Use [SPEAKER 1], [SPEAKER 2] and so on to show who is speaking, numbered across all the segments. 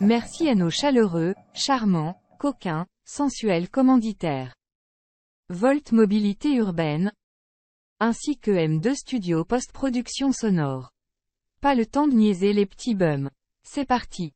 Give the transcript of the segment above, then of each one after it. [SPEAKER 1] Merci à nos chaleureux, charmants, coquins, sensuels commanditaires. Volt Mobilité Urbaine, ainsi que M2 Studio Post-Production Sonore. Pas le temps de niaiser les petits bums. C'est parti.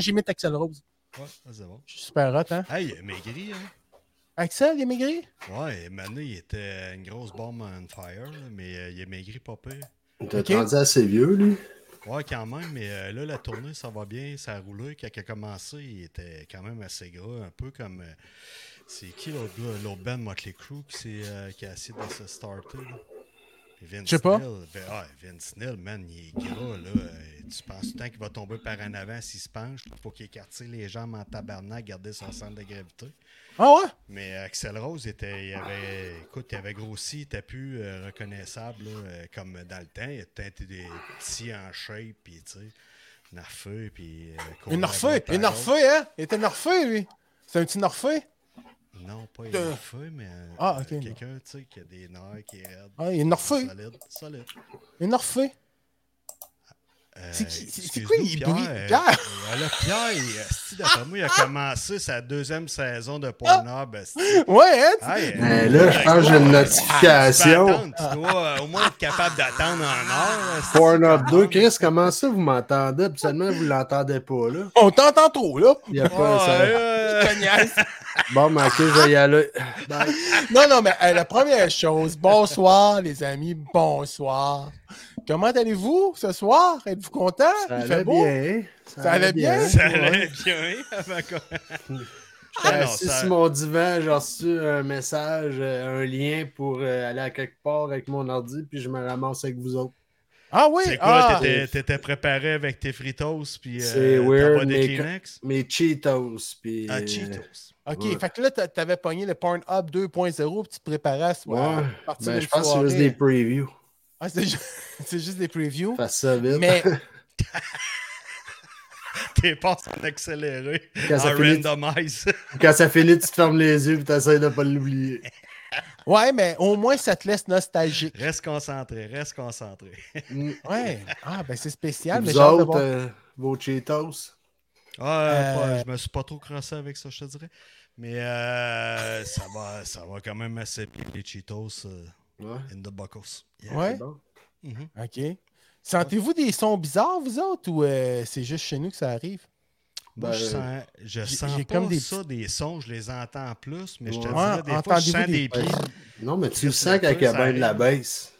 [SPEAKER 2] J'imite Axel Rose.
[SPEAKER 3] Ouais, c'est bon.
[SPEAKER 2] Je suis super hot, hein?
[SPEAKER 3] Hey, il a maigri, hein?
[SPEAKER 2] Axel, il est maigri?
[SPEAKER 3] Ouais, Mané, il était une grosse bombe on fire, là, mais euh, il a maigri pas pire.
[SPEAKER 4] T'as
[SPEAKER 2] Ok.
[SPEAKER 4] rendu assez vieux, lui.
[SPEAKER 3] Ouais, quand même, mais euh, là, la tournée, ça va bien, ça a roulé. Quand il a commencé, il était quand même assez gras, un peu comme. euh, c'est qui l'autre gars, l'autre band Motley Crue qui, s'est, euh, qui a essayé de se starter, là? Et Vince
[SPEAKER 2] Je sais pas.
[SPEAKER 3] Neil, ben, ah, Vince Neil, man, il est gras, là. euh, tu penses tout le temps qu'il va tomber par en avant s'il se penche pour qu'il écarte les jambes en tabarnak, garder son centre de gravité.
[SPEAKER 2] Ah ouais?
[SPEAKER 3] Mais euh, Axel Rose, était, il, avait, écoute, il avait grossi, il était plus euh, reconnaissable là, euh, comme dans le temps. Il était des petits en shape, puis tu sais, une orfeu, puis. euh, courir
[SPEAKER 2] Une
[SPEAKER 3] à
[SPEAKER 2] orphée!
[SPEAKER 3] droite, à
[SPEAKER 2] Une
[SPEAKER 3] gauche.
[SPEAKER 2] orphée, hein? Il était une orphée, lui. C'est un petit orphée?
[SPEAKER 3] Non, pas une
[SPEAKER 2] Euh.
[SPEAKER 3] orfeu, mais euh,
[SPEAKER 2] Ah, ok,
[SPEAKER 3] euh,
[SPEAKER 2] non.
[SPEAKER 3] quelqu'un, tu sais, qui a des nerfs, qui est raide.
[SPEAKER 2] Ah, il est une orphée.
[SPEAKER 3] Solide, solide.
[SPEAKER 2] Une orphée.
[SPEAKER 3] Euh,
[SPEAKER 2] C'est qui- c'est- c'est
[SPEAKER 3] excuse-nous,
[SPEAKER 2] quoi, il brille-
[SPEAKER 3] euh,
[SPEAKER 2] Pierre?
[SPEAKER 3] euh, voilà, Pierre, il- esti, d'après moi, il a
[SPEAKER 2] Ah!
[SPEAKER 3] commencé sa deuxième saison de Pornhub. esti.
[SPEAKER 2] Ouais, hein?
[SPEAKER 3] Hey, euh,
[SPEAKER 4] Ben là, je pense que j'ai une notification.
[SPEAKER 3] Tu peux attendre, tu dois euh, au moins être capable d'attendre en euh, heure. esti.
[SPEAKER 4] Pornhub 2, Chris, comment ça vous m'entendez? Puis seulement vous l'entendez pas, là.
[SPEAKER 2] On t'entend trop, là.
[SPEAKER 4] Il y a
[SPEAKER 3] Ouais,
[SPEAKER 4] pas ça-
[SPEAKER 3] euh,
[SPEAKER 2] Cognasse.
[SPEAKER 4] Bon, ben, ok, je vais y aller. Ben, Bye.
[SPEAKER 2] non, non, mais euh, la première chose, bonsoir, les amis, bonsoir. Comment allez-vous ce soir? Êtes-vous content?
[SPEAKER 4] Ça
[SPEAKER 2] Il fait
[SPEAKER 4] allait
[SPEAKER 2] beau?
[SPEAKER 4] bien.
[SPEAKER 2] Ça allait bien?
[SPEAKER 3] ça allait bien hein, avant qu'on-
[SPEAKER 4] J'étais
[SPEAKER 3] Ah non,
[SPEAKER 4] assis
[SPEAKER 3] ça-
[SPEAKER 4] sur mon divan, j'ai reçu un message, euh, un lien pour euh, aller à quelque part avec mon ordi, puis je me ramasse avec vous autres.
[SPEAKER 2] Ah oui!
[SPEAKER 3] C'est
[SPEAKER 2] ah.
[SPEAKER 3] quoi, t'étais- t'étais préparé avec tes fritos puis
[SPEAKER 4] C'est
[SPEAKER 3] euh,
[SPEAKER 4] weird,
[SPEAKER 3] t'as pas des
[SPEAKER 4] mais euh,
[SPEAKER 3] Kleenex?
[SPEAKER 4] Mes Cheetos, puis...
[SPEAKER 3] Ah, Cheetos.
[SPEAKER 2] OK,
[SPEAKER 4] Ouais.
[SPEAKER 2] fait que là, t'a- t'avais pogné le Pornhub 2.0 puis tu te préparais à ce
[SPEAKER 4] Ouais,
[SPEAKER 2] soir. partir
[SPEAKER 4] ben,
[SPEAKER 2] d'une
[SPEAKER 4] je pense que c'est juste
[SPEAKER 2] soirée.
[SPEAKER 4] des previews.
[SPEAKER 2] Ah, c'est ju- c'est juste des previews.
[SPEAKER 4] Fais ça vite.
[SPEAKER 2] Mais
[SPEAKER 3] T'es passé en accéléré,
[SPEAKER 4] Quand ça
[SPEAKER 3] en
[SPEAKER 4] finit-
[SPEAKER 3] randomize.
[SPEAKER 4] Quand ça finit, tu te fermes les yeux, puis t'essayes de pas l'oublier.
[SPEAKER 2] ouais, mais au moins ça te laisse nostalgique.
[SPEAKER 3] Reste concentré, reste concentré.
[SPEAKER 4] Mm.
[SPEAKER 2] Ouais. Ah ben c'est spécial, mais
[SPEAKER 4] Vous
[SPEAKER 2] j'ai hâte de
[SPEAKER 4] autres,
[SPEAKER 2] voir.
[SPEAKER 4] euh, vos Cheetos.
[SPEAKER 3] Ah,
[SPEAKER 2] Euh,
[SPEAKER 3] pas- je me suis pas trop crassé avec ça, je te dirais. Mais euh, ça, va, ça va quand même assez bien, les Cheetos euh,
[SPEAKER 4] Ouais.
[SPEAKER 3] in the buckles. Yeah.
[SPEAKER 2] Ouais.
[SPEAKER 4] c'est bon.
[SPEAKER 3] Mhm.
[SPEAKER 2] OK. Sentez-vous des sons bizarres, vous autres, ou euh, c'est juste chez nous que ça arrive?
[SPEAKER 3] Moi, je
[SPEAKER 4] Ben,
[SPEAKER 3] sens, je
[SPEAKER 2] j'ai-
[SPEAKER 3] sens
[SPEAKER 2] j'ai
[SPEAKER 3] pas
[SPEAKER 2] comme des
[SPEAKER 3] ça, des sons, je les entends plus, mais je te
[SPEAKER 4] Ouais,
[SPEAKER 3] dirais, des fois, je
[SPEAKER 2] entendez-vous
[SPEAKER 3] sens
[SPEAKER 2] des-
[SPEAKER 3] des pieds.
[SPEAKER 4] Non, mais tu
[SPEAKER 3] Ça,
[SPEAKER 4] le
[SPEAKER 3] c'est
[SPEAKER 4] sens quand
[SPEAKER 3] un
[SPEAKER 4] il y a
[SPEAKER 3] peu,
[SPEAKER 4] bien
[SPEAKER 3] ça
[SPEAKER 4] de la
[SPEAKER 3] arrive.
[SPEAKER 4] baisse.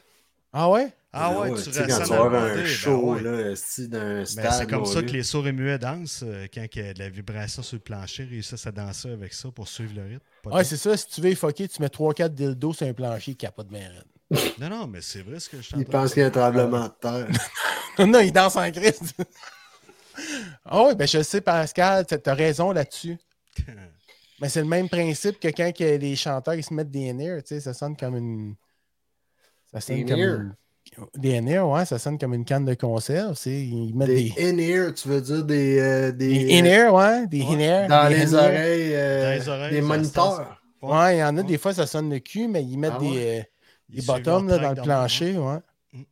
[SPEAKER 4] Ben
[SPEAKER 2] Ah ouais?
[SPEAKER 3] Ah ouais, tu
[SPEAKER 4] tu sais,
[SPEAKER 3] ressens
[SPEAKER 4] quand tu
[SPEAKER 3] dans
[SPEAKER 4] vas
[SPEAKER 3] le
[SPEAKER 4] avoir
[SPEAKER 3] côté,
[SPEAKER 4] un
[SPEAKER 3] ben
[SPEAKER 4] show,
[SPEAKER 3] ouais.
[SPEAKER 4] là, style d'un
[SPEAKER 3] Mais
[SPEAKER 4] stade.
[SPEAKER 3] c'est comme
[SPEAKER 4] mon
[SPEAKER 3] ça
[SPEAKER 4] vieux.
[SPEAKER 3] que les sourds et muets dansent, euh, quand il y a de la vibration sur le plancher, réussissent à danser avec ça pour suivre le rythme. Pas de
[SPEAKER 2] Ouais, c'est ça. Si tu veux effoquer, tu mets 3-4 dildos sur un plancher qui a pas de merde.
[SPEAKER 3] doute. Non, non, mais c'est vrai ce que je
[SPEAKER 4] Ils
[SPEAKER 3] t'entends.
[SPEAKER 4] pensent qu'il y a un tremblement de terre.
[SPEAKER 2] non, il danse en Christ. ah oui, ben je sais, Pascal, t'as t'as raison là-dessus. Mais c'est le même principe que quand que les chanteurs ils se mettent des nairs, tu sais, ça sonne comme une. Ça sonne
[SPEAKER 4] Des
[SPEAKER 2] comme
[SPEAKER 4] nairs?
[SPEAKER 2] une... Des nairs, ouais, ça sonne comme une canne de conserve, tu sais. Ils mettent
[SPEAKER 4] Des
[SPEAKER 2] des.
[SPEAKER 4] in-ear, tu veux dire des. euh,
[SPEAKER 2] Des,
[SPEAKER 4] des euh,
[SPEAKER 2] in-ear, ouais, des in-ear.
[SPEAKER 4] dans
[SPEAKER 2] des
[SPEAKER 4] les
[SPEAKER 2] in-ear.
[SPEAKER 4] oreilles, euh,
[SPEAKER 3] Dans les oreilles,
[SPEAKER 4] des
[SPEAKER 3] ça
[SPEAKER 4] moniteurs.
[SPEAKER 2] Ouais, il y en a
[SPEAKER 3] Ouais.
[SPEAKER 2] des fois, ça sonne le cul, mais ils mettent
[SPEAKER 4] Ah
[SPEAKER 2] des, euh,
[SPEAKER 3] Ils
[SPEAKER 2] des
[SPEAKER 3] suivent
[SPEAKER 2] bottoms
[SPEAKER 3] leur
[SPEAKER 2] là, dans le
[SPEAKER 3] track
[SPEAKER 2] plancher, ouais.
[SPEAKER 3] Mm.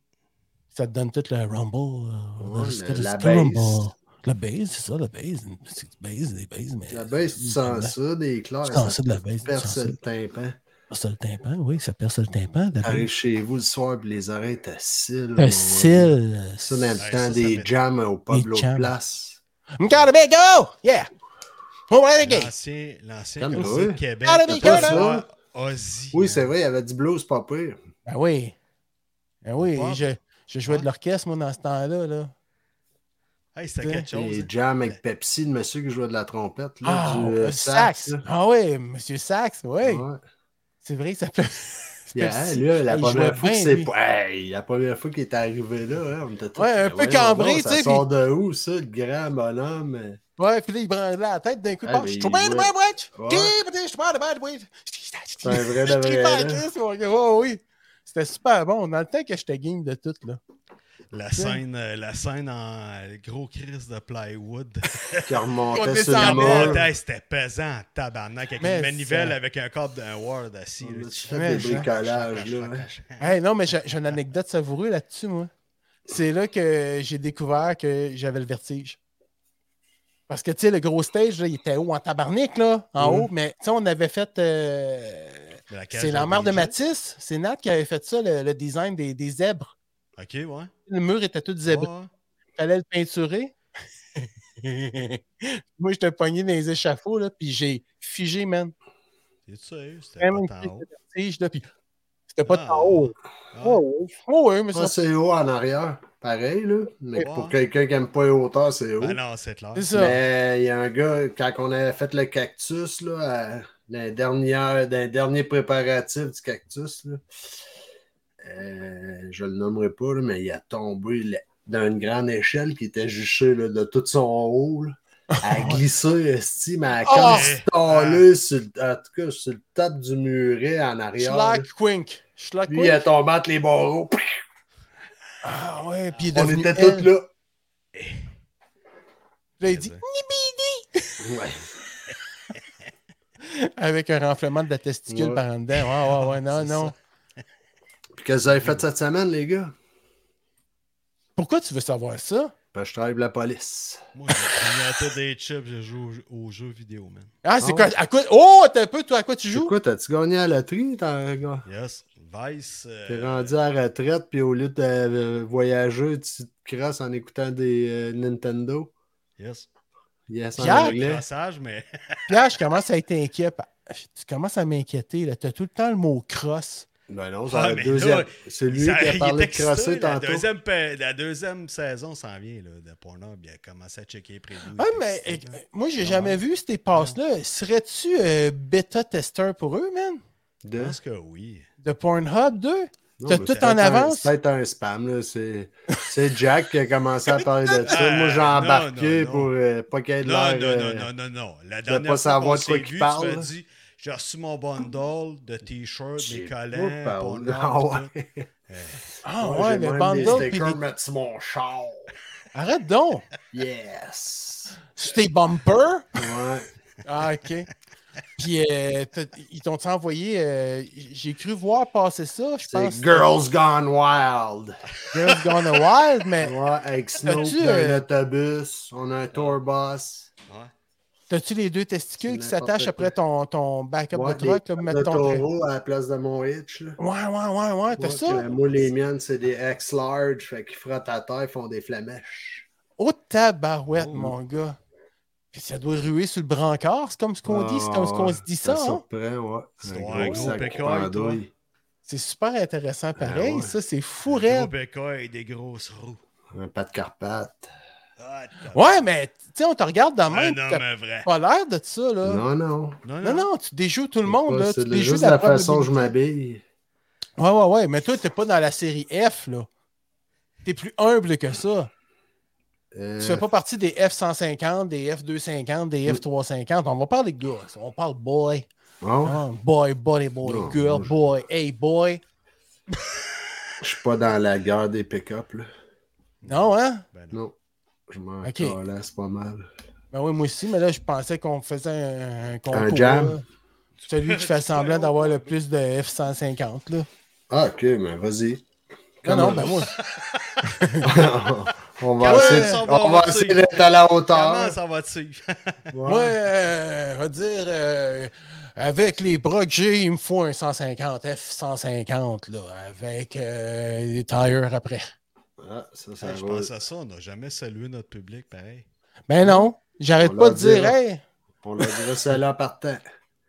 [SPEAKER 2] Ça te donne tout le rumble. euh,
[SPEAKER 4] Ouais,
[SPEAKER 2] le-
[SPEAKER 4] le-
[SPEAKER 2] le-
[SPEAKER 4] la
[SPEAKER 2] le rumble.
[SPEAKER 4] bass.
[SPEAKER 2] La bass, c'est ça, la bass. C'est du bass, des bass, mais.
[SPEAKER 4] La baisse, tu
[SPEAKER 2] Ouais.
[SPEAKER 4] sens ça, des clairs.
[SPEAKER 2] Ben, Tu sens ça de la baisse, tu
[SPEAKER 4] perce
[SPEAKER 2] sens
[SPEAKER 4] le
[SPEAKER 2] ça.
[SPEAKER 4] tympan.
[SPEAKER 2] perce le tympan, oui, ça perce le tympan. la
[SPEAKER 4] T'arrives
[SPEAKER 2] bass.
[SPEAKER 4] chez vous le soir, puis les oreilles, t'as cils.
[SPEAKER 2] Un cil.
[SPEAKER 4] Ça, dans le
[SPEAKER 3] Ouais,
[SPEAKER 4] temps
[SPEAKER 3] ça, ça
[SPEAKER 4] des
[SPEAKER 3] fait-
[SPEAKER 4] jams au pub
[SPEAKER 2] Des
[SPEAKER 4] l'autre
[SPEAKER 2] jams.
[SPEAKER 4] place.
[SPEAKER 2] I'm gonna be go! Yeah! Oh, ouais, ok.
[SPEAKER 3] L'ancien, l'ancien
[SPEAKER 4] Calme-toi.
[SPEAKER 3] Colisée de Québec.
[SPEAKER 2] Ah, le
[SPEAKER 3] t'as
[SPEAKER 2] Nicolas!
[SPEAKER 3] pas le droit. Ozzy.
[SPEAKER 2] euh,
[SPEAKER 4] Oui, c'est vrai, il y avait du blues, pas pire.
[SPEAKER 2] Ben oui. Ben oui,
[SPEAKER 3] Pop.
[SPEAKER 2] je, je jouais de
[SPEAKER 3] Ouais.
[SPEAKER 2] l'orchestre, moi, dans ce temps-là. Là.
[SPEAKER 3] Hey, c'était quelque chose. hein.
[SPEAKER 4] Les jams avec Pepsi, le monsieur qui jouait de la trompette.
[SPEAKER 2] hein.
[SPEAKER 4] Là,
[SPEAKER 2] Ah,
[SPEAKER 4] du, euh,
[SPEAKER 2] le sax.
[SPEAKER 4] là.
[SPEAKER 2] Ah oui, Monsieur Sax, oui.
[SPEAKER 4] Ouais.
[SPEAKER 2] C'est vrai que ça peut.
[SPEAKER 4] Yeah,
[SPEAKER 2] Pepsi.
[SPEAKER 4] là, la
[SPEAKER 2] Il
[SPEAKER 4] première
[SPEAKER 2] jouait
[SPEAKER 4] fois que
[SPEAKER 2] bien,
[SPEAKER 4] c'est
[SPEAKER 2] lui.
[SPEAKER 4] Hey, la première fois qu'il est arrivé là, hein, on était tous,
[SPEAKER 2] Ouais, un peu
[SPEAKER 4] voyons donc,
[SPEAKER 2] cambré, tu
[SPEAKER 4] Ça
[SPEAKER 2] sais,
[SPEAKER 4] sort de où, ça, le grand bonhomme? euh,
[SPEAKER 2] Ouais, puis là, il branlait la tête d'un coup de
[SPEAKER 4] Ah,
[SPEAKER 2] poing.
[SPEAKER 4] mais
[SPEAKER 2] Je suis
[SPEAKER 4] il
[SPEAKER 2] bien de
[SPEAKER 4] jouait.
[SPEAKER 2] bad witch!
[SPEAKER 4] Ouais.
[SPEAKER 2] Je suis bien de bad witch!
[SPEAKER 4] C'est un vrai de
[SPEAKER 2] Je crie
[SPEAKER 4] vrai,
[SPEAKER 2] pas à
[SPEAKER 4] là.
[SPEAKER 2] Chris, mon gars. Ouais, oui. C'était super bon. Dans le temps que j'étais game de tout, là.
[SPEAKER 3] La scène, euh, la scène en euh, gros crise de plywood.
[SPEAKER 4] Qui remontait
[SPEAKER 2] On
[SPEAKER 4] sur le
[SPEAKER 2] descendait,
[SPEAKER 4] mur.
[SPEAKER 3] Hey, C'était pesant, tabarnak, avec
[SPEAKER 2] Mais
[SPEAKER 3] une manivelle,
[SPEAKER 2] ça-
[SPEAKER 3] avec un câble d'un Word assis. là,
[SPEAKER 4] On a
[SPEAKER 3] tu-
[SPEAKER 4] fait des
[SPEAKER 2] je-
[SPEAKER 4] bricolages, là. hein.
[SPEAKER 2] Hey, non, mais j'ai j'ai une anecdote savoureuse là-dessus, moi. C'est là que j'ai découvert que j'avais le vertige. Parce que, tu sais, le gros stage, là, il était haut en tabarnak, là, en
[SPEAKER 4] Mhm.
[SPEAKER 2] haut. Mais, tu sais, on avait fait. euh,
[SPEAKER 3] De la cage
[SPEAKER 2] C'est
[SPEAKER 3] de
[SPEAKER 2] la mère de
[SPEAKER 3] DJ.
[SPEAKER 2] Matisse. C'est Nat qui avait fait ça, le, le design des, des zèbres.
[SPEAKER 3] Ok, ouais.
[SPEAKER 2] Le mur était tout zébré.
[SPEAKER 3] Ouais.
[SPEAKER 2] fallait le peinturer. Moi, j'étais pogné dans les échafauds, là, puis j'ai figé, man.
[SPEAKER 3] T'es sérieux? C'était
[SPEAKER 2] Vraiment
[SPEAKER 3] pas tant haut.
[SPEAKER 2] figé, là, puis c'était pas
[SPEAKER 3] Ah.
[SPEAKER 2] tant haut.
[SPEAKER 3] Ah,
[SPEAKER 2] Oh, oui. Oh, oui, mais
[SPEAKER 4] Ça,
[SPEAKER 2] ça,
[SPEAKER 4] c'est haut en arrière. Pareil, là. Mais
[SPEAKER 3] Ouais.
[SPEAKER 4] pour quelqu'un qui aime pas les hauteurs,
[SPEAKER 2] Ben
[SPEAKER 4] c'est haut.
[SPEAKER 3] ah non, c'est clair.
[SPEAKER 2] c'est ça.
[SPEAKER 4] Mais il y a un gars, quand on avait fait le cactus, là, à- dans les dernières- dans les derniers préparatifs du cactus, là, euh, je le nommerai pas, là, mais il a tombé là, d'une grande échelle qui était juchée là, de tout son haut. là,
[SPEAKER 2] Ah
[SPEAKER 4] à glisser, esti, mais à
[SPEAKER 3] Eh,
[SPEAKER 2] Oh!
[SPEAKER 4] cantaler sur, le- en tout cas, sur le top du muret en arrière. là.
[SPEAKER 2] Schlock Quink. Schlock
[SPEAKER 4] Lui, il
[SPEAKER 2] Quink.
[SPEAKER 4] est tombé entre les barreaux.
[SPEAKER 2] Ah, ouais, puis il est
[SPEAKER 4] On
[SPEAKER 2] devenu
[SPEAKER 4] était
[SPEAKER 2] elle.
[SPEAKER 4] tous là.
[SPEAKER 2] Là, il dit,
[SPEAKER 4] Ouais.
[SPEAKER 2] avec un renflement de la testicule
[SPEAKER 4] Ouais.
[SPEAKER 2] par en dedans. Ouais, ouais, ouais, non,
[SPEAKER 3] C'est
[SPEAKER 2] non.
[SPEAKER 3] ça.
[SPEAKER 4] Puis qu'est-ce que vous avez fait cette semaine, les gars?
[SPEAKER 2] Pourquoi tu veux savoir ça?
[SPEAKER 4] Ben, je travaille pour la police.
[SPEAKER 3] Moi, j'ai clignoté des chips, je joue aux- aux jeux vidéo, man.
[SPEAKER 2] Ah, c'est
[SPEAKER 4] Ah
[SPEAKER 2] quoi? À quoi? Oh, t'as un peu, toi, à quoi tu
[SPEAKER 4] C'est
[SPEAKER 2] joues?
[SPEAKER 4] quoi, t'as-tu gagné à la loterie? T'as
[SPEAKER 3] Yes. Vice. euh,
[SPEAKER 4] t'es rendu à la retraite, puis au lieu de euh, voyager, tu te crasses en écoutant des euh, Nintendo.
[SPEAKER 3] Yes.
[SPEAKER 4] Yes, en
[SPEAKER 2] Pierre?
[SPEAKER 4] anglais.
[SPEAKER 3] Crassage, mais.
[SPEAKER 2] Pierre, je commence à être inquiet. Tu commences à m'inquiéter, là. T'as tout le temps le mot cross.
[SPEAKER 4] Ben non,
[SPEAKER 3] Ah,
[SPEAKER 4] c'est
[SPEAKER 3] mais
[SPEAKER 4] le deuxième.
[SPEAKER 3] là,
[SPEAKER 4] C'est lui
[SPEAKER 3] ça-
[SPEAKER 4] qui a
[SPEAKER 3] il
[SPEAKER 4] parlé
[SPEAKER 3] est
[SPEAKER 4] de
[SPEAKER 3] excité,
[SPEAKER 4] crasser
[SPEAKER 3] la
[SPEAKER 4] tantôt.
[SPEAKER 3] deuxième, pa- la deuxième saison s'en vient, là, de Pornhub. Il a commencé à checker les previews.
[SPEAKER 4] Ben,
[SPEAKER 2] Ah,
[SPEAKER 3] il
[SPEAKER 2] mais
[SPEAKER 3] était excité,
[SPEAKER 2] euh,
[SPEAKER 3] là.
[SPEAKER 2] moi, j'ai
[SPEAKER 3] Non.
[SPEAKER 2] jamais vu ces passes-là. Serais-tu euh, bêta-tester pour eux, man?
[SPEAKER 3] Je
[SPEAKER 4] Deux.
[SPEAKER 3] pense que oui.
[SPEAKER 2] De Pornhub 2? T'as tout
[SPEAKER 4] Non, mais c'est
[SPEAKER 2] en
[SPEAKER 4] peut-être un-
[SPEAKER 2] avance?
[SPEAKER 4] C'est peut-être un spam, là. C'est c'est Jack qui a commencé à parler de ça. Moi, j'ai
[SPEAKER 3] Ah, non, non,
[SPEAKER 4] embarqué
[SPEAKER 3] non.
[SPEAKER 4] pour euh, pas qu'il y ait de
[SPEAKER 3] Non,
[SPEAKER 4] l'air.
[SPEAKER 3] non, non,
[SPEAKER 4] euh,
[SPEAKER 3] non, non, non. La
[SPEAKER 4] de pas
[SPEAKER 3] dernière fois
[SPEAKER 4] savoir
[SPEAKER 3] qu'on
[SPEAKER 4] de quoi
[SPEAKER 3] s'est
[SPEAKER 4] qu'il
[SPEAKER 3] vu,
[SPEAKER 4] parle,
[SPEAKER 3] tu m'as
[SPEAKER 4] là.
[SPEAKER 3] dit j'ai reçu mon bundle de t-shirts,
[SPEAKER 4] j'ai
[SPEAKER 3] des
[SPEAKER 4] pas
[SPEAKER 3] collants,
[SPEAKER 4] parlé.
[SPEAKER 3] Pornhub,
[SPEAKER 4] Ah,
[SPEAKER 3] tout.
[SPEAKER 4] ouais.
[SPEAKER 2] Ah
[SPEAKER 4] Moi,
[SPEAKER 2] ouais,
[SPEAKER 4] j'ai
[SPEAKER 2] le
[SPEAKER 4] même
[SPEAKER 2] bundle.
[SPEAKER 4] des
[SPEAKER 2] pis
[SPEAKER 4] stickers
[SPEAKER 2] des-
[SPEAKER 4] mettre sur mon char.
[SPEAKER 2] Arrête donc!
[SPEAKER 4] Yes.
[SPEAKER 2] C'est tes bumpers?
[SPEAKER 4] Ouais.
[SPEAKER 2] Ah, OK. Puis, euh, t'as- ils t'ont envoyé... euh, j'ai cru voir passer ça, je
[SPEAKER 4] C'est
[SPEAKER 2] pense.
[SPEAKER 4] Girls Gone Wild.
[SPEAKER 2] Girls Gone Wild, mais
[SPEAKER 4] Ouais, avec Snoop
[SPEAKER 2] As-tu,
[SPEAKER 4] dans
[SPEAKER 2] euh,
[SPEAKER 4] l'autobus. On a un tour bus.
[SPEAKER 3] Ouais.
[SPEAKER 2] t'as-tu les deux testicules qui
[SPEAKER 4] N'importe
[SPEAKER 2] s'attachent
[SPEAKER 4] quoi.
[SPEAKER 2] après ton, ton backup
[SPEAKER 4] Ouais,
[SPEAKER 2] de truck? Là,
[SPEAKER 4] les
[SPEAKER 2] pour
[SPEAKER 4] de
[SPEAKER 2] mettre ton... Ouais,
[SPEAKER 4] taureau à la place de mon hitch. Là.
[SPEAKER 2] ouais, ouais, ouais, t'as
[SPEAKER 4] Ouais,
[SPEAKER 2] ça?
[SPEAKER 4] puis, euh, moi, les miennes, c'est des X-large. Fait qu'ils frottent à terre, font des flamèches.
[SPEAKER 2] Oh tabarouette,
[SPEAKER 4] Oh.
[SPEAKER 2] mon gars. Puis ça doit ruer sur le brancard, c'est comme ce qu'on dit, c'est comme ce qu'on se dit ça.
[SPEAKER 4] Ah, Ça
[SPEAKER 2] hein.
[SPEAKER 4] surprend, ouais.
[SPEAKER 3] C'est un gros
[SPEAKER 4] sac
[SPEAKER 3] pécor,
[SPEAKER 4] en
[SPEAKER 3] toi.
[SPEAKER 4] douille.
[SPEAKER 2] C'est super intéressant pareil,
[SPEAKER 4] Ben ouais.
[SPEAKER 2] ça c'est fou
[SPEAKER 3] Des gros
[SPEAKER 2] raide.
[SPEAKER 3] bécas et des grosses roues.
[SPEAKER 4] Un pas de carpate.
[SPEAKER 3] Ah, t'as-
[SPEAKER 2] Ouais, mais tu sais, on te regarde dans
[SPEAKER 3] Un
[SPEAKER 2] même, t'as
[SPEAKER 3] homme vrai.
[SPEAKER 2] pas l'air de ça, là. Non.
[SPEAKER 4] Non, non.
[SPEAKER 2] Non, tu déjoues tout Euh, le monde, là.
[SPEAKER 4] C'est
[SPEAKER 2] Tu
[SPEAKER 4] le-
[SPEAKER 2] déjoues
[SPEAKER 4] juste la
[SPEAKER 2] probabilité.
[SPEAKER 4] façon dont je m'habille.
[SPEAKER 2] Ouais, ouais, ouais, mais toi, t'es pas dans la série F, là. T'es plus humble que ça.
[SPEAKER 4] Euh,
[SPEAKER 2] Tu fais pas partie des F-150, des F-250, des F-350. On va parler de gars, on parle boy.
[SPEAKER 4] bon,
[SPEAKER 2] hein, Boy, boy, boy,
[SPEAKER 4] Non,
[SPEAKER 2] girl,
[SPEAKER 4] moi, je-
[SPEAKER 2] boy, hey, boy.
[SPEAKER 4] Je suis pas dans la guerre des pick-up, là.
[SPEAKER 2] Non, hein?
[SPEAKER 3] Ben non.
[SPEAKER 4] Non. Je m'en
[SPEAKER 2] Ok.
[SPEAKER 4] calasse pas mal.
[SPEAKER 2] Ben oui, moi aussi, mais là, je pensais qu'on faisait un, un concours.
[SPEAKER 4] Un jam.
[SPEAKER 2] là. Celui qui fait semblant d'avoir le plus de F-150, là.
[SPEAKER 4] Ah, ok, mais vas-y.
[SPEAKER 2] Non, non, ben moi...
[SPEAKER 4] on
[SPEAKER 3] Ouais,
[SPEAKER 4] va essayer,
[SPEAKER 3] ça va,
[SPEAKER 4] on va
[SPEAKER 3] on
[SPEAKER 4] essayer
[SPEAKER 3] sait.
[SPEAKER 4] d'être à la
[SPEAKER 3] Comment
[SPEAKER 4] hauteur.
[SPEAKER 3] ça va dessus?
[SPEAKER 4] Ouais.
[SPEAKER 2] Moi, euh, on va dire, euh, avec les bras que j'ai, il me faut un 150, F-150, là, avec euh, les tailleurs après.
[SPEAKER 4] Ah, ça, ça
[SPEAKER 3] Je
[SPEAKER 4] va.
[SPEAKER 3] pense à ça, on n'a jamais salué notre public pareil.
[SPEAKER 2] Ben non, j'arrête
[SPEAKER 4] On
[SPEAKER 2] pas
[SPEAKER 4] leur
[SPEAKER 2] de dire,
[SPEAKER 4] dira.
[SPEAKER 2] hey...
[SPEAKER 4] On leur dira ça là en partant.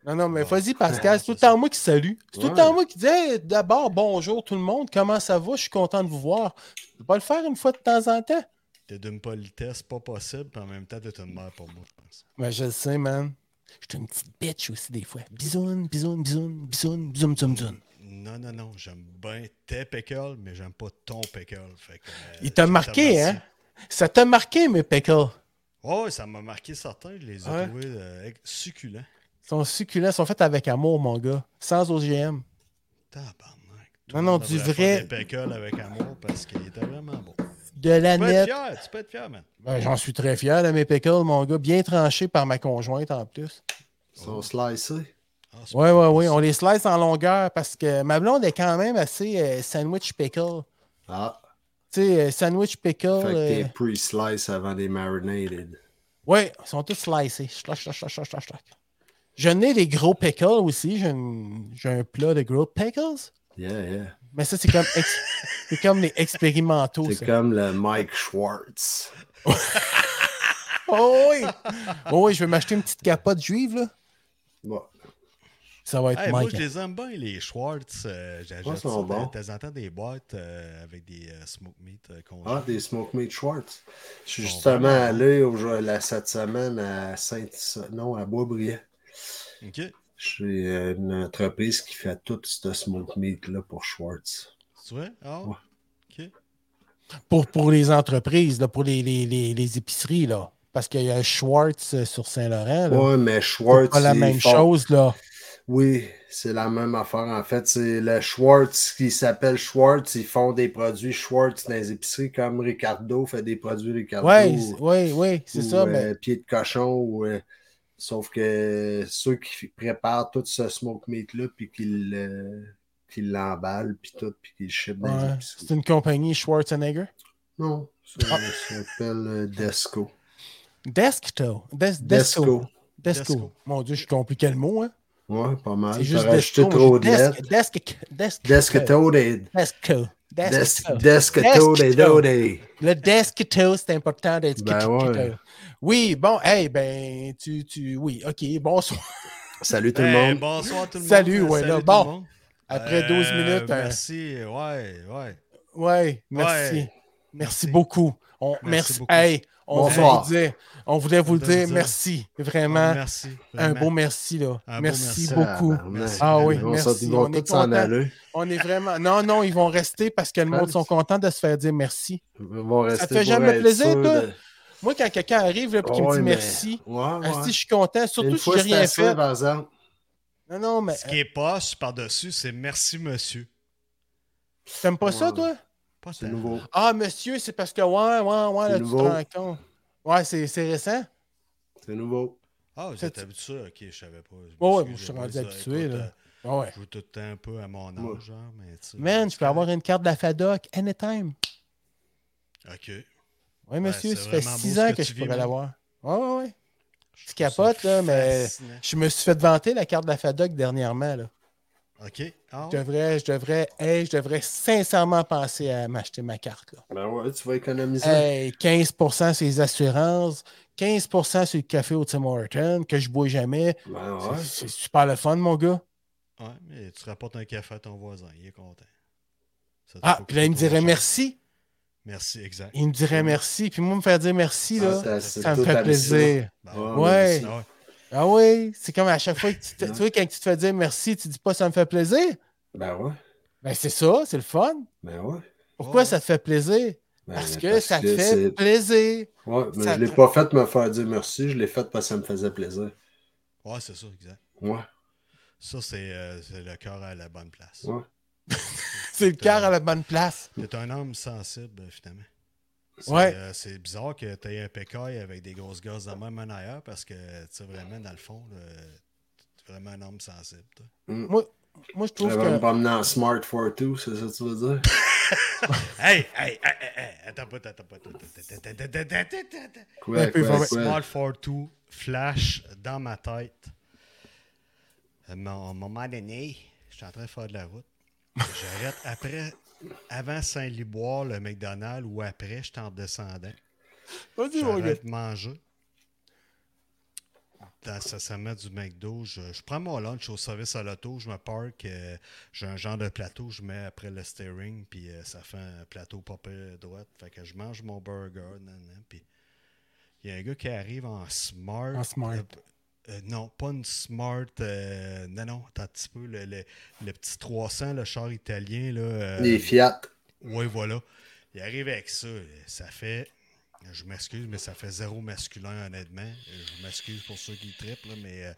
[SPEAKER 2] Non, non, mais
[SPEAKER 3] Bon.
[SPEAKER 2] vas-y, Pascal, c'est tout le
[SPEAKER 3] Ça,
[SPEAKER 2] temps moi qui salue. C'est tout le
[SPEAKER 4] Ouais.
[SPEAKER 2] temps moi qui dis hey, d'abord bonjour tout le monde, comment ça va, je suis content de vous voir. Je peux pas le faire une fois de temps en temps.
[SPEAKER 3] T'es d'une politesse pas possible, puis en même temps, t'es une mère pour moi, je pense.
[SPEAKER 2] Ben, je le sais, man. Je suis une petite bitch aussi des fois. Bisoun, bisoun, bisoun, bisoun, bisoun, bisoun, bisoun.
[SPEAKER 3] Non, non, non, j'aime bien tes pickles, mais j'aime pas ton pickle. Fait que, euh,
[SPEAKER 2] Il t'a
[SPEAKER 3] je te
[SPEAKER 2] marqué,
[SPEAKER 3] remercie.
[SPEAKER 2] hein? Ça t'a marqué, mes pickles.
[SPEAKER 3] Ouais, ça m'a marqué certains. Je les ai
[SPEAKER 2] Ouais.
[SPEAKER 3] trouvés euh, ex- succulents.
[SPEAKER 2] Ils sont succulents, ils sont faits avec amour, mon gars. Sans OGM.
[SPEAKER 3] Tabarnak.
[SPEAKER 2] Non,
[SPEAKER 3] le
[SPEAKER 2] non,
[SPEAKER 3] monde
[SPEAKER 2] du
[SPEAKER 3] devrait
[SPEAKER 2] vrai.
[SPEAKER 3] faire Des pickles avec amour parce qu'il était vraiment bon. Tu
[SPEAKER 2] De la
[SPEAKER 3] peux être
[SPEAKER 2] nette.
[SPEAKER 3] fier, tu peux être fier, man.
[SPEAKER 2] Ben, J'en suis très fier de mes pickles, mon gars. Bien tranché par ma conjointe en plus.
[SPEAKER 4] Ils sont slicés.
[SPEAKER 3] Ah, c'est
[SPEAKER 2] Ouais, ouais,
[SPEAKER 3] pas bon,
[SPEAKER 2] oui.
[SPEAKER 3] ça.
[SPEAKER 2] On les slice en longueur parce que ma blonde est quand même assez euh, sandwich pickle.
[SPEAKER 4] Ah,
[SPEAKER 2] Tu sais, euh, sandwich pickle.
[SPEAKER 4] fait que
[SPEAKER 2] euh,
[SPEAKER 4] t'es pre-slice avant des marinated.
[SPEAKER 2] Ouais, ils sont tous slicés. Chlac, chlac, chlac, chlac, chlac, chlac. J'en ai des gros pickles aussi. J'ai une- j'ai un plat de gros pickles.
[SPEAKER 4] Yeah, yeah.
[SPEAKER 2] Mais ça, c'est comme, ex- c'est comme les expérimentaux.
[SPEAKER 4] C'est
[SPEAKER 2] ça.
[SPEAKER 4] comme le Mike Schwartz.
[SPEAKER 2] Oh oui! Oh oui, je vais m'acheter une petite capote juive, là.
[SPEAKER 4] Bon.
[SPEAKER 2] Ça va être
[SPEAKER 3] Hey, moi,
[SPEAKER 2] Mike.
[SPEAKER 3] je les aime bien, les Schwartz. euh, J'achète
[SPEAKER 4] Ouais,
[SPEAKER 3] ça
[SPEAKER 4] sont
[SPEAKER 3] de
[SPEAKER 4] bons.
[SPEAKER 3] de temps en temps des boîtes euh, avec des euh, smoke meat euh, congelés.
[SPEAKER 4] Ah, des Smoke Meat Schwartz. Je suis
[SPEAKER 3] Bon,
[SPEAKER 4] justement
[SPEAKER 3] ben.
[SPEAKER 4] allé au- la- cette semaine à Saint non, à Boisbriand.
[SPEAKER 3] OK.
[SPEAKER 4] J'ai euh, une entreprise qui fait tout ce smoke meat-là pour Schwartz.
[SPEAKER 3] Tu vois? Ah,
[SPEAKER 4] Ouais.
[SPEAKER 3] OK.
[SPEAKER 2] Pour, pour les entreprises, là, pour les, les, les, les épiceries, là. Parce qu'il y a Schwartz euh, sur Saint-Laurent. là.
[SPEAKER 4] Ouais, mais
[SPEAKER 2] C'est
[SPEAKER 4] Schwartz.
[SPEAKER 2] pas la
[SPEAKER 4] ils
[SPEAKER 2] même
[SPEAKER 4] font-
[SPEAKER 2] chose, là.
[SPEAKER 4] Oui, c'est la même affaire. En fait, c'est le Schwartz qui s'appelle Schwartz. Ils font des produits Schwartz dans les épiceries comme Ricardo fait des produits Ricardo.
[SPEAKER 2] Oui, oui, oui, c'est
[SPEAKER 4] ou,
[SPEAKER 2] ça.
[SPEAKER 4] euh,
[SPEAKER 2] mais-
[SPEAKER 4] pied de cochon. ou, euh, sauf que ceux qui préparent tout ce smoke meat-là, puis qui le- qui l'emballent, puis tout, puis qui le ship dans les
[SPEAKER 2] Ouais,
[SPEAKER 4] épiceries.
[SPEAKER 2] c'est une compagnie Schwarzenegger.
[SPEAKER 4] Non, ça
[SPEAKER 2] Ah.
[SPEAKER 4] ça s'appelle euh, Desco.
[SPEAKER 2] Desco. Des-
[SPEAKER 4] Desco.
[SPEAKER 2] Desco. Desco.
[SPEAKER 3] Desco.
[SPEAKER 2] Mon Dieu, je compliqué le mot, hein.
[SPEAKER 4] Ouais, pas mal.
[SPEAKER 2] C'est juste
[SPEAKER 4] T'as rajouté
[SPEAKER 2] Desco.
[SPEAKER 4] trop de
[SPEAKER 2] Desk,
[SPEAKER 4] lettres.
[SPEAKER 2] desk, desk, Desco.
[SPEAKER 4] Descototed.
[SPEAKER 2] Desco. Desco.
[SPEAKER 4] Descototed.
[SPEAKER 2] Le desquito, c'est important d'être
[SPEAKER 4] Ben
[SPEAKER 2] desquito.
[SPEAKER 4] ouais.
[SPEAKER 2] Oui, bon, hey, ben, tu, tu, oui, ok, bonsoir.
[SPEAKER 4] Salut tout le
[SPEAKER 3] Hey,
[SPEAKER 4] monde.
[SPEAKER 3] Bonsoir tout le
[SPEAKER 2] Salut,
[SPEAKER 3] monde.
[SPEAKER 2] ouais, là,
[SPEAKER 3] tout
[SPEAKER 2] bon.
[SPEAKER 3] le monde.
[SPEAKER 2] Après 12
[SPEAKER 3] Euh,
[SPEAKER 2] minutes, hein.
[SPEAKER 3] Merci. Ouais, ouais.
[SPEAKER 2] ouais, merci.
[SPEAKER 3] Ouais.
[SPEAKER 2] Merci
[SPEAKER 3] Merci.
[SPEAKER 2] beaucoup. On, merci,
[SPEAKER 3] Merci beaucoup.
[SPEAKER 2] hey, on
[SPEAKER 4] Bonsoir.
[SPEAKER 2] voulait vous dire, on voulait vous le
[SPEAKER 3] voulait
[SPEAKER 2] dire,
[SPEAKER 3] vous dire.
[SPEAKER 2] merci, vraiment,
[SPEAKER 3] Merci.
[SPEAKER 2] un
[SPEAKER 3] vraiment.
[SPEAKER 2] beau merci, là.
[SPEAKER 3] Un beau
[SPEAKER 2] merci
[SPEAKER 3] merci.
[SPEAKER 2] beaucoup.
[SPEAKER 4] Ah,
[SPEAKER 3] Merci.
[SPEAKER 2] Ah oui,
[SPEAKER 4] Ils vont
[SPEAKER 2] merci,
[SPEAKER 4] sortir- Ils vont
[SPEAKER 2] on est
[SPEAKER 4] tous s'en
[SPEAKER 2] contents.
[SPEAKER 4] aller.
[SPEAKER 2] On est vraiment, non, non, ils vont rester parce que le monde sont contents de se faire dire merci.
[SPEAKER 4] Ils vont rester
[SPEAKER 2] te fait
[SPEAKER 4] pour
[SPEAKER 2] jamais
[SPEAKER 4] être
[SPEAKER 2] plaisir,
[SPEAKER 4] sûrs
[SPEAKER 2] toi?
[SPEAKER 4] de-
[SPEAKER 2] Moi, quand quelqu'un arrive, là, puis qu'il me
[SPEAKER 4] Ah Ouais,
[SPEAKER 2] dit
[SPEAKER 4] mais-
[SPEAKER 2] merci,
[SPEAKER 4] Ouais, ouais.
[SPEAKER 2] asti, je suis content, surtout
[SPEAKER 4] Une
[SPEAKER 2] si
[SPEAKER 4] fois,
[SPEAKER 2] j'ai
[SPEAKER 4] c'est
[SPEAKER 2] rien
[SPEAKER 4] assez,
[SPEAKER 2] fait.
[SPEAKER 4] par exemple.
[SPEAKER 2] Non, non, mais, euh,
[SPEAKER 3] Ce qui est poche par-dessus, c'est merci, monsieur.
[SPEAKER 2] euh, t'aimes pas ça,
[SPEAKER 4] Ouais.
[SPEAKER 2] toi?
[SPEAKER 3] Pas
[SPEAKER 4] C'est
[SPEAKER 3] tant.
[SPEAKER 4] nouveau.
[SPEAKER 2] Ah, monsieur, c'est parce que, ouais, ouais, ouais, là,
[SPEAKER 4] C'est
[SPEAKER 2] tu te
[SPEAKER 4] nouveau.
[SPEAKER 2] rends compte. Ouais, c'est c'est récent.
[SPEAKER 4] C'est nouveau.
[SPEAKER 3] Ah, vous
[SPEAKER 2] Ça,
[SPEAKER 3] êtes
[SPEAKER 2] tu-
[SPEAKER 3] habitué, ok, je savais pas.
[SPEAKER 2] Ouais, ouais, moi,
[SPEAKER 3] m'excuse,
[SPEAKER 2] je suis
[SPEAKER 3] j'ai pas
[SPEAKER 2] rendu
[SPEAKER 3] dit ça.
[SPEAKER 2] habitué,
[SPEAKER 3] Écoute,
[SPEAKER 2] là.
[SPEAKER 3] euh,
[SPEAKER 2] Ah ouais.
[SPEAKER 3] Je joue tout le temps un peu à mon
[SPEAKER 4] Ouais.
[SPEAKER 3] âge, genre, mais tu sais,
[SPEAKER 2] Man, je peux
[SPEAKER 3] c'est
[SPEAKER 2] avoir une carte de la FADOC anytime.
[SPEAKER 3] correct. Ok.
[SPEAKER 2] Ouais, monsieur,
[SPEAKER 3] c'est
[SPEAKER 2] ça fait
[SPEAKER 3] vraiment
[SPEAKER 2] six
[SPEAKER 3] beau ce
[SPEAKER 2] ans
[SPEAKER 3] que
[SPEAKER 2] que
[SPEAKER 3] tu
[SPEAKER 2] je
[SPEAKER 3] vis,
[SPEAKER 2] pourrais
[SPEAKER 3] man.
[SPEAKER 2] l'avoir. Ouais, ouais, ouais.
[SPEAKER 3] Je
[SPEAKER 2] Tu
[SPEAKER 3] trouve ça
[SPEAKER 2] capotes, là, mais-
[SPEAKER 3] fascinant.
[SPEAKER 2] Je me suis fait vanter la carte de la FADOC dernièrement, là.
[SPEAKER 3] Ok. Ah,
[SPEAKER 2] Je
[SPEAKER 3] ouais.
[SPEAKER 2] devrais, je devrais, hey, je devrais sincèrement penser à m'acheter ma carte, là.
[SPEAKER 4] Ben ouais, tu vas économiser.
[SPEAKER 2] Hey, 15% sur les assurances, 15% sur le café au Tim Horton, que je bois jamais.
[SPEAKER 4] Ben
[SPEAKER 3] Ah
[SPEAKER 2] C'est-
[SPEAKER 4] ouais.
[SPEAKER 2] C'est super le fun, mon gars.
[SPEAKER 3] Ouais, mais tu rapportes un café à ton voisin, il est content. Ça te
[SPEAKER 2] Ah,
[SPEAKER 3] faut
[SPEAKER 2] puis là, il me
[SPEAKER 3] coûter trop
[SPEAKER 2] dirait
[SPEAKER 3] cher.
[SPEAKER 2] merci.
[SPEAKER 3] Merci, exact.
[SPEAKER 2] Il me dirait merci. Puis moi, me faire dire merci,
[SPEAKER 4] Ah,
[SPEAKER 2] là,
[SPEAKER 4] ça- c'est
[SPEAKER 2] ça me
[SPEAKER 4] tout
[SPEAKER 2] fait
[SPEAKER 4] habitué.
[SPEAKER 2] plaisir.
[SPEAKER 3] Ben,
[SPEAKER 4] Ah,
[SPEAKER 2] Ouais.
[SPEAKER 4] mais
[SPEAKER 3] ah ouais.
[SPEAKER 2] Ah oui, c'est comme à chaque fois que tu te,
[SPEAKER 4] Ouais.
[SPEAKER 2] tu vois, quand tu te fais dire merci, tu dis pas ça me fait plaisir.
[SPEAKER 4] c'est- Ben ouais.
[SPEAKER 2] Ben c'est ça, c'est le fun.
[SPEAKER 4] Ben ouais.
[SPEAKER 2] Pourquoi
[SPEAKER 3] Ouais.
[SPEAKER 2] ça te fait plaisir?
[SPEAKER 4] Ben,
[SPEAKER 2] Parce
[SPEAKER 4] mais
[SPEAKER 2] que ça te fait
[SPEAKER 4] c'est-
[SPEAKER 2] plaisir.
[SPEAKER 4] Ouais, mais
[SPEAKER 2] ça
[SPEAKER 4] je l'ai
[SPEAKER 2] te-
[SPEAKER 4] pas fait me faire dire merci, je l'ai fait parce que ça me faisait plaisir.
[SPEAKER 3] Ouais, c'est ça, exact.
[SPEAKER 4] Ouais.
[SPEAKER 3] Ça, c'est euh, c'est le cœur à la bonne place.
[SPEAKER 4] Ouais.
[SPEAKER 2] C'est le cœur à la bonne place.
[SPEAKER 3] T'es un homme sensible, euh, finalement. C'est,
[SPEAKER 2] Ouais.
[SPEAKER 3] euh, c'est bizarre que t'aies un pécaille avec des grosses gosses dans même en arrière parce que, tu sais, vraiment, dans le fond, là, t'es vraiment un homme sensible, toi.
[SPEAKER 4] Mm.
[SPEAKER 2] Moi, moi je
[SPEAKER 4] Je
[SPEAKER 2] trouve
[SPEAKER 4] vais
[SPEAKER 2] que.
[SPEAKER 4] me promener en Smart 42, c'est ça que tu veux dire?
[SPEAKER 3] Hey, hey, hey, hey, hey, attends pas, attends pas. attends pas, attends pas, attends pas, attends pas, attends pas.
[SPEAKER 4] Quoi,
[SPEAKER 2] Un peu,
[SPEAKER 4] quoi,
[SPEAKER 2] ouais.
[SPEAKER 4] quoi?
[SPEAKER 3] Small 42 flash dans ma tête. À mon- à un moment donné, je suis en train de faire de la route. J'arrête après, avant Saint-Liboire, le McDonald's ou après, je suis en descendant.
[SPEAKER 2] Vas-y, mon gars.
[SPEAKER 3] J'arrête de manger. Dans ça, ça met du McDo. Je, je prends mon lunch au service à l'auto, je me parque. euh, J'ai un genre de plateau, je mets après le steering, puis euh, ça fait un plateau popé droite. Fait que je mange mon burger. nan, nan, puis il y a un gars qui arrive en smart.
[SPEAKER 2] En smart.
[SPEAKER 3] euh, Euh, non, pas une Smart. euh, non, non, attends un petit peu. Le, le- le petit 300, le char italien. Là, euh,
[SPEAKER 4] Les Fiat.
[SPEAKER 3] Ouais, voilà. Il arrive avec ça. Ça fait. Je m'excuse, mais ça fait zéro masculin, honnêtement. Je m'excuse pour ceux qui trippent, là, mais. euh,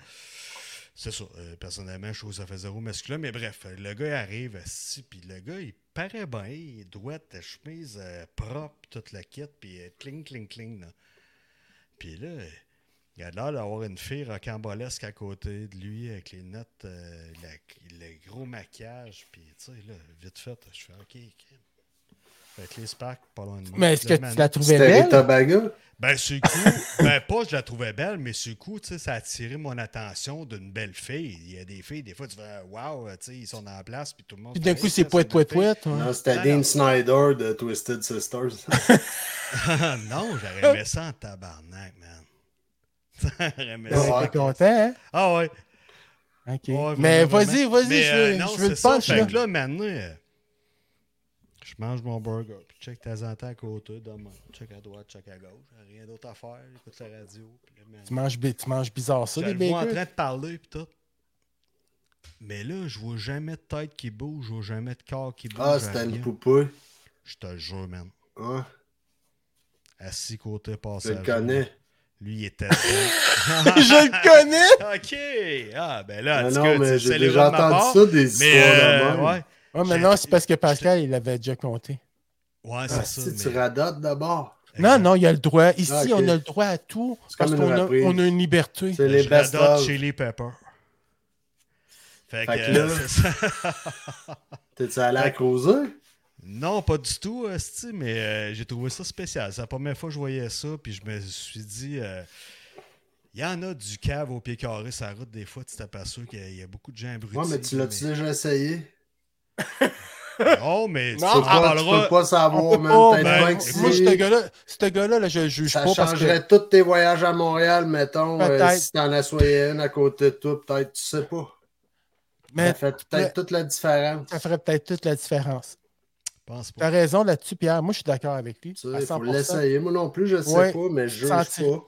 [SPEAKER 3] c'est ça. Euh, personnellement, je trouve que ça fait zéro masculin. Mais bref, le gars il arrive, si, puis le gars, il paraît bien, il est droit, la chemise euh, propre, toute la kit, puis euh, cling, cling, cling. là. Puis là, il a l'air d'avoir une fille rocambolesque à côté de lui avec les notes, euh, la- le gros maquillage. Puis, tu sais, là, vite fait, je fais OK. crème. Fait que les sparks, pas loin de moi.
[SPEAKER 2] Mais est-ce
[SPEAKER 3] Le
[SPEAKER 2] que
[SPEAKER 3] man-
[SPEAKER 2] tu la trouvais
[SPEAKER 4] C'était
[SPEAKER 2] belle?
[SPEAKER 4] Rita Baga?
[SPEAKER 3] Ben, ce coup, ben, pas, je la trouvais belle, mais ce coup, tu sais, ça a attiré mon attention d'une belle fille. Il y a des filles, des fois, tu fais waouh, tu sais, ils sont en place, puis tout le monde.
[SPEAKER 2] Puis d'un
[SPEAKER 3] fait,
[SPEAKER 2] coup,
[SPEAKER 3] Hey,
[SPEAKER 2] c'est
[SPEAKER 3] ça,
[SPEAKER 2] pouet, pouet,
[SPEAKER 3] notre fille.
[SPEAKER 2] pouet. ouais.
[SPEAKER 4] Non, c'était
[SPEAKER 3] Non,
[SPEAKER 4] Dean
[SPEAKER 3] non.
[SPEAKER 4] Snyder de Twisted Sisters.
[SPEAKER 3] Ah, non, j'aurais aimé ça en tabarnak, man. J'aurais aimé
[SPEAKER 2] T'aurais
[SPEAKER 3] ça.
[SPEAKER 4] Ouais.
[SPEAKER 2] été content, hein?
[SPEAKER 3] Ah ouais.
[SPEAKER 2] OK.
[SPEAKER 3] Ouais,
[SPEAKER 2] mais
[SPEAKER 3] vraiment,
[SPEAKER 2] vas-y,
[SPEAKER 3] vraiment.
[SPEAKER 2] vas-y,
[SPEAKER 3] Mais,
[SPEAKER 2] je
[SPEAKER 3] euh,
[SPEAKER 2] veux,
[SPEAKER 3] non,
[SPEAKER 2] je veux le
[SPEAKER 3] c'est ça,
[SPEAKER 2] punch,
[SPEAKER 3] fait
[SPEAKER 2] là.
[SPEAKER 3] que là, maintenant, euh, je mange mon burger, puis check de temps en temps à côté, de même. check à droite, check à gauche, rien d'autre à faire, j'écoute la radio, puis là, maintenant,
[SPEAKER 2] Tu manges, bi- tu manges bizarre ça,
[SPEAKER 3] je
[SPEAKER 2] les
[SPEAKER 3] le vois en
[SPEAKER 2] bakers?
[SPEAKER 3] train de parler, puis tout. Mais là, je vois jamais de tête qui bouge, je vois jamais de corps qui bouge.
[SPEAKER 4] Ah, c'était une
[SPEAKER 3] rien.
[SPEAKER 4] poupée.
[SPEAKER 3] Je te le jure, man.
[SPEAKER 4] Ah,
[SPEAKER 3] Assis côté
[SPEAKER 4] tu
[SPEAKER 3] passage.
[SPEAKER 4] le connais.
[SPEAKER 3] Lui, il était dedans.
[SPEAKER 2] je le connais!
[SPEAKER 3] OK! Ah, ben là, en
[SPEAKER 4] Non,
[SPEAKER 3] tout cas,
[SPEAKER 4] non, mais
[SPEAKER 3] tu
[SPEAKER 4] j'ai
[SPEAKER 3] célébres
[SPEAKER 4] déjà
[SPEAKER 3] de ma part,
[SPEAKER 4] entendu ça, des histoires
[SPEAKER 3] Mais, euh,
[SPEAKER 4] de même.
[SPEAKER 3] ouais,
[SPEAKER 2] Ouais, mais
[SPEAKER 3] J'ai-
[SPEAKER 2] non, c'est parce que Pascal, il l'avait déjà compté.
[SPEAKER 3] ouais c'est
[SPEAKER 4] Ah,
[SPEAKER 3] ça.
[SPEAKER 4] si,
[SPEAKER 3] mais-
[SPEAKER 4] tu radotes d'abord.
[SPEAKER 2] Non, non, il y a le droit. Ici,
[SPEAKER 4] Ah, ok.
[SPEAKER 2] on a le droit à tout
[SPEAKER 4] C'est
[SPEAKER 2] parce
[SPEAKER 4] comme une
[SPEAKER 2] qu'on a,
[SPEAKER 4] reprise.
[SPEAKER 2] on a une liberté.
[SPEAKER 4] C'est les
[SPEAKER 3] Je
[SPEAKER 4] best
[SPEAKER 3] l'adore,
[SPEAKER 4] of.
[SPEAKER 3] Chili Pepper. Fait que,
[SPEAKER 4] Fait que
[SPEAKER 3] euh,
[SPEAKER 4] là-
[SPEAKER 3] c'est ça.
[SPEAKER 4] T'es-tu allé à Crozet?
[SPEAKER 3] Non, pas du tout, esti, mais euh, j'ai trouvé ça spécial. C'est la première fois que je voyais ça, puis je me suis dit, euh, il y en a du cave au pied carré sur la route, des fois, tu t'aperçois qu'il y a beaucoup de gens abrutis.
[SPEAKER 4] Ouais, mais tu l'as-tu déjà essayé?
[SPEAKER 3] Oh, mais tu
[SPEAKER 2] Non,
[SPEAKER 4] Tu
[SPEAKER 3] en
[SPEAKER 4] peux pas- tu
[SPEAKER 3] parleras.
[SPEAKER 4] peux pas
[SPEAKER 2] On peut
[SPEAKER 4] savoir,
[SPEAKER 2] pas,
[SPEAKER 4] même.
[SPEAKER 3] ben,
[SPEAKER 4] Peut-être pas
[SPEAKER 2] ben, moi, ce
[SPEAKER 4] que
[SPEAKER 2] gars-là, ce gars-là, là, je le juge
[SPEAKER 4] Ça
[SPEAKER 2] pas parce que.
[SPEAKER 4] changerait tous tes voyages à Montréal, mettons, euh,
[SPEAKER 2] Peut-être.
[SPEAKER 4] si t'en as soyé une à côté de toi, peut-être, tu sais pas.
[SPEAKER 2] Mais
[SPEAKER 4] ça fait peut-être toute la différence.
[SPEAKER 2] ça ferait peut-être toute la différence.
[SPEAKER 3] Je pense
[SPEAKER 2] T'as
[SPEAKER 3] pas.
[SPEAKER 2] raison là-dessus, Pierre. Moi, je suis d'accord avec lui.
[SPEAKER 4] Tu
[SPEAKER 2] à
[SPEAKER 4] sais, il faut
[SPEAKER 2] 100%.
[SPEAKER 4] l'essayer. Moi non plus, je sais
[SPEAKER 2] Ouais.
[SPEAKER 4] pas, mais je juge
[SPEAKER 2] Sentir.
[SPEAKER 4] pas.
[SPEAKER 2] Tu te
[SPEAKER 3] Ben,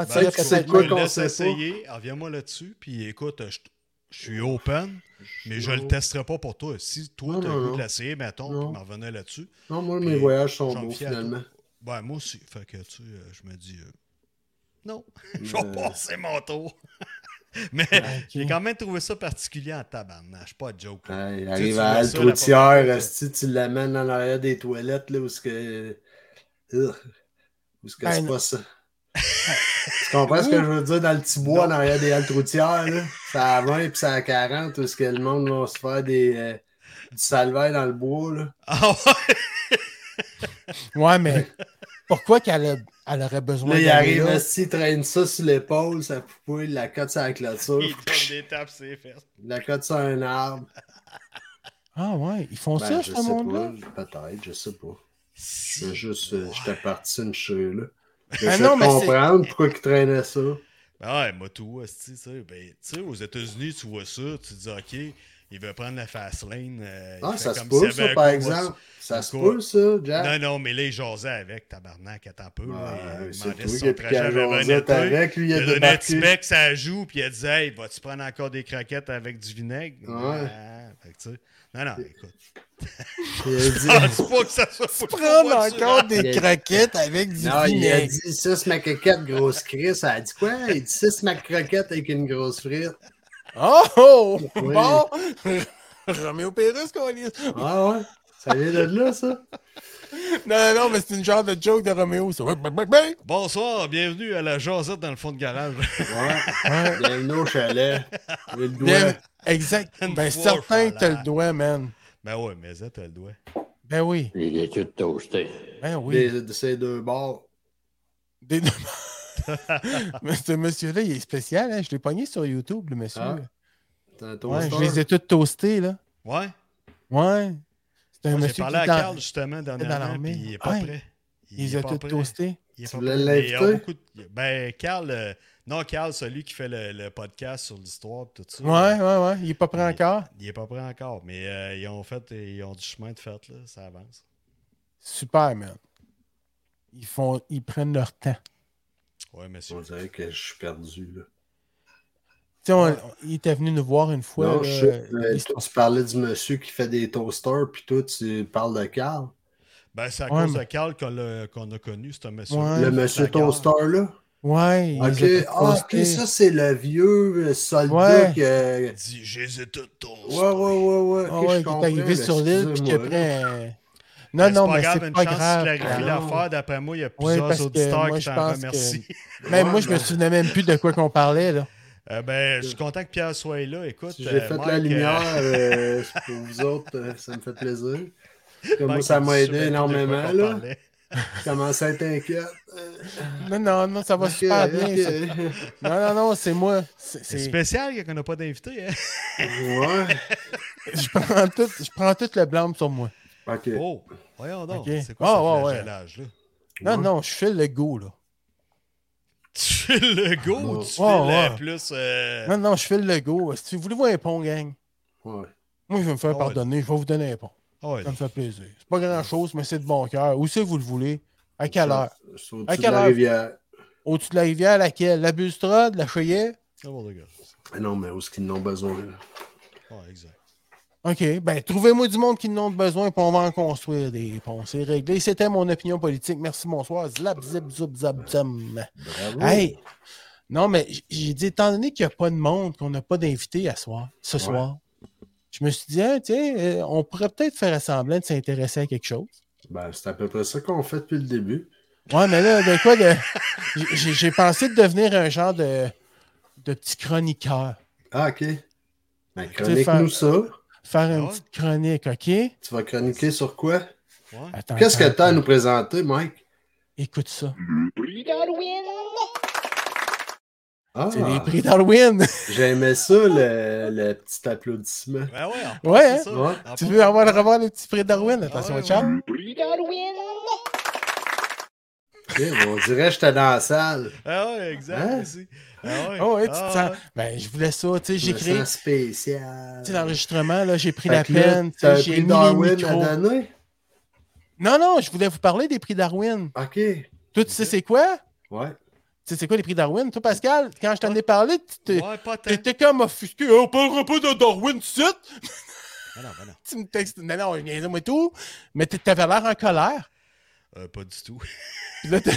[SPEAKER 2] sentirais
[SPEAKER 4] Peut-être que
[SPEAKER 2] peut-être
[SPEAKER 4] c'est Ben, quoi
[SPEAKER 2] mieux.
[SPEAKER 4] qu'on
[SPEAKER 3] laisse
[SPEAKER 4] sait pas.
[SPEAKER 3] essayer, reviens-moi là-dessus, puis écoute, je, je suis open, mais je le testerai pas pour toi. Si toi,
[SPEAKER 4] Non,
[SPEAKER 3] tu as
[SPEAKER 4] non,
[SPEAKER 3] le goût
[SPEAKER 4] non.
[SPEAKER 3] de l'essayer, mettons,
[SPEAKER 4] Non.
[SPEAKER 3] puis m'en revenais là-dessus,
[SPEAKER 4] Non, moi,
[SPEAKER 3] Puis,
[SPEAKER 4] mes voyages sont
[SPEAKER 3] j'en
[SPEAKER 4] beaux,
[SPEAKER 3] fie à toi.
[SPEAKER 4] finalement.
[SPEAKER 3] Ben, moi aussi. Fait que, tu sais, euh, je me dis, euh, non, je vais
[SPEAKER 4] Mais-
[SPEAKER 3] passer mon tour. Mais j'ai quand même trouvé ça particulier en tabarnage. Pas de joke. là.
[SPEAKER 4] Ouais,
[SPEAKER 3] Tu sais,
[SPEAKER 4] il
[SPEAKER 3] tu
[SPEAKER 4] Euh, arrive
[SPEAKER 3] vois ça,
[SPEAKER 4] à halte
[SPEAKER 3] la première
[SPEAKER 4] routière,
[SPEAKER 3] fois,
[SPEAKER 4] esti, tu l'amènes en arrière des toilettes, là, où ce que. Ugh. Où ce que
[SPEAKER 2] Ben,
[SPEAKER 4] c'est
[SPEAKER 2] non.
[SPEAKER 4] pas ça. tu comprends ce que je veux dire dans le petit bois en
[SPEAKER 3] Non.
[SPEAKER 4] arrière des haltes routières, là? C'est à 20 puis c'est à 40, où ce que le monde va se faire des, euh, du salvaire dans le bois, là.
[SPEAKER 3] Ah ouais!
[SPEAKER 2] Ouais, mais pourquoi qu'elle a- elle aurait besoin
[SPEAKER 4] Là,
[SPEAKER 3] ben,
[SPEAKER 4] il
[SPEAKER 2] d'aller
[SPEAKER 4] arrive,
[SPEAKER 2] là?
[SPEAKER 4] esti, il traîne ça sur l'épaule, sa poupée, il la cote sur la clôture,
[SPEAKER 3] Il donne des tapes sur les fesses.
[SPEAKER 4] il la cote sur un arbre.
[SPEAKER 2] Ah ouais, ils font
[SPEAKER 4] Ben,
[SPEAKER 2] ça,
[SPEAKER 4] je
[SPEAKER 2] ce
[SPEAKER 4] sais
[SPEAKER 2] monde-là?
[SPEAKER 4] pas, peut-être, je sais pas. Je
[SPEAKER 3] Si.
[SPEAKER 4] veux juste, euh, j'étais parti une cheveux, là. Je
[SPEAKER 2] Ben
[SPEAKER 4] sais
[SPEAKER 2] non, mais c'est-
[SPEAKER 4] comprendre pourquoi il traînait ça.
[SPEAKER 3] Ben ouais, moi, tout, esti, tu sais, ben, tu sais, aux États-Unis, tu vois ça, tu te dis, OK, il veut prendre la fast lane. euh, il
[SPEAKER 4] Ah,
[SPEAKER 3] fait
[SPEAKER 4] ça se
[SPEAKER 3] comme
[SPEAKER 4] peut,
[SPEAKER 3] s'il y
[SPEAKER 4] ça,
[SPEAKER 3] avait
[SPEAKER 4] par
[SPEAKER 3] un coup,
[SPEAKER 4] exemple. Ça
[SPEAKER 3] Un
[SPEAKER 4] se
[SPEAKER 3] coup.
[SPEAKER 4] peut, ça,
[SPEAKER 3] Non,
[SPEAKER 4] Jack.
[SPEAKER 3] non, mais là, il jasait avec, tabarnak, attends un peu. là,
[SPEAKER 4] Ouais,
[SPEAKER 3] il
[SPEAKER 4] C'est
[SPEAKER 3] demandait
[SPEAKER 4] tout.
[SPEAKER 3] si
[SPEAKER 4] Il
[SPEAKER 3] son
[SPEAKER 4] y a plus
[SPEAKER 3] trajet
[SPEAKER 4] qu'à
[SPEAKER 3] avait bien
[SPEAKER 4] jaser
[SPEAKER 3] été.
[SPEAKER 4] avec. Lui, il
[SPEAKER 3] Il
[SPEAKER 4] a
[SPEAKER 3] a donné un petit
[SPEAKER 4] débarqué.
[SPEAKER 3] bec, ça joue, puis il a dit Hey, vas-tu prendre encore des croquettes avec du vinaigre
[SPEAKER 4] Ouais.
[SPEAKER 3] Ah, fait que tu sais. Non, non, écoute.
[SPEAKER 4] Il a dit...
[SPEAKER 3] Ah, c'est pas que ça soit faut
[SPEAKER 2] Prendre
[SPEAKER 3] pas
[SPEAKER 2] encore
[SPEAKER 4] Il y
[SPEAKER 2] des
[SPEAKER 4] a-
[SPEAKER 2] croquettes avec du
[SPEAKER 4] Non, il a
[SPEAKER 2] vinaigre.
[SPEAKER 4] dit 6 ma coquette, grosse Chris. Elle a dit quoi? Il dit 6 ma croquette avec une grosse frite.
[SPEAKER 2] Oh, oh!
[SPEAKER 4] Oui.
[SPEAKER 2] Bon! Roméo Pérus, qu'on lit.
[SPEAKER 4] Ah ouais? Ça vient de là, ça?
[SPEAKER 2] Non, non, mais c'est une genre de joke de Roméo, ça. Ouais, ouais, ouais.
[SPEAKER 3] Bonsoir, bienvenue à la jasette dans le fond de garage.
[SPEAKER 4] Ouais. Bienvenue au chalet. J'ai le doigt.
[SPEAKER 2] Bien, exact.
[SPEAKER 3] Une
[SPEAKER 2] Ben,
[SPEAKER 3] fois,
[SPEAKER 2] certain que
[SPEAKER 3] voilà.
[SPEAKER 2] t'as le doigt, man.
[SPEAKER 3] ben ouais, mais ça, t'as le doigt.
[SPEAKER 2] Ben oui,
[SPEAKER 5] Il est tout toasté.
[SPEAKER 2] ben oui.
[SPEAKER 4] Des- de ces deux bords.
[SPEAKER 2] Des- Mais ce monsieur-là, il est spécial, hein. Je l'ai pogné sur YouTube, le monsieur.
[SPEAKER 4] Ah, C'est un
[SPEAKER 2] ouais, je
[SPEAKER 4] toaster.
[SPEAKER 2] les ai tous toastés, là.
[SPEAKER 3] Ouais.
[SPEAKER 2] Ouais. C'est un
[SPEAKER 3] Moi, J'ai
[SPEAKER 2] Ben, monsieur qui
[SPEAKER 3] parlé à
[SPEAKER 2] est
[SPEAKER 3] Carl
[SPEAKER 2] dans...
[SPEAKER 3] justement
[SPEAKER 2] dans
[SPEAKER 3] dernièrement,
[SPEAKER 2] l'armée.
[SPEAKER 3] puis il est pas
[SPEAKER 2] Ouais.
[SPEAKER 3] prêt. Il
[SPEAKER 2] Ils
[SPEAKER 3] est
[SPEAKER 2] ont
[SPEAKER 3] pas
[SPEAKER 2] tous
[SPEAKER 3] prêt.
[SPEAKER 2] toasté.
[SPEAKER 3] Il est
[SPEAKER 4] Tu
[SPEAKER 3] pas
[SPEAKER 4] voulais
[SPEAKER 3] prêt, mais il y a
[SPEAKER 4] l'inviter?
[SPEAKER 3] beaucoup de- Ben, Carl, euh, non, Carl, celui qui fait le, le podcast sur l'histoire et tout ça.
[SPEAKER 2] Ouais, ouais, ouais. Il est pas prêt
[SPEAKER 3] Il-
[SPEAKER 2] encore.
[SPEAKER 3] Il est pas prêt encore, mais euh, ils ont fait, ils ont du chemin de fait, là, ça avance.
[SPEAKER 2] Super, man. Ils font, ils prennent leur temps.
[SPEAKER 3] Ouais, monsieur.
[SPEAKER 4] On dirait que je suis perdu, là.
[SPEAKER 2] sais, on- il était venu nous voir une fois.
[SPEAKER 4] non,
[SPEAKER 2] là,
[SPEAKER 4] je sais,
[SPEAKER 2] il-
[SPEAKER 4] euh, toi, tu parlais du monsieur qui fait des toasters, puis toi, tu parles de Carl.
[SPEAKER 3] Ben, c'est à
[SPEAKER 2] Ouais,
[SPEAKER 3] cause
[SPEAKER 2] mais-
[SPEAKER 3] de Carl qu'on l'a- qu'on a connu, ce monsieur.
[SPEAKER 2] Ouais.
[SPEAKER 4] Le
[SPEAKER 2] Ah,
[SPEAKER 4] monsieur toaster, là.
[SPEAKER 2] Ouais. il
[SPEAKER 4] Ok,
[SPEAKER 2] nous a fait
[SPEAKER 4] ah, ok,
[SPEAKER 2] poster.
[SPEAKER 4] ça, c'est le vieux euh, soldat
[SPEAKER 2] Ouais.
[SPEAKER 4] qui. euh,
[SPEAKER 3] Il dit J'ai les ai toutes toastées.
[SPEAKER 4] Ouais, ouais, ouais, ouais.
[SPEAKER 2] Ah ouais,
[SPEAKER 4] ok, je
[SPEAKER 2] il est
[SPEAKER 4] comprends,
[SPEAKER 2] arrivé
[SPEAKER 4] mais
[SPEAKER 2] sur l'île, puis qu'il a
[SPEAKER 4] excusez-moi,
[SPEAKER 2] pris
[SPEAKER 4] là.
[SPEAKER 2] un-
[SPEAKER 3] Ben,
[SPEAKER 2] Non, non, mais c'est
[SPEAKER 3] une
[SPEAKER 2] pas
[SPEAKER 3] chance
[SPEAKER 2] grave.
[SPEAKER 3] de clarifier
[SPEAKER 2] Carl.
[SPEAKER 3] l'affaire. D'après moi, il y a
[SPEAKER 2] Ouais, parce
[SPEAKER 3] plusieurs
[SPEAKER 2] que
[SPEAKER 3] auditeurs
[SPEAKER 2] moi,
[SPEAKER 3] qui
[SPEAKER 2] je
[SPEAKER 3] t'en
[SPEAKER 2] pense que-
[SPEAKER 3] remercient.
[SPEAKER 2] Même
[SPEAKER 4] Ouais,
[SPEAKER 2] moi, je me
[SPEAKER 4] mais-
[SPEAKER 2] souvenais même plus de quoi qu'on parlait, là.
[SPEAKER 3] Euh, ben, je suis content que Pierre soit là. Écoute,
[SPEAKER 4] Si
[SPEAKER 3] euh,
[SPEAKER 4] J'ai fait
[SPEAKER 3] Mike,
[SPEAKER 4] la
[SPEAKER 3] euh,
[SPEAKER 4] lumière euh, c'est pour vous autres, euh, ça me fait plaisir. Parce que moi,
[SPEAKER 3] Mike,
[SPEAKER 4] ça
[SPEAKER 3] il
[SPEAKER 4] m'a
[SPEAKER 3] dit
[SPEAKER 4] aidé
[SPEAKER 3] super bien de quoi
[SPEAKER 4] énormément.
[SPEAKER 3] qu'on hein.
[SPEAKER 4] Là.
[SPEAKER 3] parlait.
[SPEAKER 4] Je commence à être inquiète. Euh,
[SPEAKER 2] Non, non, non, ça va
[SPEAKER 4] ok,
[SPEAKER 2] super bien.
[SPEAKER 4] ok.
[SPEAKER 2] ça. Non, non, non, c'est moi. C'est-
[SPEAKER 3] C'est
[SPEAKER 2] c'est-
[SPEAKER 3] spécial qu'on n'a pas d'invité. Hein?
[SPEAKER 4] Ouais.
[SPEAKER 2] Je prends tout, je prends tout le blâme sur moi.
[SPEAKER 4] Ok.
[SPEAKER 3] Oh, voyons donc.
[SPEAKER 2] Ok.
[SPEAKER 3] C'est quoi
[SPEAKER 2] Ah,
[SPEAKER 3] ce
[SPEAKER 2] ouais, ouais.
[SPEAKER 3] flagellage là
[SPEAKER 2] Non,
[SPEAKER 4] Ouais.
[SPEAKER 2] non, je fais le goût, là.
[SPEAKER 3] Tu fais le go ou tu fais
[SPEAKER 2] Ouais, ouais.
[SPEAKER 3] le plus. euh,
[SPEAKER 2] Non, non, je fais le go. Si vous voulez voir un pont, gang,
[SPEAKER 4] Ouais.
[SPEAKER 2] moi, je vais me
[SPEAKER 3] Ah ouais.
[SPEAKER 2] faire pardonner. Je vais vous donner un pont.
[SPEAKER 3] Ah ouais,
[SPEAKER 2] Ça me fait plaisir. C'est pas grand-chose, mais c'est de bon cœur. Où c'est que vous le voulez? À quelle heure?
[SPEAKER 4] Je suis au-dessus
[SPEAKER 2] À
[SPEAKER 4] de
[SPEAKER 2] quelle
[SPEAKER 4] la
[SPEAKER 2] heure?
[SPEAKER 4] rivière.
[SPEAKER 2] Au-dessus de la rivière, laquelle? La Bustrade, la Cheyenne?
[SPEAKER 3] c'est bon, les gars.
[SPEAKER 4] Ah non, mais où est-ce qu'ils en ont besoin? là?
[SPEAKER 3] Ouais, exact.
[SPEAKER 2] OK. Ben, trouvez-moi du monde qui n'en ont besoin, puis on va en construire des ponts. C'est réglé. C'était mon opinion politique. Merci, bonsoir. Zlap, zip, zoup, zap, zam.
[SPEAKER 4] Bravo.
[SPEAKER 2] Hey! Non, mais j- j'ai dit, étant donné qu'il n'y a pas de monde, qu'on n'a pas d'invité à soir, ce
[SPEAKER 4] Ouais.
[SPEAKER 2] soir, je me suis dit, ah, tiens, euh, on pourrait peut-être faire semblant de s'intéresser à quelque chose.
[SPEAKER 4] Ben, c'est à peu près ça qu'on fait depuis le début.
[SPEAKER 2] Ouais, mais là, de quoi de. j'ai- J'ai j'ai pensé de devenir un genre de, de petit chroniqueur.
[SPEAKER 4] Ah, ok. Ben,
[SPEAKER 2] sais, faire-
[SPEAKER 4] chronique-nous ça.
[SPEAKER 2] Faire une
[SPEAKER 4] Ah
[SPEAKER 3] ouais?
[SPEAKER 2] petite chronique, OK?
[SPEAKER 4] Tu vas chroniquer sur quoi?
[SPEAKER 3] Ouais.
[SPEAKER 2] Attends,
[SPEAKER 4] Qu'est-ce que
[SPEAKER 2] attends,
[SPEAKER 4] t'as à nous présenter, Mike?
[SPEAKER 2] Écoute ça.
[SPEAKER 4] Ah,
[SPEAKER 2] C'est les prix d'Halloween.
[SPEAKER 4] j'aimais ça, le, le petit applaudissement.
[SPEAKER 3] Ben ouais, en plus,
[SPEAKER 2] Ouais,
[SPEAKER 3] c'est
[SPEAKER 2] hein?
[SPEAKER 3] ça.
[SPEAKER 4] Ouais.
[SPEAKER 3] En
[SPEAKER 2] tu
[SPEAKER 3] plus,
[SPEAKER 2] veux avoir le revoir les petits prix d'Halloween? Attention,
[SPEAKER 3] Ah ouais,
[SPEAKER 2] ciao.
[SPEAKER 4] Ok, on dirait que j'étais dans la salle.
[SPEAKER 3] Ah ouais, exact.
[SPEAKER 4] Hein?
[SPEAKER 3] aussi. Ah ouais.
[SPEAKER 2] Oh, ouais, tu te
[SPEAKER 3] Ah,
[SPEAKER 2] sens. Ben, je voulais ça, tu sais, j'ai créé.
[SPEAKER 4] Un spécial.
[SPEAKER 2] Tu sais, l'enregistrement, là, j'ai pris
[SPEAKER 4] Fait
[SPEAKER 2] la
[SPEAKER 4] que là,
[SPEAKER 2] peine. tu sais,
[SPEAKER 4] T'as un
[SPEAKER 2] J'ai
[SPEAKER 4] prix
[SPEAKER 2] mis les
[SPEAKER 4] Darwin à
[SPEAKER 2] micros.
[SPEAKER 4] donner?
[SPEAKER 2] Non, non, je voulais vous parler des prix Darwin.
[SPEAKER 4] Ok.
[SPEAKER 2] Toi, tu sais, c'est quoi?
[SPEAKER 4] Ouais.
[SPEAKER 2] Tu sais, c'est quoi les prix Darwin? Toi, Pascal, quand je t'en ai parlé, tu t'es-
[SPEAKER 3] Ouais, pas tant.
[SPEAKER 2] t'étais comme offusqué. Oh, On parlera pas de Darwin, tu sais?
[SPEAKER 3] Ah non, ben non.
[SPEAKER 2] Tu me textes. Non, non, viens moi et tout. Mais t'- t'avais l'air en colère.
[SPEAKER 3] Euh, pas du tout.
[SPEAKER 2] Puis là, t'es-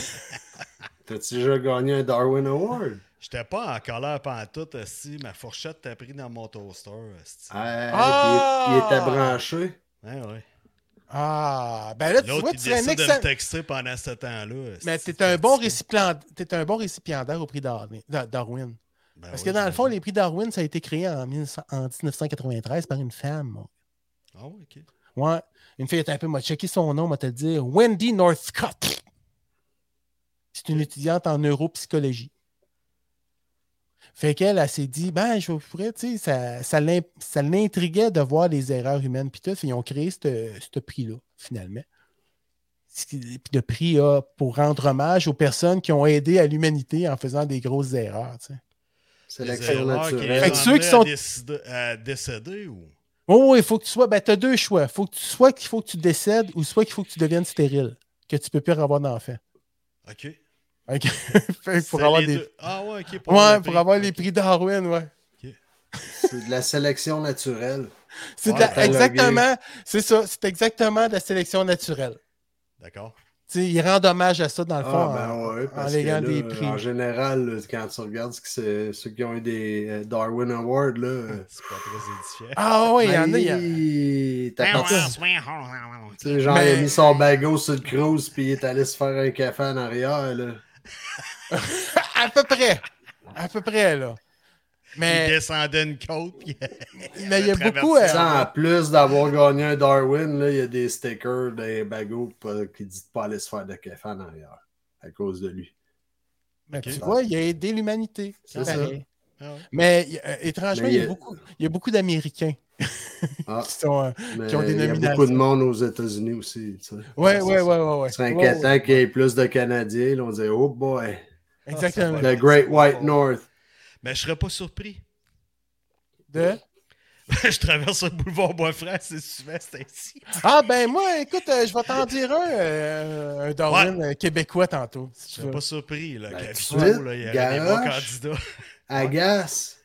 [SPEAKER 4] T'as-tu déjà gagné un Darwin Award?
[SPEAKER 3] J'étais pas en colère pantoute, si ma fourchette t'a pris dans mon toaster, esti.
[SPEAKER 4] Ah!
[SPEAKER 2] Ah!
[SPEAKER 4] puis Il, il était branché.
[SPEAKER 3] Ouais, Hein, ouais.
[SPEAKER 2] Ah, ben là, tu
[SPEAKER 3] L'autre,
[SPEAKER 2] vois,
[SPEAKER 3] il
[SPEAKER 2] tu serais un
[SPEAKER 3] décide de
[SPEAKER 2] excellent.
[SPEAKER 3] me texter pendant ce temps-là. esti.
[SPEAKER 2] Mais t'es un, bon récipient... t'es un bon récipiendaire au prix Dar- Dar- Darwin.
[SPEAKER 3] Ben
[SPEAKER 2] Parce
[SPEAKER 3] oui,
[SPEAKER 2] que dans le fond,
[SPEAKER 3] j'imagine.
[SPEAKER 2] les prix Darwin, ça a été créé en, 1900 en 1993 par une femme.
[SPEAKER 3] Ah ouais, ok.
[SPEAKER 2] Ouais. Une fille était un peu, m'a checké son nom, m'a te le dire Wendy Northcott. C'est une étudiante en neuropsychologie. Fait qu'elle, elle s'est dit, ben, je pourrais, tu sais, ça, ça l'in- ça l'intriguait de voir les erreurs humaines, puis tout. Fait, ils ont créé ce ce prix-là, finalement. Ce qui- Puis le prix là, pour rendre hommage aux personnes qui ont aidé à l'humanité en faisant des grosses erreurs, tu sais.
[SPEAKER 4] Sélection
[SPEAKER 3] Les erreurs
[SPEAKER 4] naturelle.
[SPEAKER 2] Fait
[SPEAKER 3] qui
[SPEAKER 2] que
[SPEAKER 3] ceux
[SPEAKER 2] ceux
[SPEAKER 3] qui
[SPEAKER 2] qui
[SPEAKER 3] sont
[SPEAKER 2] sont-
[SPEAKER 3] décédés, ou
[SPEAKER 2] Oh, il faut que tu sois. Ben, t'as deux choix. Faut que tu soit qu'il faut que tu décèdes ou soit qu'il faut que tu deviennes stérile, que tu peux plus avoir d'enfant.
[SPEAKER 3] OK.
[SPEAKER 2] OK. Fait que pour
[SPEAKER 3] C'est
[SPEAKER 2] avoir
[SPEAKER 3] les
[SPEAKER 2] des.
[SPEAKER 3] deux. Ah ouais, OK.
[SPEAKER 2] Ouais,
[SPEAKER 3] le
[SPEAKER 2] pour
[SPEAKER 3] prix.
[SPEAKER 2] avoir les
[SPEAKER 3] OK.
[SPEAKER 2] prix Darwin, ouais.
[SPEAKER 4] C'est de la sélection naturelle.
[SPEAKER 2] C'est de
[SPEAKER 3] Ouais,
[SPEAKER 2] la-
[SPEAKER 3] t'as
[SPEAKER 2] exactement. C'est ça. C'est exactement de la sélection naturelle.
[SPEAKER 3] D'accord.
[SPEAKER 2] Tu sais, ils rendent hommage à ça dans le fond.
[SPEAKER 4] Ah,
[SPEAKER 2] en-
[SPEAKER 4] ben ouais,
[SPEAKER 2] en
[SPEAKER 4] parce que
[SPEAKER 2] léguant
[SPEAKER 4] là,
[SPEAKER 2] des prix.
[SPEAKER 4] en général, là, quand tu regardes ce que c'est- ceux qui ont eu des euh, Darwin Awards, là, euh,
[SPEAKER 3] C'est pas très édifiant. Ah,
[SPEAKER 2] Ah ouais, il y en a. il y a-
[SPEAKER 4] Hey, t'as
[SPEAKER 5] Ben
[SPEAKER 4] parti-
[SPEAKER 5] ouais, ouais, ouais, ouais.
[SPEAKER 4] Tu sais, genre, il a
[SPEAKER 2] Mais-
[SPEAKER 4] mis son bagot sur le cruise, puis il est allé se faire un café en arrière, là.
[SPEAKER 2] À peu près. À peu près, là.
[SPEAKER 3] Il
[SPEAKER 2] Mais
[SPEAKER 3] descendait une côte. puis-
[SPEAKER 2] mais il y a
[SPEAKER 3] traversé
[SPEAKER 2] beaucoup.
[SPEAKER 4] Tu sais,
[SPEAKER 2] euh,
[SPEAKER 4] en plus d'avoir gagné un Darwin, là, il y a des stickers, des bagots pas- qui disent de pas aller se faire de café en arrière à cause de lui.
[SPEAKER 2] mais
[SPEAKER 3] Ok.
[SPEAKER 2] Tu vois, il a aidé l'humanité.
[SPEAKER 4] C'est ça.
[SPEAKER 2] Pareil.
[SPEAKER 3] Ah ouais.
[SPEAKER 2] Mais euh, étrangement,
[SPEAKER 4] Mais
[SPEAKER 2] il y
[SPEAKER 4] il-
[SPEAKER 2] a beaucoup- il y a beaucoup d'Américains
[SPEAKER 4] Ah,
[SPEAKER 2] qui sont. euh,
[SPEAKER 4] mais
[SPEAKER 2] Qui ont des
[SPEAKER 4] il y a
[SPEAKER 2] nominations.
[SPEAKER 4] beaucoup de monde aux États-Unis aussi. tu sais.
[SPEAKER 2] Ouais, ouais,
[SPEAKER 4] Ça,
[SPEAKER 2] ouais,
[SPEAKER 4] ça,
[SPEAKER 2] ouais, ouais.
[SPEAKER 4] C'est
[SPEAKER 2] Ouais,
[SPEAKER 4] inquiétant
[SPEAKER 2] ouais.
[SPEAKER 4] qu'il y ait plus de Canadiens. là, on dit Oh boy,
[SPEAKER 2] Exactement.
[SPEAKER 3] Ah,
[SPEAKER 4] the Great White North.
[SPEAKER 3] Mais je serais pas surpris.
[SPEAKER 2] De-
[SPEAKER 3] je traverse le boulevard Boisfranc, c'est souvent c'est ainsi.
[SPEAKER 2] Ah, ben moi, écoute, euh, je vais t'en dire un, euh, un Darwin euh, québécois tantôt. si
[SPEAKER 3] Je
[SPEAKER 2] tu
[SPEAKER 3] serais
[SPEAKER 2] veux.
[SPEAKER 3] pas surpris. Là,
[SPEAKER 4] Ben,
[SPEAKER 3] qu'à
[SPEAKER 4] tout de
[SPEAKER 3] Victo,
[SPEAKER 4] suite,
[SPEAKER 3] là, il y avait des bons
[SPEAKER 4] garoche.
[SPEAKER 3] candidats.
[SPEAKER 4] Agace.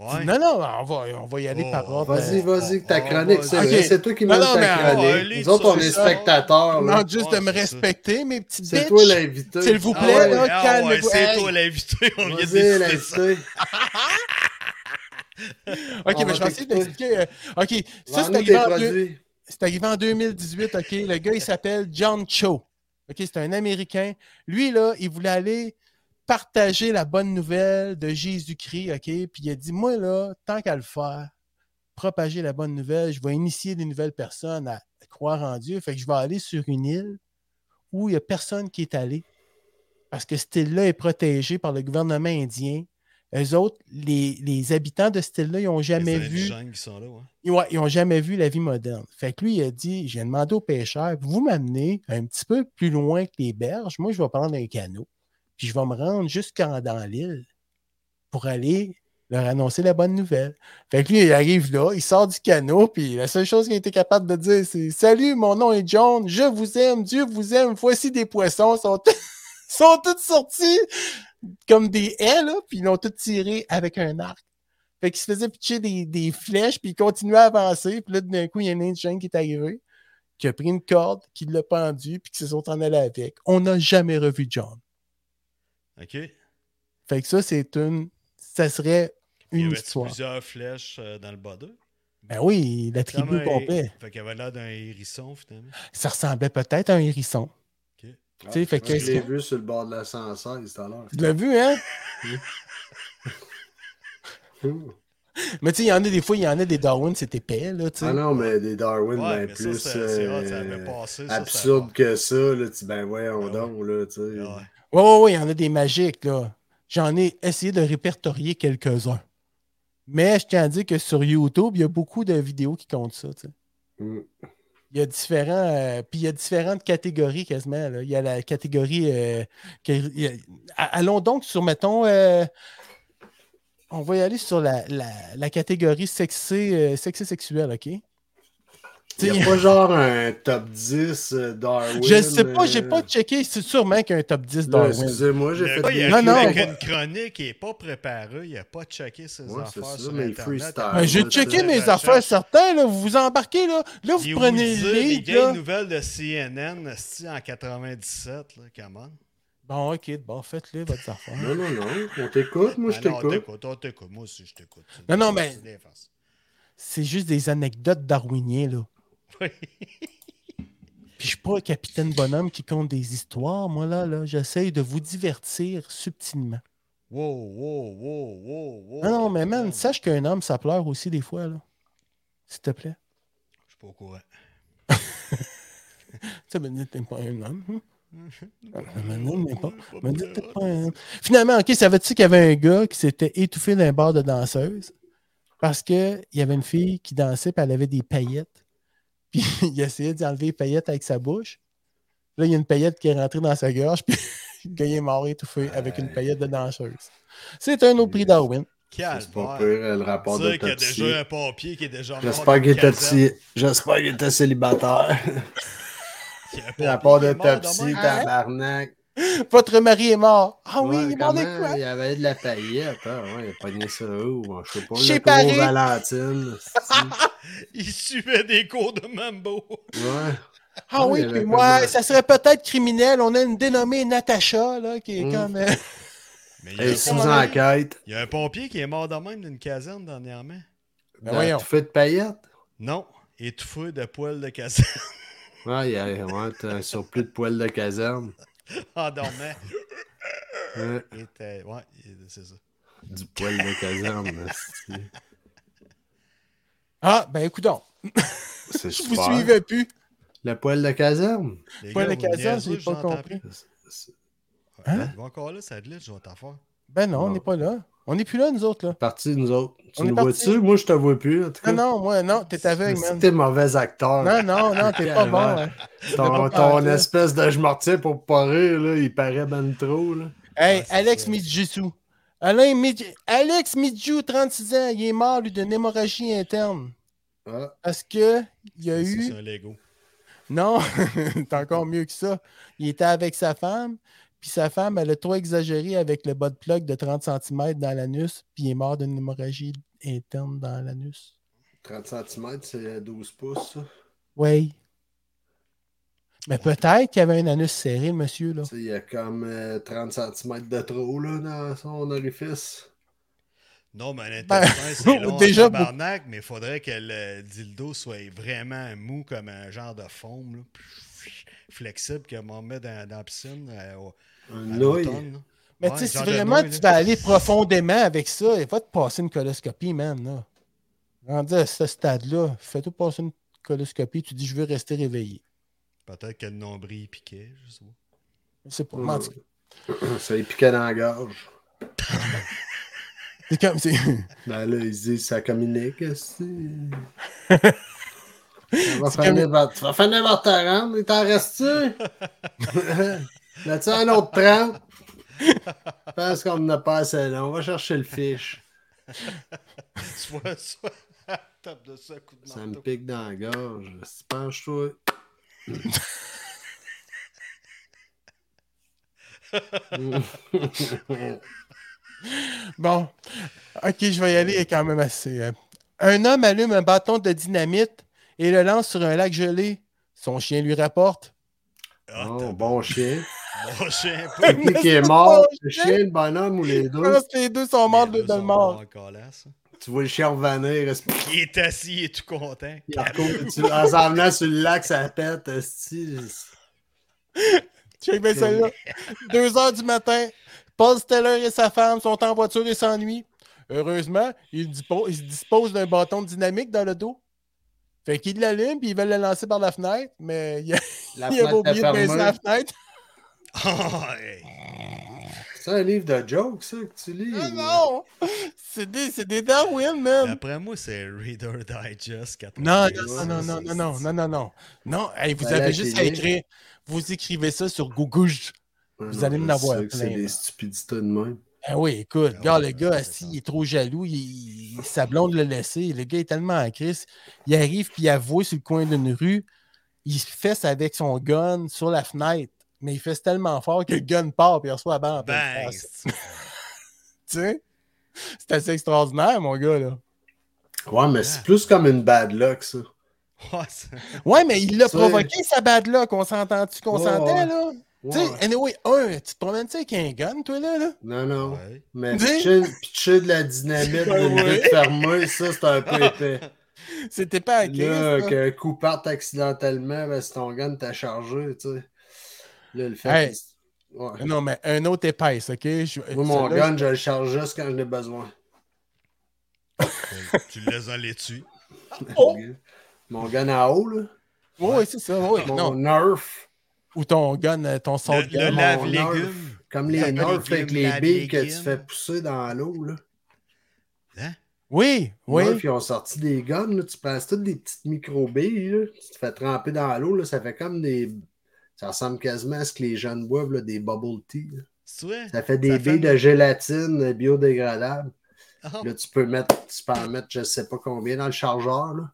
[SPEAKER 3] Ouais.
[SPEAKER 2] Non, non, on va, on va y aller
[SPEAKER 3] Oh,
[SPEAKER 2] par ordre.
[SPEAKER 4] Vas-y,
[SPEAKER 2] euh,
[SPEAKER 4] vas-y, ta
[SPEAKER 3] Oh,
[SPEAKER 4] chronique, c'est
[SPEAKER 2] ok.
[SPEAKER 4] vrai, c'est toi qui mènes
[SPEAKER 2] Non, non,
[SPEAKER 4] ta
[SPEAKER 2] mais,
[SPEAKER 3] oh,
[SPEAKER 4] chronique.
[SPEAKER 3] allez,
[SPEAKER 4] Nous autres, on
[SPEAKER 3] tu
[SPEAKER 4] est
[SPEAKER 3] sais ça.
[SPEAKER 4] spectateurs. là.
[SPEAKER 2] demande juste
[SPEAKER 3] Ouais,
[SPEAKER 2] de me
[SPEAKER 3] c'est ça.
[SPEAKER 2] respecter, mes petites
[SPEAKER 4] C'est
[SPEAKER 2] bitches.
[SPEAKER 4] toi l'invité.
[SPEAKER 2] S'il vous
[SPEAKER 3] Ah
[SPEAKER 2] plaît,
[SPEAKER 3] ouais,
[SPEAKER 2] là,
[SPEAKER 3] ah
[SPEAKER 2] calmez-vous.
[SPEAKER 3] ouais, c'est
[SPEAKER 2] Hey.
[SPEAKER 3] toi l'invité, on vient de
[SPEAKER 4] Vas-y,
[SPEAKER 3] décider ça.
[SPEAKER 4] l'invité.
[SPEAKER 2] Ok,
[SPEAKER 4] on
[SPEAKER 2] mais
[SPEAKER 4] va
[SPEAKER 2] je vais essayer
[SPEAKER 4] t'écouter.
[SPEAKER 2] d'expliquer. euh, Ok, ça, c'est
[SPEAKER 4] Vends-nous
[SPEAKER 2] arrivé
[SPEAKER 4] tes
[SPEAKER 2] en deux-
[SPEAKER 4] produits.
[SPEAKER 2] C'est arrivé en 2018, OK? Le gars, il s'appelle John Cho. OK, c'est un Américain. Lui, là, il voulait aller partager la bonne nouvelle de Jésus-Christ, OK? Puis il a dit, moi, là, tant qu'à le faire, propager la bonne nouvelle, je vais initier des nouvelles personnes à croire en Dieu. Fait que je vais aller sur une île où il n'y a personne qui est allé. Parce que cette île-là est protégée par le gouvernement indien. Eux autres, les, les habitants de cette île-là, ils n'ont jamais
[SPEAKER 3] Les
[SPEAKER 2] vu
[SPEAKER 3] indigènes qui sont là, ouais.
[SPEAKER 2] ils- ouais, ils n'ont jamais vu la vie moderne. Fait que lui, il a dit J'ai demandé aux pêcheurs, vous m'amenez un petit peu plus loin que les berges. Moi, je vais prendre un canot, puis je vais me rendre jusqu'en dans l'île pour aller leur annoncer la bonne nouvelle. Fait que lui, il arrive là, il sort du canot, puis la seule chose qu'il était capable de dire, c'est Salut, mon nom est John, je vous aime, Dieu vous aime, voici des poissons, ils sont, sont tous sortis comme des haies, là, puis ils l'ont tous tiré avec un arc. Fait qu'il se faisait pitcher des, des flèches, puis il continuait à avancer. Puis là, d'un coup, il y a un indigène qui est arrivé, qui a pris une corde, qui l'a pendu, puis qui se sont en allés avec. On n'a jamais revu John.
[SPEAKER 3] OK.
[SPEAKER 2] Fait que ça, c'est une. Ça serait
[SPEAKER 3] Il y
[SPEAKER 2] une
[SPEAKER 3] avait
[SPEAKER 2] histoire.
[SPEAKER 3] plusieurs flèches euh, dans le bas d'eux.
[SPEAKER 2] Ben oui, la tribu au
[SPEAKER 3] Finalement,
[SPEAKER 2] complet.
[SPEAKER 3] il- Fait qu'il avait l'air d'un hérisson, finalement.
[SPEAKER 2] Ça ressemblait peut-être à un hérisson. Tu sais, fait que-
[SPEAKER 4] Je l'ai vu sur le bord de la 116 tout à l'heure.
[SPEAKER 2] Tu l'as vu, hein?
[SPEAKER 4] Hum.
[SPEAKER 2] Mais tu sais, il y en a des fois, il y en a des Darwin, c'est épais, là, tu sais.
[SPEAKER 4] Ah non, mais des Darwin,
[SPEAKER 3] Ouais,
[SPEAKER 4] ben
[SPEAKER 3] mais
[SPEAKER 4] plus
[SPEAKER 3] ça, c'est- c'est
[SPEAKER 4] euh,
[SPEAKER 3] rare, ça avait passé. ça, ça
[SPEAKER 4] absurde
[SPEAKER 3] a-
[SPEAKER 4] que ça. Là, tu, ben voyons
[SPEAKER 3] Ah
[SPEAKER 4] donc, là, tu sais.
[SPEAKER 3] Ouais.
[SPEAKER 2] Ouais, ouais, ouais, il y en a des magiques, là. J'en ai essayé de répertorier quelques-uns. Mais je tiens à dire que sur YouTube, il y a beaucoup de vidéos qui comptent ça, tu sais.
[SPEAKER 4] Hum.
[SPEAKER 2] Il y a différents. euh, puis il y a différentes catégories quasiment. là. Il y a la catégorie. euh, que- il y a- a- allons donc sur, mettons. euh, on va y aller sur la, la- la catégorie sexy, euh, sexy sexuelle, OK?
[SPEAKER 4] Il n'y
[SPEAKER 2] T'sais,
[SPEAKER 4] a pas genre un top 10 euh, Darwin.
[SPEAKER 2] je sais pas, j'ai
[SPEAKER 4] euh,
[SPEAKER 2] pas checké. C'est sûrement qu'il y a un top 10
[SPEAKER 4] là,
[SPEAKER 2] Darwin.
[SPEAKER 4] Excusez-moi, j'ai
[SPEAKER 3] Le
[SPEAKER 4] fait
[SPEAKER 3] gars, il
[SPEAKER 4] des-
[SPEAKER 3] a
[SPEAKER 2] Non,
[SPEAKER 3] non,
[SPEAKER 2] non,
[SPEAKER 3] avec
[SPEAKER 2] on
[SPEAKER 3] une chronique, il n'est pas préparé, il n'a pas checké ses
[SPEAKER 4] Ouais, c'est
[SPEAKER 3] affaires
[SPEAKER 4] ça,
[SPEAKER 3] sur
[SPEAKER 4] mais il
[SPEAKER 3] Internet.
[SPEAKER 4] freestyle.
[SPEAKER 2] Ben, j'ai
[SPEAKER 4] Ouais,
[SPEAKER 2] checké
[SPEAKER 4] c'est-
[SPEAKER 2] mes
[SPEAKER 3] recherche.
[SPEAKER 2] affaires certains, là. Vous vous embarquez, là. Là, vous
[SPEAKER 3] Il
[SPEAKER 2] prenez
[SPEAKER 3] vous
[SPEAKER 2] le
[SPEAKER 3] dit les
[SPEAKER 2] lead, là.
[SPEAKER 3] vieilles nouvelles de CNN esti, en 97, là, come on.
[SPEAKER 2] Bon, OK, bon, faites-le, votre affaire.
[SPEAKER 4] Non, non, non. On t'écoute, moi je
[SPEAKER 3] Ah non, on
[SPEAKER 4] t'écoute.
[SPEAKER 3] t'écoute, on t'écoute. Moi aussi, je t'écoute.
[SPEAKER 2] Non, non, mais-
[SPEAKER 3] mais...
[SPEAKER 2] C'est juste des anecdotes darwiniennes, là. Puis je suis pas un capitaine bonhomme qui compte des histoires, moi là, là. J'essaye de vous divertir subtilement.
[SPEAKER 3] Wow, wow, wow, wow, wow.
[SPEAKER 2] non, non, mais man,
[SPEAKER 3] Je
[SPEAKER 2] sache qu'un homme, ça pleure aussi des fois, là. S'il te plaît.
[SPEAKER 3] suis pas au courant.
[SPEAKER 2] Tu sais, ben, t'es pas un homme. hein? Ben, non, mais pas. Ben, t'es pas un homme. Finalement, OK, ça veut dire qu'il y avait un gars qui s'était étouffé d'un bar de danseuse parce qu'il y avait une fille qui dansait puis elle avait des paillettes. Puis il essayait d'enlever les paillettes avec sa bouche. Là, il y a une paillette qui est rentrée dans sa gorge puis le gars il est mort étouffé avec une paillette de danseuse. C'est un autre prix Darwin.
[SPEAKER 3] Calme,
[SPEAKER 4] C'est pas pire euh, le rapport
[SPEAKER 3] Dire qu'il y a
[SPEAKER 4] d'autopsie.
[SPEAKER 3] déjà un pompier qui est déjà
[SPEAKER 4] J'espère qu'il
[SPEAKER 3] qu'il
[SPEAKER 4] était psy- J'espère qu'il était célibataire. Rapport
[SPEAKER 3] Rapport
[SPEAKER 4] d'autopsie,
[SPEAKER 2] Ah ouais?
[SPEAKER 4] tabarnak.
[SPEAKER 2] Votre mari est mort. Ah oui,
[SPEAKER 4] Ouais,
[SPEAKER 2] il est mort de
[SPEAKER 4] comment?
[SPEAKER 2] quoi?
[SPEAKER 4] Il avait de la paillette, hein? ouais, il a pogné ça où? Je sais pas,
[SPEAKER 2] Chez
[SPEAKER 4] le
[SPEAKER 2] Paris.
[SPEAKER 4] gros Valentine.
[SPEAKER 3] Il suivait des cours de mambo.
[SPEAKER 4] Ouais.
[SPEAKER 2] Ah oui,
[SPEAKER 4] il avait
[SPEAKER 2] puis
[SPEAKER 4] comme
[SPEAKER 2] moi,
[SPEAKER 4] un-
[SPEAKER 2] ça serait peut-être criminel. On a une dénommée Natacha, là, qui est
[SPEAKER 4] Mm.
[SPEAKER 2] comme. euh,
[SPEAKER 3] Mais il y,
[SPEAKER 4] Elle
[SPEAKER 3] a
[SPEAKER 4] est
[SPEAKER 3] un
[SPEAKER 4] sous
[SPEAKER 2] hein.
[SPEAKER 3] pompier-
[SPEAKER 4] enquête.
[SPEAKER 3] il y a un pompier qui est mort de même d'une caserne dernièrement.
[SPEAKER 2] Ben
[SPEAKER 4] Dans
[SPEAKER 2] voyons.
[SPEAKER 4] tout fait de paillettes.
[SPEAKER 3] Non, étouffé de poils de caserne
[SPEAKER 4] Ouais, il y a ouais, t'as un surplus de poils de caserne.
[SPEAKER 3] en dormant.
[SPEAKER 4] Ouais,
[SPEAKER 3] Il était- Ouais, il- c'est ça.
[SPEAKER 4] du poil de caserne. esti.
[SPEAKER 2] Ah, ben écoute donc,
[SPEAKER 4] C'est
[SPEAKER 2] je vous
[SPEAKER 4] super.
[SPEAKER 2] suivais plus.
[SPEAKER 4] Le poil de caserne.
[SPEAKER 3] Les
[SPEAKER 2] Poils
[SPEAKER 3] gars,
[SPEAKER 2] de
[SPEAKER 3] vous me
[SPEAKER 2] caserne,
[SPEAKER 3] niaisez,
[SPEAKER 2] j'ai pas
[SPEAKER 3] j'entends
[SPEAKER 2] compris.
[SPEAKER 3] plus.
[SPEAKER 4] C'est-
[SPEAKER 2] Hein?
[SPEAKER 3] Ils vont encore là, ça glitch, je vais t'en faire.
[SPEAKER 2] Ben non, on
[SPEAKER 4] Non.
[SPEAKER 2] n'est pas là. On n'est plus là, nous autres, là.
[SPEAKER 4] Parti, nous autres. Tu
[SPEAKER 2] On est
[SPEAKER 4] nous
[SPEAKER 2] parti.
[SPEAKER 4] vois-tu? Moi, je te vois plus. En tout cas,
[SPEAKER 2] Non, non, moi, non, t'es aveugle,
[SPEAKER 4] Si
[SPEAKER 2] man.
[SPEAKER 4] t'es mauvais acteur.
[SPEAKER 2] Non, non, non, t'es pas bon. hein.
[SPEAKER 4] Ton,
[SPEAKER 2] pas
[SPEAKER 4] ton
[SPEAKER 2] parlé.
[SPEAKER 4] espèce de je m'en retiens pour pas rire, là, il paraît ben trop. Là.
[SPEAKER 2] Hey,
[SPEAKER 3] Ouais, c'est
[SPEAKER 2] Alex
[SPEAKER 3] ça.
[SPEAKER 2] Midjissou. Alain Midj- Alex Midjou, 36 ans, il est mort, lui, d'une hémorragie interne.
[SPEAKER 4] Ah,
[SPEAKER 2] Parce que il y a eu.
[SPEAKER 3] C'est un Lego.
[SPEAKER 2] Non, c'est encore mieux que ça. Il était avec sa femme, puis sa femme, elle a trop exagéré avec le bas de plug de 30 cm dans l'anus, puis il est mort d'une hémorragie interne dans l'anus.
[SPEAKER 4] 30 cm, c'est 12 pouces, ça.
[SPEAKER 2] Oui. Mais peut-être qu'il y avait un anus serré, le monsieur, là.
[SPEAKER 4] Tu sais, Il y a comme euh, 30 cm de trop là, dans son orifice.
[SPEAKER 3] Non, mais un
[SPEAKER 2] Ben,
[SPEAKER 3] intestin, c'est long
[SPEAKER 2] déjà, ben.
[SPEAKER 3] Déjà, tabarnak, mais il faudrait que le dildo soit vraiment mou comme un genre de foam, là, plus flexible, que m'en met dans, dans la piscine euh, au- à
[SPEAKER 4] Un œil.
[SPEAKER 3] l'automne. là.
[SPEAKER 2] Mais
[SPEAKER 3] Ouais,
[SPEAKER 2] tu sais, si
[SPEAKER 3] genre de
[SPEAKER 2] vraiment
[SPEAKER 3] nouilles,
[SPEAKER 2] tu
[SPEAKER 3] là.
[SPEAKER 2] vas aller profondément avec ça, et va te passer une coloscopie, man. Là. Rendu à ce stade-là, fais-toi passer une coloscopie, tu dis je veux rester réveillé.
[SPEAKER 3] Peut-être que le nombril piquait, je sais pas.
[SPEAKER 2] C'est pour
[SPEAKER 4] Mm.
[SPEAKER 2] moi. tu-
[SPEAKER 4] Ça lui piquait dans la gorge.
[SPEAKER 2] C'est comme c'est-
[SPEAKER 4] Ben là, il se dit, ça communique, est-ce que c'est? Ça va
[SPEAKER 2] C'est
[SPEAKER 4] finir par- Tu vas finir par te rendre, il t'en reste-tu? Là-tu un autre 30? Je pense qu'on n'a pas assez là. On va chercher le fiche.
[SPEAKER 3] Tu vois ça? Tape de ça, coup de
[SPEAKER 4] Ça me
[SPEAKER 3] marteau.
[SPEAKER 4] pique dans la gorge. Si penche-toi.
[SPEAKER 2] Bon. Ok, je vais y aller quand même assez. euh. Un homme allume un bâton de dynamite et le lance sur un lac gelé. Son chien lui rapporte.
[SPEAKER 3] Ah,
[SPEAKER 4] Oh,
[SPEAKER 3] t'as
[SPEAKER 4] bon chien.
[SPEAKER 3] bon chien, pas
[SPEAKER 4] Qui qui est mort? Le chien, le bonhomme ou les
[SPEAKER 2] Je
[SPEAKER 4] deux?
[SPEAKER 2] pense que les Ah, deux sont morts de,
[SPEAKER 3] Les deux
[SPEAKER 2] de
[SPEAKER 3] sont
[SPEAKER 2] mort.
[SPEAKER 3] morts en colasse.
[SPEAKER 4] Tu vois le chien revenir. est-ce que-
[SPEAKER 3] Il est assis, il est tout content.
[SPEAKER 4] Il recourt, tu- En s'en venant sur le lac, ça pète. esti.
[SPEAKER 2] Check bien celle-là. Deux heures du matin, Paul Steller et sa femme sont en voiture et s'ennuient. Heureusement, ils, dispo- ils se disposent d'un bâton dynamique dans le dos. Fait qu'ils l'allument puis ils veulent le lancer par la fenêtre, mais il,
[SPEAKER 4] La
[SPEAKER 2] il avait
[SPEAKER 4] fenêtre
[SPEAKER 2] oublié
[SPEAKER 4] est
[SPEAKER 2] de baisser
[SPEAKER 4] fermée.
[SPEAKER 2] la fenêtre.
[SPEAKER 3] Ah, hey.
[SPEAKER 4] C'est un livre de jokes, ça, que tu lis.
[SPEAKER 2] Ah
[SPEAKER 4] ou-
[SPEAKER 2] non! C'est des, c'est des Darwin, man!
[SPEAKER 3] D'après moi, c'est Reader Digest 90.
[SPEAKER 2] Non,
[SPEAKER 4] Ouais,
[SPEAKER 2] non, non, non, non, non, non, non, non. Non, hey, vous
[SPEAKER 4] Voilà,
[SPEAKER 2] avez juste à
[SPEAKER 4] Ben j'ai-
[SPEAKER 2] écrire. Vous écrivez ça sur Google.
[SPEAKER 4] Ah
[SPEAKER 2] Vous
[SPEAKER 4] non,
[SPEAKER 2] allez
[SPEAKER 4] je
[SPEAKER 2] en avoir
[SPEAKER 4] sais que C'est
[SPEAKER 2] plein, là.
[SPEAKER 4] des stupidités de même.
[SPEAKER 2] Ah oui, écoute,
[SPEAKER 3] Ah
[SPEAKER 2] regarde,
[SPEAKER 3] ouais,
[SPEAKER 2] le gars,
[SPEAKER 3] ouais,
[SPEAKER 2] assis,
[SPEAKER 3] ouais.
[SPEAKER 2] il est trop jaloux, il, il- sa blonde l'a laissé, le gars est tellement en crise, il arrive, puis il avoue sur le coin d'une rue, il se fesse avec son gun sur la fenêtre, mais il fesse tellement fort que le gun part, puis il reçoit la balle en
[SPEAKER 3] Ah, ben,
[SPEAKER 4] ben,
[SPEAKER 2] pleine
[SPEAKER 3] Bang!
[SPEAKER 2] face. Tu sais? C'est assez extraordinaire, mon gars, là.
[SPEAKER 4] Ouais, mais
[SPEAKER 2] Ah.
[SPEAKER 4] c'est plus comme une bad luck, ça.
[SPEAKER 3] Ouais, c'est-
[SPEAKER 2] Ouais, mais il l'a
[SPEAKER 4] C'est-
[SPEAKER 2] provoqué, sa bad là, qu'on s'entend-tu, qu'on
[SPEAKER 4] Ouais,
[SPEAKER 2] s'entend,
[SPEAKER 4] ouais.
[SPEAKER 2] là?
[SPEAKER 4] Ouais.
[SPEAKER 2] Tu sais, anyway, un, tu te promènes-tu avec un gun, toi, là, là?
[SPEAKER 4] Non, non.
[SPEAKER 3] Oh. ouais.
[SPEAKER 4] Mais
[SPEAKER 2] Dis-
[SPEAKER 4] pitcher, pitcher de la dynamite d'une
[SPEAKER 2] Ouais.
[SPEAKER 4] vitre fermée, ça, c'est un peu épais.
[SPEAKER 2] C'était pas à crise,
[SPEAKER 4] là,
[SPEAKER 2] là.
[SPEAKER 4] qu'un coup parte accidentellement, ben, si ton gun t'a chargé, tu sais. Là, le fait.
[SPEAKER 2] Hey.
[SPEAKER 4] que- Ouais.
[SPEAKER 2] Non, mais un autre épaisse, OK? Je-
[SPEAKER 4] Moi, mon
[SPEAKER 2] celle-là,
[SPEAKER 4] gun, je le charge juste quand j'en ai besoin.
[SPEAKER 3] ben, Tu le laisses dans les tuyaux.
[SPEAKER 2] Oh!
[SPEAKER 4] Mon gun à eau, là.
[SPEAKER 2] Oui, oui, c'est ça. Oui, non.
[SPEAKER 4] Mon nerf.
[SPEAKER 2] Ou ton gun, euh, ton sort
[SPEAKER 3] Le,
[SPEAKER 2] de gun.
[SPEAKER 3] le
[SPEAKER 4] mon
[SPEAKER 3] lave-légumes.
[SPEAKER 4] Comme
[SPEAKER 3] Ça
[SPEAKER 4] les
[SPEAKER 3] fait
[SPEAKER 4] nerfs
[SPEAKER 3] des
[SPEAKER 4] avec
[SPEAKER 3] légumes,
[SPEAKER 4] les
[SPEAKER 3] la
[SPEAKER 4] billes que tu
[SPEAKER 3] légume.
[SPEAKER 4] fais pousser dans l'eau, là.
[SPEAKER 3] Hein?
[SPEAKER 2] Oui, oui.
[SPEAKER 4] Ouais, puis ils ont sorti des guns, là, tu passes toutes des petites micro-billes, là, tu te fais tremper dans l'eau, là, ça fait comme des. Ça ressemble quasiment à ce que les jeunes boivent, là, des bubble tea. là.
[SPEAKER 3] C'est vrai?
[SPEAKER 4] Ça fait des
[SPEAKER 3] Ça fait
[SPEAKER 4] billes de gélatine euh, biodégradable.
[SPEAKER 3] Ah,
[SPEAKER 4] Là, tu peux mettre, tu peux en mettre je sais pas combien dans le chargeur. Là.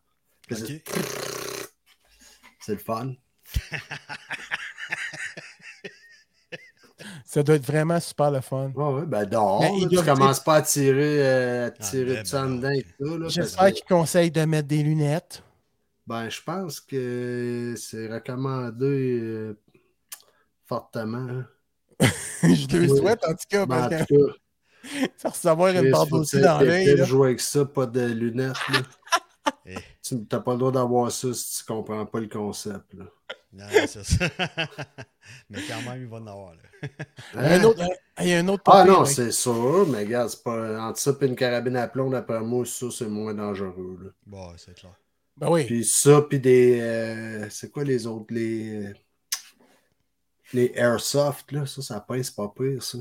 [SPEAKER 4] Puis
[SPEAKER 3] ok.
[SPEAKER 4] c'est- C'est le fun.
[SPEAKER 2] Ça doit être vraiment super le fun.
[SPEAKER 4] Ouais, ouais, ben dehors,
[SPEAKER 2] Mais
[SPEAKER 4] là,
[SPEAKER 2] ils
[SPEAKER 4] tu
[SPEAKER 2] doivent
[SPEAKER 4] commences pas à tirer, euh, à tirer
[SPEAKER 3] ben,
[SPEAKER 4] tout ça en
[SPEAKER 3] ben,
[SPEAKER 4] dedans et tout. là, parce
[SPEAKER 2] J'espère
[SPEAKER 4] que-
[SPEAKER 2] qu'ils conseillent de mettre des lunettes.
[SPEAKER 4] Ben, je pense que c'est recommandé euh, fortement. hein.
[SPEAKER 2] Je le
[SPEAKER 4] Oui.
[SPEAKER 2] souhaite, en tout cas,
[SPEAKER 4] Ben, en
[SPEAKER 2] parce
[SPEAKER 4] tout
[SPEAKER 2] que
[SPEAKER 4] cas,
[SPEAKER 2] ça recevoir une barbe aussi dans l'œil.
[SPEAKER 4] Tu
[SPEAKER 2] là.
[SPEAKER 4] jouer avec ça, pas de lunettes. là.
[SPEAKER 3] Eh,
[SPEAKER 4] tu n'as pas le droit d'avoir ça si tu comprends pas le concept. Là.
[SPEAKER 3] non, non, c'est ça. mais quand même, il va en avoir. Là.
[SPEAKER 2] Un
[SPEAKER 4] Hein?
[SPEAKER 2] autre, un- il y a un autre
[SPEAKER 4] Ah
[SPEAKER 2] papier,
[SPEAKER 4] non,
[SPEAKER 2] mec.
[SPEAKER 4] c'est sûr, mais regarde, c'est pas entre ça et une carabine à plomb, d'après moi, ça c'est moins dangereux. là.
[SPEAKER 3] Bon, c'est clair.
[SPEAKER 2] Ben oui.
[SPEAKER 4] Puis ça, puis des. euh, c'est quoi les autres Les, les airsoft, là, ça, ça pince pas pire, ça.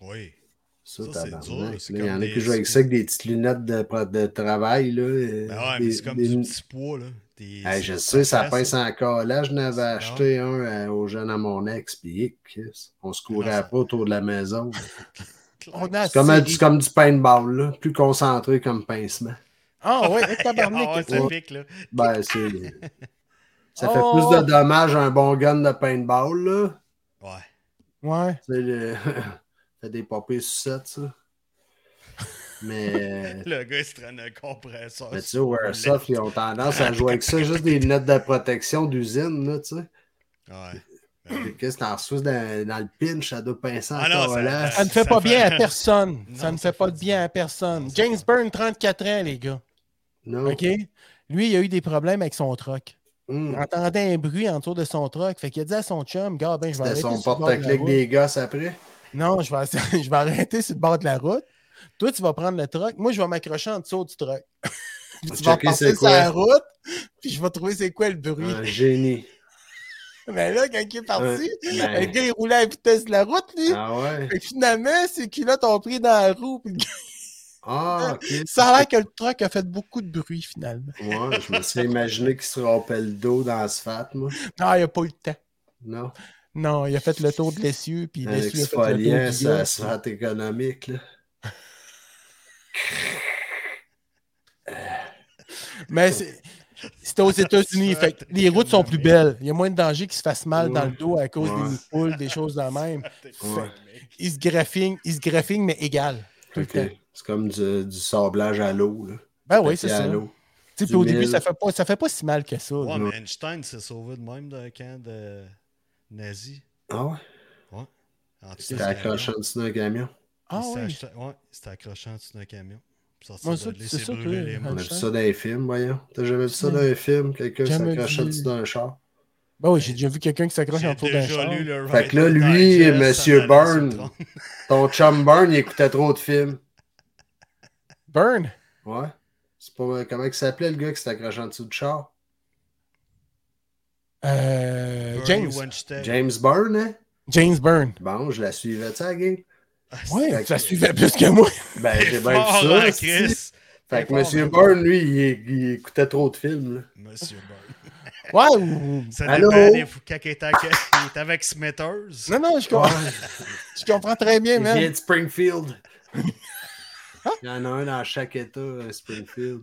[SPEAKER 3] Oui.
[SPEAKER 4] Ça,
[SPEAKER 3] Ça,
[SPEAKER 4] tabarnak,
[SPEAKER 3] c'est dur, c'est
[SPEAKER 4] là, Il y en
[SPEAKER 3] comme
[SPEAKER 4] a
[SPEAKER 3] des-
[SPEAKER 4] qui jouent avec ça avec des petites lunettes de, pro- de travail. Là, euh,
[SPEAKER 3] Ben ouais,
[SPEAKER 4] des-
[SPEAKER 3] mais c'est comme
[SPEAKER 4] des-
[SPEAKER 3] du petit poids, là. Des-
[SPEAKER 4] Hey,
[SPEAKER 3] c'est-
[SPEAKER 4] je sais, ça
[SPEAKER 3] presse,
[SPEAKER 4] pince encore. Là, je n'avais
[SPEAKER 3] Ah.
[SPEAKER 4] acheté un euh, au jeune à mon ex, puis hic, Chris, on se courait
[SPEAKER 3] Ah, ça-
[SPEAKER 4] pas autour de la maison.
[SPEAKER 2] On a
[SPEAKER 4] C'est comme, un-
[SPEAKER 2] assez-
[SPEAKER 4] c'est comme du paintball, là, plus concentré comme pincement.
[SPEAKER 2] Ah oui, un
[SPEAKER 3] Ah ouais,
[SPEAKER 2] tabarnak.
[SPEAKER 3] ça pique, là.
[SPEAKER 4] Ben, c'est. Ça fait
[SPEAKER 2] Oh.
[SPEAKER 4] plus de dommages un bon gun de paintball, là.
[SPEAKER 3] Ouais.
[SPEAKER 2] Ouais.
[SPEAKER 4] C'est le- ça fait des papiers sucettes, ça. Mais, euh,
[SPEAKER 3] Le gars, il se traîne un compresseur.
[SPEAKER 4] mais tu sais,
[SPEAKER 3] sur
[SPEAKER 4] au
[SPEAKER 3] le
[SPEAKER 4] Airsoft, ils ont tendance à jouer avec ça, juste des lunettes de protection d'usine, là, tu sais.
[SPEAKER 3] Ouais. Ben,
[SPEAKER 4] Qu'est-ce que t'en reçois dans, dans le pinch, ça doit pincer
[SPEAKER 3] Ah non,
[SPEAKER 4] encore
[SPEAKER 3] ça-
[SPEAKER 4] là.
[SPEAKER 2] Ça ne fait
[SPEAKER 3] Ça
[SPEAKER 2] pas
[SPEAKER 3] fait-
[SPEAKER 2] bien à personne.
[SPEAKER 3] Non,
[SPEAKER 2] ça ne
[SPEAKER 3] ça
[SPEAKER 2] fait pas
[SPEAKER 3] fait-
[SPEAKER 2] de bien à personne.
[SPEAKER 3] Non, ça
[SPEAKER 2] James
[SPEAKER 3] fait-
[SPEAKER 2] Byrne, 34 ans, les gars.
[SPEAKER 4] Non.
[SPEAKER 2] OK? Lui, il a eu des problèmes avec son truck.
[SPEAKER 4] Hum.
[SPEAKER 2] Il entendait un bruit en dessous de son truck. Fait qu'il a dit à son chum, gars, ben, je vais
[SPEAKER 4] C'était
[SPEAKER 2] arrêter.
[SPEAKER 4] son
[SPEAKER 2] sur le bord de la
[SPEAKER 4] porte-clic
[SPEAKER 2] route.
[SPEAKER 4] des gosses après.
[SPEAKER 2] Non, je vais, je vais arrêter sur le bord de la route. Toi, tu vas prendre le truck. Moi, je vais m'accrocher en dessous du truck. puis tu vas
[SPEAKER 4] Checker c'est
[SPEAKER 2] passer sur
[SPEAKER 4] quoi.
[SPEAKER 2] la route, puis je vais trouver c'est quoi le bruit.
[SPEAKER 4] Un génie.
[SPEAKER 2] Mais là, quand il est parti,
[SPEAKER 4] Ben,
[SPEAKER 2] le gars, il roulait à la vitesse de la route, lui.
[SPEAKER 4] Ah ouais?
[SPEAKER 2] Fait que finalement, ses culottes ont pris dans la roue. puis le gars-
[SPEAKER 4] Ah, ok.
[SPEAKER 2] Ça a l'air que le truck a fait beaucoup de bruit, finalement.
[SPEAKER 4] Ouais, je me suis imaginé qu'il se rompait le dos dans l'asphalte, moi.
[SPEAKER 2] Non, il n'a pas eu le temps.
[SPEAKER 4] Non?
[SPEAKER 2] Non, il a fait le tour de l'essieu, puis
[SPEAKER 4] Un
[SPEAKER 2] l'essieu a fait le tour
[SPEAKER 4] exfoliant,
[SPEAKER 2] du
[SPEAKER 4] c'est
[SPEAKER 2] gars.
[SPEAKER 4] asphalte économique, là.
[SPEAKER 2] Mais c'est- c'était aux États-Unis. fait que les routes sont plus belles. Il y a moins de danger qu'ils se fassent mal dans le dos à cause
[SPEAKER 4] Ouais.
[SPEAKER 2] des poules, des choses de la même.
[SPEAKER 4] Ouais.
[SPEAKER 2] Ils se graffinent, ils se graffinent, mais égal. Tout le
[SPEAKER 4] Ok.
[SPEAKER 2] temps.
[SPEAKER 4] C'est comme du, du sablage à l'eau, là.
[SPEAKER 2] Ben oui, c'est
[SPEAKER 4] Tapis à
[SPEAKER 2] ça.
[SPEAKER 4] l'eau.
[SPEAKER 2] Tu sais,
[SPEAKER 4] Du
[SPEAKER 2] puis au début,
[SPEAKER 4] mille.
[SPEAKER 2] ça fait pas, ça fait pas si mal que ça. là.
[SPEAKER 3] Ouais, mais Einstein s'est sauvé de même d'un camp de nazis.
[SPEAKER 4] Ah ouais?
[SPEAKER 3] En dessous
[SPEAKER 4] C'était
[SPEAKER 3] d'un
[SPEAKER 4] accroché en dessous d'un camion.
[SPEAKER 2] Ah
[SPEAKER 3] Il s'est
[SPEAKER 2] oui.
[SPEAKER 3] acheté- ouais, c'était accroché en dessous d'un camion. Puis sorti
[SPEAKER 2] Moi,
[SPEAKER 3] de
[SPEAKER 2] ça,
[SPEAKER 3] là, il
[SPEAKER 2] c'est
[SPEAKER 3] s'est
[SPEAKER 2] ça que-
[SPEAKER 3] brûlé les mains.
[SPEAKER 4] On a vu ça dans les films, voyons. T'as jamais vu ça dans un film? Quelqu'un
[SPEAKER 2] Jamais
[SPEAKER 4] s'accroche en
[SPEAKER 2] vu.
[SPEAKER 4] dessous d'un char.
[SPEAKER 2] Ben oui, j'ai déjà vu quelqu'un qui s'accroche en
[SPEAKER 3] J'ai
[SPEAKER 2] tour d'un
[SPEAKER 3] déjà
[SPEAKER 2] char.
[SPEAKER 3] lu le
[SPEAKER 4] Fait que là,
[SPEAKER 3] Writer
[SPEAKER 4] lui, euh,
[SPEAKER 3] Digest,
[SPEAKER 4] Monsieur
[SPEAKER 3] ça va aller sur
[SPEAKER 4] Byrne.
[SPEAKER 3] le
[SPEAKER 2] Euh,
[SPEAKER 4] Ton chum Burn, il écoutait trop de films.
[SPEAKER 2] Burn.
[SPEAKER 4] Ouais. C'est pas comment il s'appelait le gars qui s'accrochait en dessous du char?
[SPEAKER 2] Euh,
[SPEAKER 3] Bernie
[SPEAKER 2] James.
[SPEAKER 3] Weinstein.
[SPEAKER 4] James Byrne, hein?
[SPEAKER 2] James Burn.
[SPEAKER 4] Bon, je la suivais, tu sais, la game.
[SPEAKER 3] Ah,
[SPEAKER 2] Ouais,
[SPEAKER 4] Fait
[SPEAKER 2] ça
[SPEAKER 4] que-
[SPEAKER 2] suivait plus que moi.
[SPEAKER 4] Ben,
[SPEAKER 3] c'est
[SPEAKER 4] j'ai bien
[SPEAKER 3] fort,
[SPEAKER 4] vu
[SPEAKER 3] hein,
[SPEAKER 4] ça. si.
[SPEAKER 3] Chris.
[SPEAKER 4] Fait
[SPEAKER 3] C'est
[SPEAKER 4] que
[SPEAKER 3] fort,
[SPEAKER 4] M.
[SPEAKER 3] hein.
[SPEAKER 4] Byrne, lui, il, il écoutait trop de films. là.
[SPEAKER 3] Monsieur Byrne.
[SPEAKER 2] Ouais. ou-
[SPEAKER 3] Ça
[SPEAKER 4] Allô?
[SPEAKER 3] dépend des fois, quand il était avec- il était avec Smithers.
[SPEAKER 2] Non, non, je comprends, je comprends très bien,
[SPEAKER 4] Il vient
[SPEAKER 2] man.
[SPEAKER 4] de Springfield. Il y en a un dans chaque état, euh, Springfield.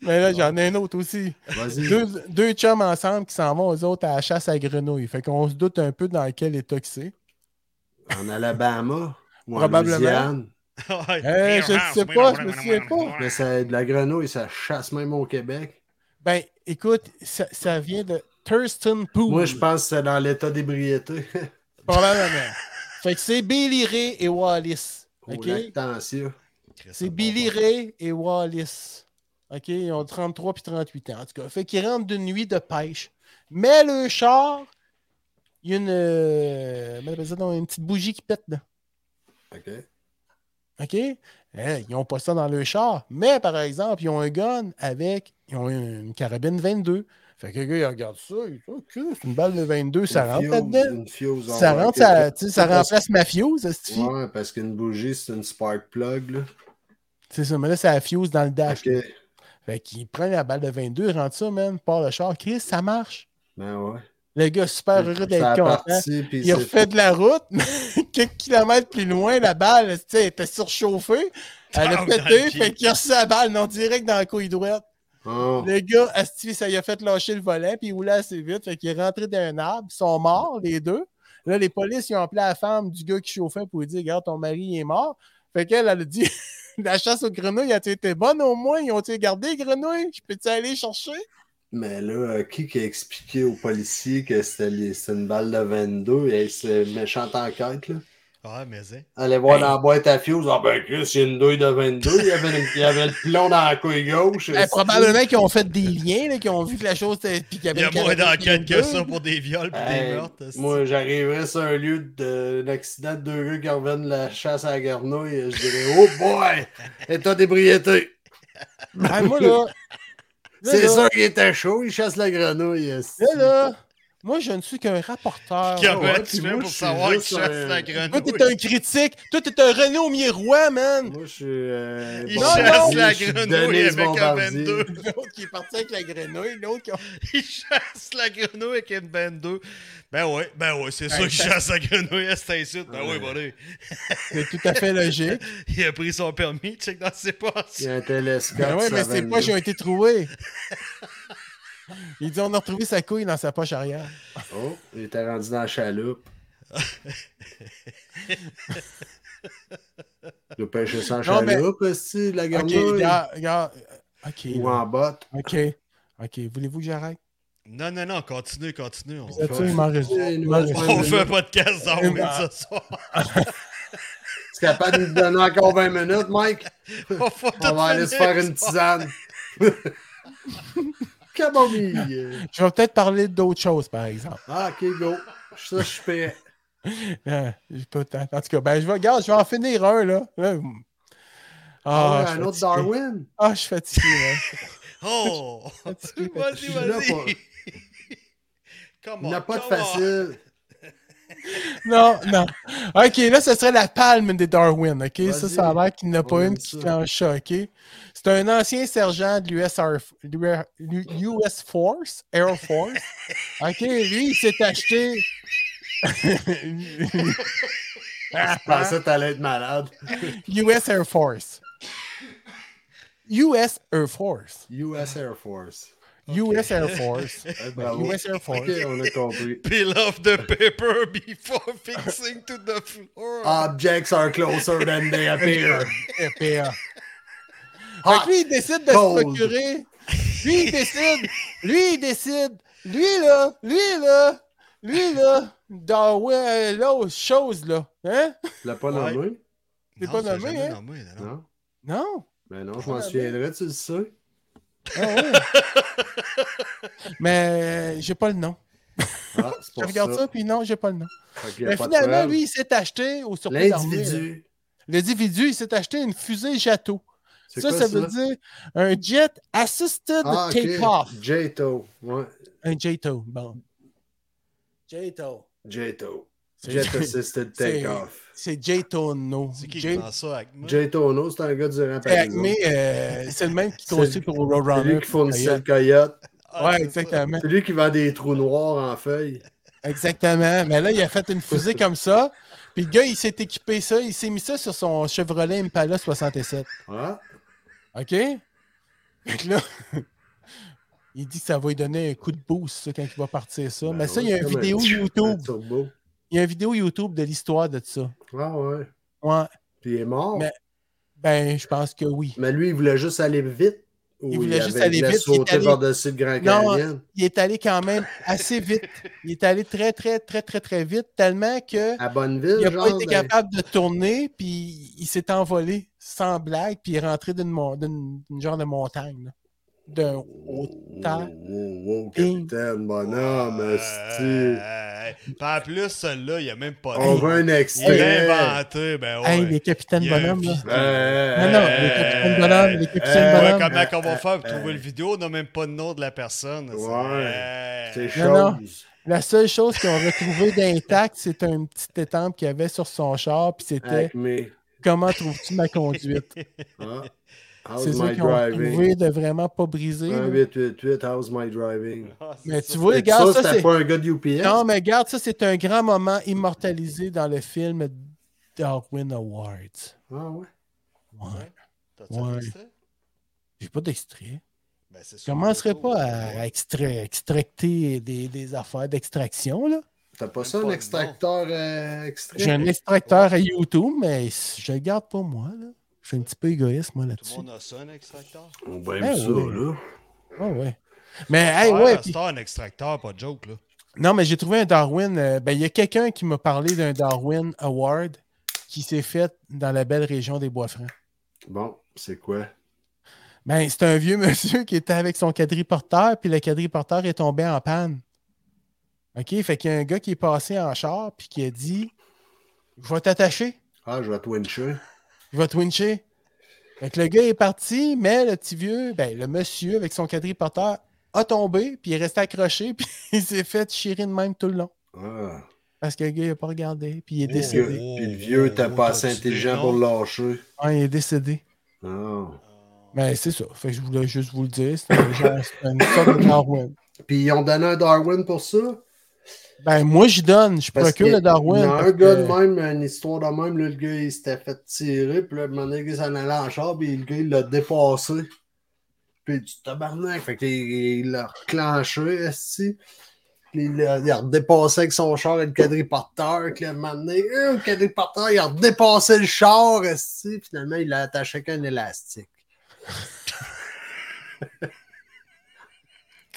[SPEAKER 2] Mais là, j'en ai un autre aussi.
[SPEAKER 4] Vas-y.
[SPEAKER 2] Deux, deux chums ensemble qui s'en vont, eux autres, à la chasse à grenouilles. Fait qu'on se doute un peu dans quel état que c'est.
[SPEAKER 4] En Alabama ou en
[SPEAKER 2] Probablement.
[SPEAKER 4] Louisiane.
[SPEAKER 3] Ouais.
[SPEAKER 2] Euh, je ne sais pas, je me souviens pas.
[SPEAKER 4] Mais ça, de la grenouille, ça chasse même au Québec.
[SPEAKER 2] Ben, écoute, ça, ça vient de Thurston Poole.
[SPEAKER 4] Moi, je pense que c'est dans l'état d'ébriété.
[SPEAKER 2] Probablement. fait que c'est Billy Ray et Wallis.
[SPEAKER 4] Au
[SPEAKER 2] OK?
[SPEAKER 4] lac Tancia.
[SPEAKER 3] Chris,
[SPEAKER 2] C'est
[SPEAKER 3] bon
[SPEAKER 2] Billy
[SPEAKER 3] bon.
[SPEAKER 2] Ray et Wallis. OK? Ils ont 33 puis 38 ans. En tout cas, fait qu'ils rentrent d'une nuit de pêche. Mais le char, il y a une, euh, comment on appelle ça, donc, une petite bougie qui pète. Là.
[SPEAKER 4] OK.
[SPEAKER 2] OK? Eh, ils n'ont pas ça dans le char. Mais par exemple, ils ont un gun avec. Ils ont une carabine 22. Fait que le gars, il regarde ça. Il dit OK, c'est une balle de 22, ça rentre
[SPEAKER 4] Une fuse,
[SPEAKER 2] là-dedans.
[SPEAKER 4] une fuse, on
[SPEAKER 2] Ça
[SPEAKER 4] va
[SPEAKER 2] rentre,
[SPEAKER 4] arrêter
[SPEAKER 2] ça,
[SPEAKER 4] tout-
[SPEAKER 2] tu sais, ça
[SPEAKER 4] tout parce-
[SPEAKER 2] remplace ma fuse, cette fille.
[SPEAKER 4] Ouais, parce qu'une bougie, c'est une spark plug. Là.
[SPEAKER 2] C'est ça, mais là, ça fuse dans le dash.
[SPEAKER 4] OK.
[SPEAKER 2] Fait qu'il prend la balle de 22, il rentre ça, man, part le char. Chris, ça marche.
[SPEAKER 4] Ben ouais.
[SPEAKER 2] Le gars, super heureux d'être content.
[SPEAKER 4] parti, puis
[SPEAKER 2] Il
[SPEAKER 4] c'est-
[SPEAKER 2] refait de la route, mais quelques kilomètres plus loin, la balle, tu sais, elle était surchauffée. Elle a
[SPEAKER 3] Ah, dans le
[SPEAKER 2] pété,
[SPEAKER 3] pied.
[SPEAKER 2] fait qu'il a reçu la balle, non, direct dans la couille droite.
[SPEAKER 4] Ah.
[SPEAKER 2] Le gars, Asti, ça lui a fait lâcher le volet, puis il roulait assez vite, fait qu'il est rentré dans un arbre, ils sont morts, les deux. Là, les polices, ils ont appelé la femme du gars qui chauffait pour lui dire Regarde, ton mari il est mort. Fait qu'elle, elle a dit La chasse aux grenouilles a-t-elle été bonne au moins Ils ont-ils gardé les grenouilles Je peux-tu aller chercher
[SPEAKER 4] Mais là, euh, qui qui a expliqué aux policiers que c'était les- c'était une balle de 22 et c'est une méchante enquête, là?
[SPEAKER 3] Ouais, Ah, mais hein. c'est.
[SPEAKER 4] Allez voir dans la boîte à fuse. Ah ben, Chris, il y a une douille de 22. Il y avait, une- il y avait le plomb dans la couille gauche.
[SPEAKER 2] Ben, Probablement qu'ils ont fait des liens, là, qu'ils ont vu que la chose était. puis qu'il
[SPEAKER 3] Il y a
[SPEAKER 2] une
[SPEAKER 3] moins
[SPEAKER 2] carabine
[SPEAKER 3] d'enquête que
[SPEAKER 2] 22.
[SPEAKER 3] ça pour des viols et des
[SPEAKER 4] ben, Hey,
[SPEAKER 3] meurtres. c'est-
[SPEAKER 4] Moi, j'arriverais sur un lieu de- d'accident de deux gars qui reviennent de la chasse à la garnouille. Je dirais, oh boy, état d'ébriété.
[SPEAKER 2] Ah, moi, là. là,
[SPEAKER 4] C'est
[SPEAKER 2] là,
[SPEAKER 4] sûr qu'il était chaud, il chasse la grenouille. esti.
[SPEAKER 2] Là, là, moi, je ne suis qu'un rapporteur.
[SPEAKER 3] Comment
[SPEAKER 4] Ah ouais,
[SPEAKER 3] tu
[SPEAKER 4] puis
[SPEAKER 3] fais
[SPEAKER 4] moi,
[SPEAKER 3] pour
[SPEAKER 4] je suis
[SPEAKER 3] savoir qu'il
[SPEAKER 4] juste
[SPEAKER 3] chasse
[SPEAKER 4] un-
[SPEAKER 3] la
[SPEAKER 2] Toi,
[SPEAKER 3] grenouille?
[SPEAKER 2] t'es un critique. Toi, t'es un René au miroir, man.
[SPEAKER 4] Moi, je suis. euh,
[SPEAKER 3] Il
[SPEAKER 2] Non,
[SPEAKER 3] chasse
[SPEAKER 2] non,
[SPEAKER 3] la
[SPEAKER 4] je suis
[SPEAKER 3] grenouille
[SPEAKER 4] Denise
[SPEAKER 3] avec un
[SPEAKER 4] Bombardier.
[SPEAKER 3] 22.
[SPEAKER 2] L'autre qui est parti avec la grenouille, l'autre qui a...
[SPEAKER 3] Il chasse la grenouille avec une 22. Ben ouais, ben ouais, c'est sûr
[SPEAKER 2] Ben,
[SPEAKER 3] qu'il
[SPEAKER 2] ça-
[SPEAKER 3] chasse la grenouille à cet insulte.
[SPEAKER 4] Ah
[SPEAKER 3] Ben ouais, buddy.
[SPEAKER 2] C'est tout à fait logique.
[SPEAKER 3] Il a pris son permis, check dans ses
[SPEAKER 4] Il y
[SPEAKER 3] poches.
[SPEAKER 4] a un télescope.
[SPEAKER 2] Ben ouais,
[SPEAKER 4] ça
[SPEAKER 2] mais ses
[SPEAKER 4] va
[SPEAKER 2] poches
[SPEAKER 4] mieux.
[SPEAKER 2] ont été trouvées. Il dit on a retrouvé sa couille dans sa poche arrière.
[SPEAKER 4] Oh, il était rendu dans la chaloupe. de pêcher ça en
[SPEAKER 2] Non, mais-
[SPEAKER 4] chaloupe, aussi, la
[SPEAKER 2] Ok,
[SPEAKER 4] garnouille.
[SPEAKER 2] regarde, regarde. Ok.
[SPEAKER 4] Ou
[SPEAKER 2] là.
[SPEAKER 4] en botte.
[SPEAKER 2] Ok. Ok. Voulez-vous que j'arrête?
[SPEAKER 3] Non, non, non, continue, continue. On,
[SPEAKER 2] Vous êtes
[SPEAKER 3] fait-
[SPEAKER 2] sûr, il mange juste-
[SPEAKER 4] Ouais,
[SPEAKER 2] il
[SPEAKER 4] nous,
[SPEAKER 2] mange
[SPEAKER 4] on
[SPEAKER 2] juste-
[SPEAKER 3] on fait un podcast d'Halloween ce soir.
[SPEAKER 4] Tu es capable de nous donner encore 20 minutes, Mike?
[SPEAKER 3] On, va tout
[SPEAKER 4] On va aller se
[SPEAKER 3] finir,
[SPEAKER 4] faire une
[SPEAKER 3] ça.
[SPEAKER 4] tisane. Camomille.
[SPEAKER 2] Je vais peut-être parler d'autres choses, par exemple.
[SPEAKER 4] Ah, ok, go. Ça, je suis prêt.
[SPEAKER 2] Euh, j'ai pas le temps. En tout cas, ben, je vais, regarde, je vais en finir un, là. Là, hum. Ah,
[SPEAKER 4] Ah,
[SPEAKER 2] je
[SPEAKER 4] un
[SPEAKER 2] suis
[SPEAKER 4] autre
[SPEAKER 2] fatigué.
[SPEAKER 4] Darwin.
[SPEAKER 2] Ah, je suis fatigué, là.
[SPEAKER 3] Oh!
[SPEAKER 4] Je
[SPEAKER 3] Vas-y,
[SPEAKER 4] suis là pour-
[SPEAKER 3] vas-y! Come
[SPEAKER 4] Il n'y a
[SPEAKER 3] on,
[SPEAKER 4] pas de
[SPEAKER 3] come on.
[SPEAKER 4] facile.
[SPEAKER 2] Non, non. OK, là, ce serait la palme des Darwin, OK? Ça,
[SPEAKER 4] Vas-y.
[SPEAKER 2] ça a l'air qu'il n'y en a
[SPEAKER 4] On
[SPEAKER 2] pas
[SPEAKER 4] aime
[SPEAKER 2] une qui
[SPEAKER 4] ça.
[SPEAKER 2] fait ça, OK? C'est un ancien sergent de l'US Air- l'U- US Force, Air Force. OK, lui, il s'est acheté...
[SPEAKER 4] Je pensais que t'allais être malade.
[SPEAKER 2] US Air Force. US Air Force.
[SPEAKER 4] US Air Force.
[SPEAKER 2] US Air Force.
[SPEAKER 4] Eh, bravo.
[SPEAKER 2] US Air Force.
[SPEAKER 4] Ok, on a compris.
[SPEAKER 3] Peel off the paper before fixing to the floor.
[SPEAKER 2] Ah,
[SPEAKER 4] Objects are closer than they appear. hein.
[SPEAKER 2] RPA. Fait
[SPEAKER 4] Hot.
[SPEAKER 2] que lui, il décide de
[SPEAKER 4] cold.
[SPEAKER 2] se procurer. Lui, il décide. Lui, il décide. Lui, là. Lui, là. Lui, là. Dans ouais, l'autre chose, là. Hein?
[SPEAKER 4] Tu l'as pas
[SPEAKER 3] Ouais.
[SPEAKER 4] nommé?
[SPEAKER 2] t'es
[SPEAKER 3] Non,
[SPEAKER 2] pas
[SPEAKER 3] ça,
[SPEAKER 2] nommé,
[SPEAKER 3] jamais
[SPEAKER 2] hein?
[SPEAKER 3] nommé, non, non.
[SPEAKER 4] Non?
[SPEAKER 2] Non.
[SPEAKER 4] Ben non, je m'en
[SPEAKER 2] Ah,
[SPEAKER 4] souviendrai, tu le sais.
[SPEAKER 2] Ah ouais. Mais euh, j'ai pas le nom.
[SPEAKER 4] Ah, c'est
[SPEAKER 2] Je
[SPEAKER 4] pour
[SPEAKER 2] regarde ça,
[SPEAKER 4] ça.
[SPEAKER 2] puis non, j'ai pas le nom.
[SPEAKER 4] Fait qu'il y a
[SPEAKER 2] Mais
[SPEAKER 4] pas de
[SPEAKER 2] finalement,
[SPEAKER 4] preuve.
[SPEAKER 2] lui, il s'est acheté au surplus d'armée.
[SPEAKER 4] L'individu.
[SPEAKER 2] L'individu, il s'est acheté une fusée Jato.
[SPEAKER 4] C'est
[SPEAKER 2] Ça,
[SPEAKER 4] quoi
[SPEAKER 2] ça veut dire un jet assisted
[SPEAKER 4] Ah, ok.
[SPEAKER 2] takeoff.
[SPEAKER 4] Jato. Ouais.
[SPEAKER 2] Un Jato. Bon. Jato.
[SPEAKER 4] Jato.
[SPEAKER 2] C'est-
[SPEAKER 4] Jet Assisted
[SPEAKER 2] c'est-
[SPEAKER 4] Takeoff.
[SPEAKER 2] C'est Jato No.
[SPEAKER 3] C'est qui qui
[SPEAKER 2] J-
[SPEAKER 3] prend ça avec moi?
[SPEAKER 4] Jato No, c'est un gars du
[SPEAKER 2] C'est
[SPEAKER 4] Rampage.
[SPEAKER 2] Acme, euh, c'est le même qui
[SPEAKER 4] C'est-
[SPEAKER 2] construit pour
[SPEAKER 4] C'est
[SPEAKER 2] Roadrunner.
[SPEAKER 4] lui qui fournissait le
[SPEAKER 2] Ouais,
[SPEAKER 4] coyote.
[SPEAKER 3] Ah, c'est ça.
[SPEAKER 2] exactement.
[SPEAKER 4] C'est lui qui vend des trous noirs en feuilles.
[SPEAKER 2] Exactement. Mais là, il a fait une fusée comme ça. Puis le gars, il s'est équipé ça. Il s'est mis ça sur son Chevrolet Impala 67.
[SPEAKER 4] Ah,
[SPEAKER 2] OK? Fait que là, il dit que ça va lui donner un coup de boost ça, quand il va partir ça.
[SPEAKER 4] Ben
[SPEAKER 2] Mais ça,
[SPEAKER 4] oui,
[SPEAKER 2] il y a une
[SPEAKER 4] comme un
[SPEAKER 2] vidéo
[SPEAKER 4] petit- un
[SPEAKER 2] YouTube.
[SPEAKER 4] turbo.
[SPEAKER 2] Il y a une vidéo YouTube de l'histoire de ça.
[SPEAKER 4] Ah ouais.
[SPEAKER 2] Ouais.
[SPEAKER 4] Puis il est mort. Mais,
[SPEAKER 2] Mais- Ben, je pense que oui.
[SPEAKER 4] lui, il voulait juste aller vite. Ou
[SPEAKER 2] Il voulait juste
[SPEAKER 4] avait-
[SPEAKER 2] aller
[SPEAKER 4] il voulait
[SPEAKER 2] vite, il est
[SPEAKER 4] sauter
[SPEAKER 2] allé-
[SPEAKER 4] par-dessus le Grand
[SPEAKER 2] Non,
[SPEAKER 4] Canyon.
[SPEAKER 2] Il est allé quand même assez vite. Il est allé très, très, très, très, très vite, tellement que
[SPEAKER 4] À
[SPEAKER 2] il
[SPEAKER 4] Bonneville,
[SPEAKER 2] n'a
[SPEAKER 4] Ah, genre.
[SPEAKER 2] pas été
[SPEAKER 4] ben,
[SPEAKER 2] capable de tourner, puis il s'est envolé sans blague, puis il est rentré d'une mon- d'une d'une genre de montagne. là. D'un haut.
[SPEAKER 4] Wow, wow, wow, capitaine, bonhomme, asti.
[SPEAKER 3] Ouais. Puis en plus, celle-là, il n'y a même pas
[SPEAKER 4] On
[SPEAKER 3] de-
[SPEAKER 4] veut un
[SPEAKER 3] Il l'a
[SPEAKER 4] extrait.
[SPEAKER 3] inventé, ben ouais.
[SPEAKER 2] Hey, les capitaines
[SPEAKER 3] Il y a un
[SPEAKER 2] bonhommes, là.
[SPEAKER 3] vidéo.
[SPEAKER 4] Euh,
[SPEAKER 2] Non, non,
[SPEAKER 4] euh,
[SPEAKER 2] les capitaines bonhommes, les capitaines
[SPEAKER 3] Ouais,
[SPEAKER 2] bonhommes.
[SPEAKER 3] comment qu'on va faire pour trouver le vidéo? On n'a même pas le nom de la personne. c'est-
[SPEAKER 4] Ouais. C'est
[SPEAKER 2] Non, non.
[SPEAKER 4] chose.
[SPEAKER 2] La seule chose qu'ils ont retrouvé d'intact, c'est un petit étampe qu'il avait sur son char, puis c'était
[SPEAKER 4] Acme.
[SPEAKER 2] Comment trouves-tu ma conduite?
[SPEAKER 4] Ah.
[SPEAKER 2] C'est
[SPEAKER 4] How's
[SPEAKER 2] ça
[SPEAKER 4] my
[SPEAKER 2] qu'ils ont
[SPEAKER 4] driving?
[SPEAKER 2] trouvé de vraiment pas briser. là.
[SPEAKER 4] 1888, how's my driving?
[SPEAKER 3] Ah, c'est
[SPEAKER 2] Mais
[SPEAKER 3] ça.
[SPEAKER 2] tu vois,
[SPEAKER 4] Et
[SPEAKER 2] regarde,
[SPEAKER 4] ça,
[SPEAKER 2] ça,
[SPEAKER 4] c'était
[SPEAKER 2] c'est.
[SPEAKER 4] pas un gars de UPS?
[SPEAKER 2] Non, mais regarde, ça, c'est un grand moment immortalisé dans le film Darwin Awards.
[SPEAKER 4] Ah ouais.
[SPEAKER 2] Ouais.
[SPEAKER 3] T'as-tu un
[SPEAKER 2] Ouais.
[SPEAKER 3] extrait?
[SPEAKER 2] J'ai pas d'extrait.
[SPEAKER 3] Ben, c'est
[SPEAKER 2] Je
[SPEAKER 3] sur
[SPEAKER 2] commencerai
[SPEAKER 3] YouTube.
[SPEAKER 2] pas à extra- extracter des, des affaires d'extraction, là.
[SPEAKER 4] T'as pas
[SPEAKER 3] Même
[SPEAKER 4] ça,
[SPEAKER 3] pas
[SPEAKER 4] un
[SPEAKER 3] le
[SPEAKER 4] extracteur euh, extrait?
[SPEAKER 2] J'ai un extracteur à YouTube, mais je le garde pour moi, là. Je suis un petit peu égoïste, moi,
[SPEAKER 3] Tout
[SPEAKER 2] là-dessus.
[SPEAKER 3] le monde a ça, un extracteur?
[SPEAKER 4] On va aimer
[SPEAKER 2] Ben
[SPEAKER 4] ça,
[SPEAKER 2] oui.
[SPEAKER 4] là.
[SPEAKER 2] Ah, Ouais, ouais. Mais, hey,
[SPEAKER 3] Ouais,
[SPEAKER 2] ouais,
[SPEAKER 3] c'est
[SPEAKER 2] puis-
[SPEAKER 3] un extracteur, pas de joke, là.
[SPEAKER 2] Non, mais j'ai trouvé un Darwin. euh, ben, il y a quelqu'un qui m'a parlé d'un Darwin Award qui s'est fait dans la belle région des Bois-Francs.
[SPEAKER 4] Bon, c'est quoi?
[SPEAKER 2] Ben, c'est un vieux monsieur qui était avec son quadriporteur, puis le quadriporteur est tombé en panne. OK? Fait qu'il y a un gars qui est passé en char, puis qui a dit Je vais t'attacher,
[SPEAKER 4] Ah, je vais te wincher.
[SPEAKER 2] je vais te wincher. Fait que le gars est parti, mais le petit vieux, ben, le monsieur avec son quadriporteur a tombé, puis il est resté accroché, puis il s'est fait chirer de même tout le long.
[SPEAKER 4] Ah.
[SPEAKER 2] Parce que le gars, il n'a pas regardé, puis il est
[SPEAKER 3] Oh.
[SPEAKER 4] Puis
[SPEAKER 2] décédé.
[SPEAKER 3] Oh,
[SPEAKER 4] le vieux, t'as
[SPEAKER 3] oh,
[SPEAKER 4] pas
[SPEAKER 3] t'as
[SPEAKER 4] assez
[SPEAKER 3] dit des
[SPEAKER 4] intelligent
[SPEAKER 3] noms.
[SPEAKER 4] pour le lâcher.
[SPEAKER 2] Ouais, il est décédé.
[SPEAKER 4] Ah.
[SPEAKER 2] Mais c'est ça. Fait que je voulais juste vous le dire. C'est un genre- c'est une sorte de Darwin.
[SPEAKER 4] Puis ils ont donné un Darwin pour ça?
[SPEAKER 2] Ben, moi, j'y donne. Je
[SPEAKER 4] Parce
[SPEAKER 2] procure
[SPEAKER 4] que
[SPEAKER 2] le Darwin.
[SPEAKER 4] il y a
[SPEAKER 2] parce
[SPEAKER 4] un gars de
[SPEAKER 2] que-
[SPEAKER 4] même, une histoire de même, là, le gars, il s'était fait tirer, puis là, il donné, le gars s'en allait en char, puis le gars, il l'a dépassé. Puis du tabarnak, fait qu'il il l'a reclenché, esti. Puis là, il a redépassé avec son char et le quadriporteur. Puis là, un moment donné, euh, le quadriporteur, il a redépassé le char. esti. Finalement, il l'a attaché avec un élastique.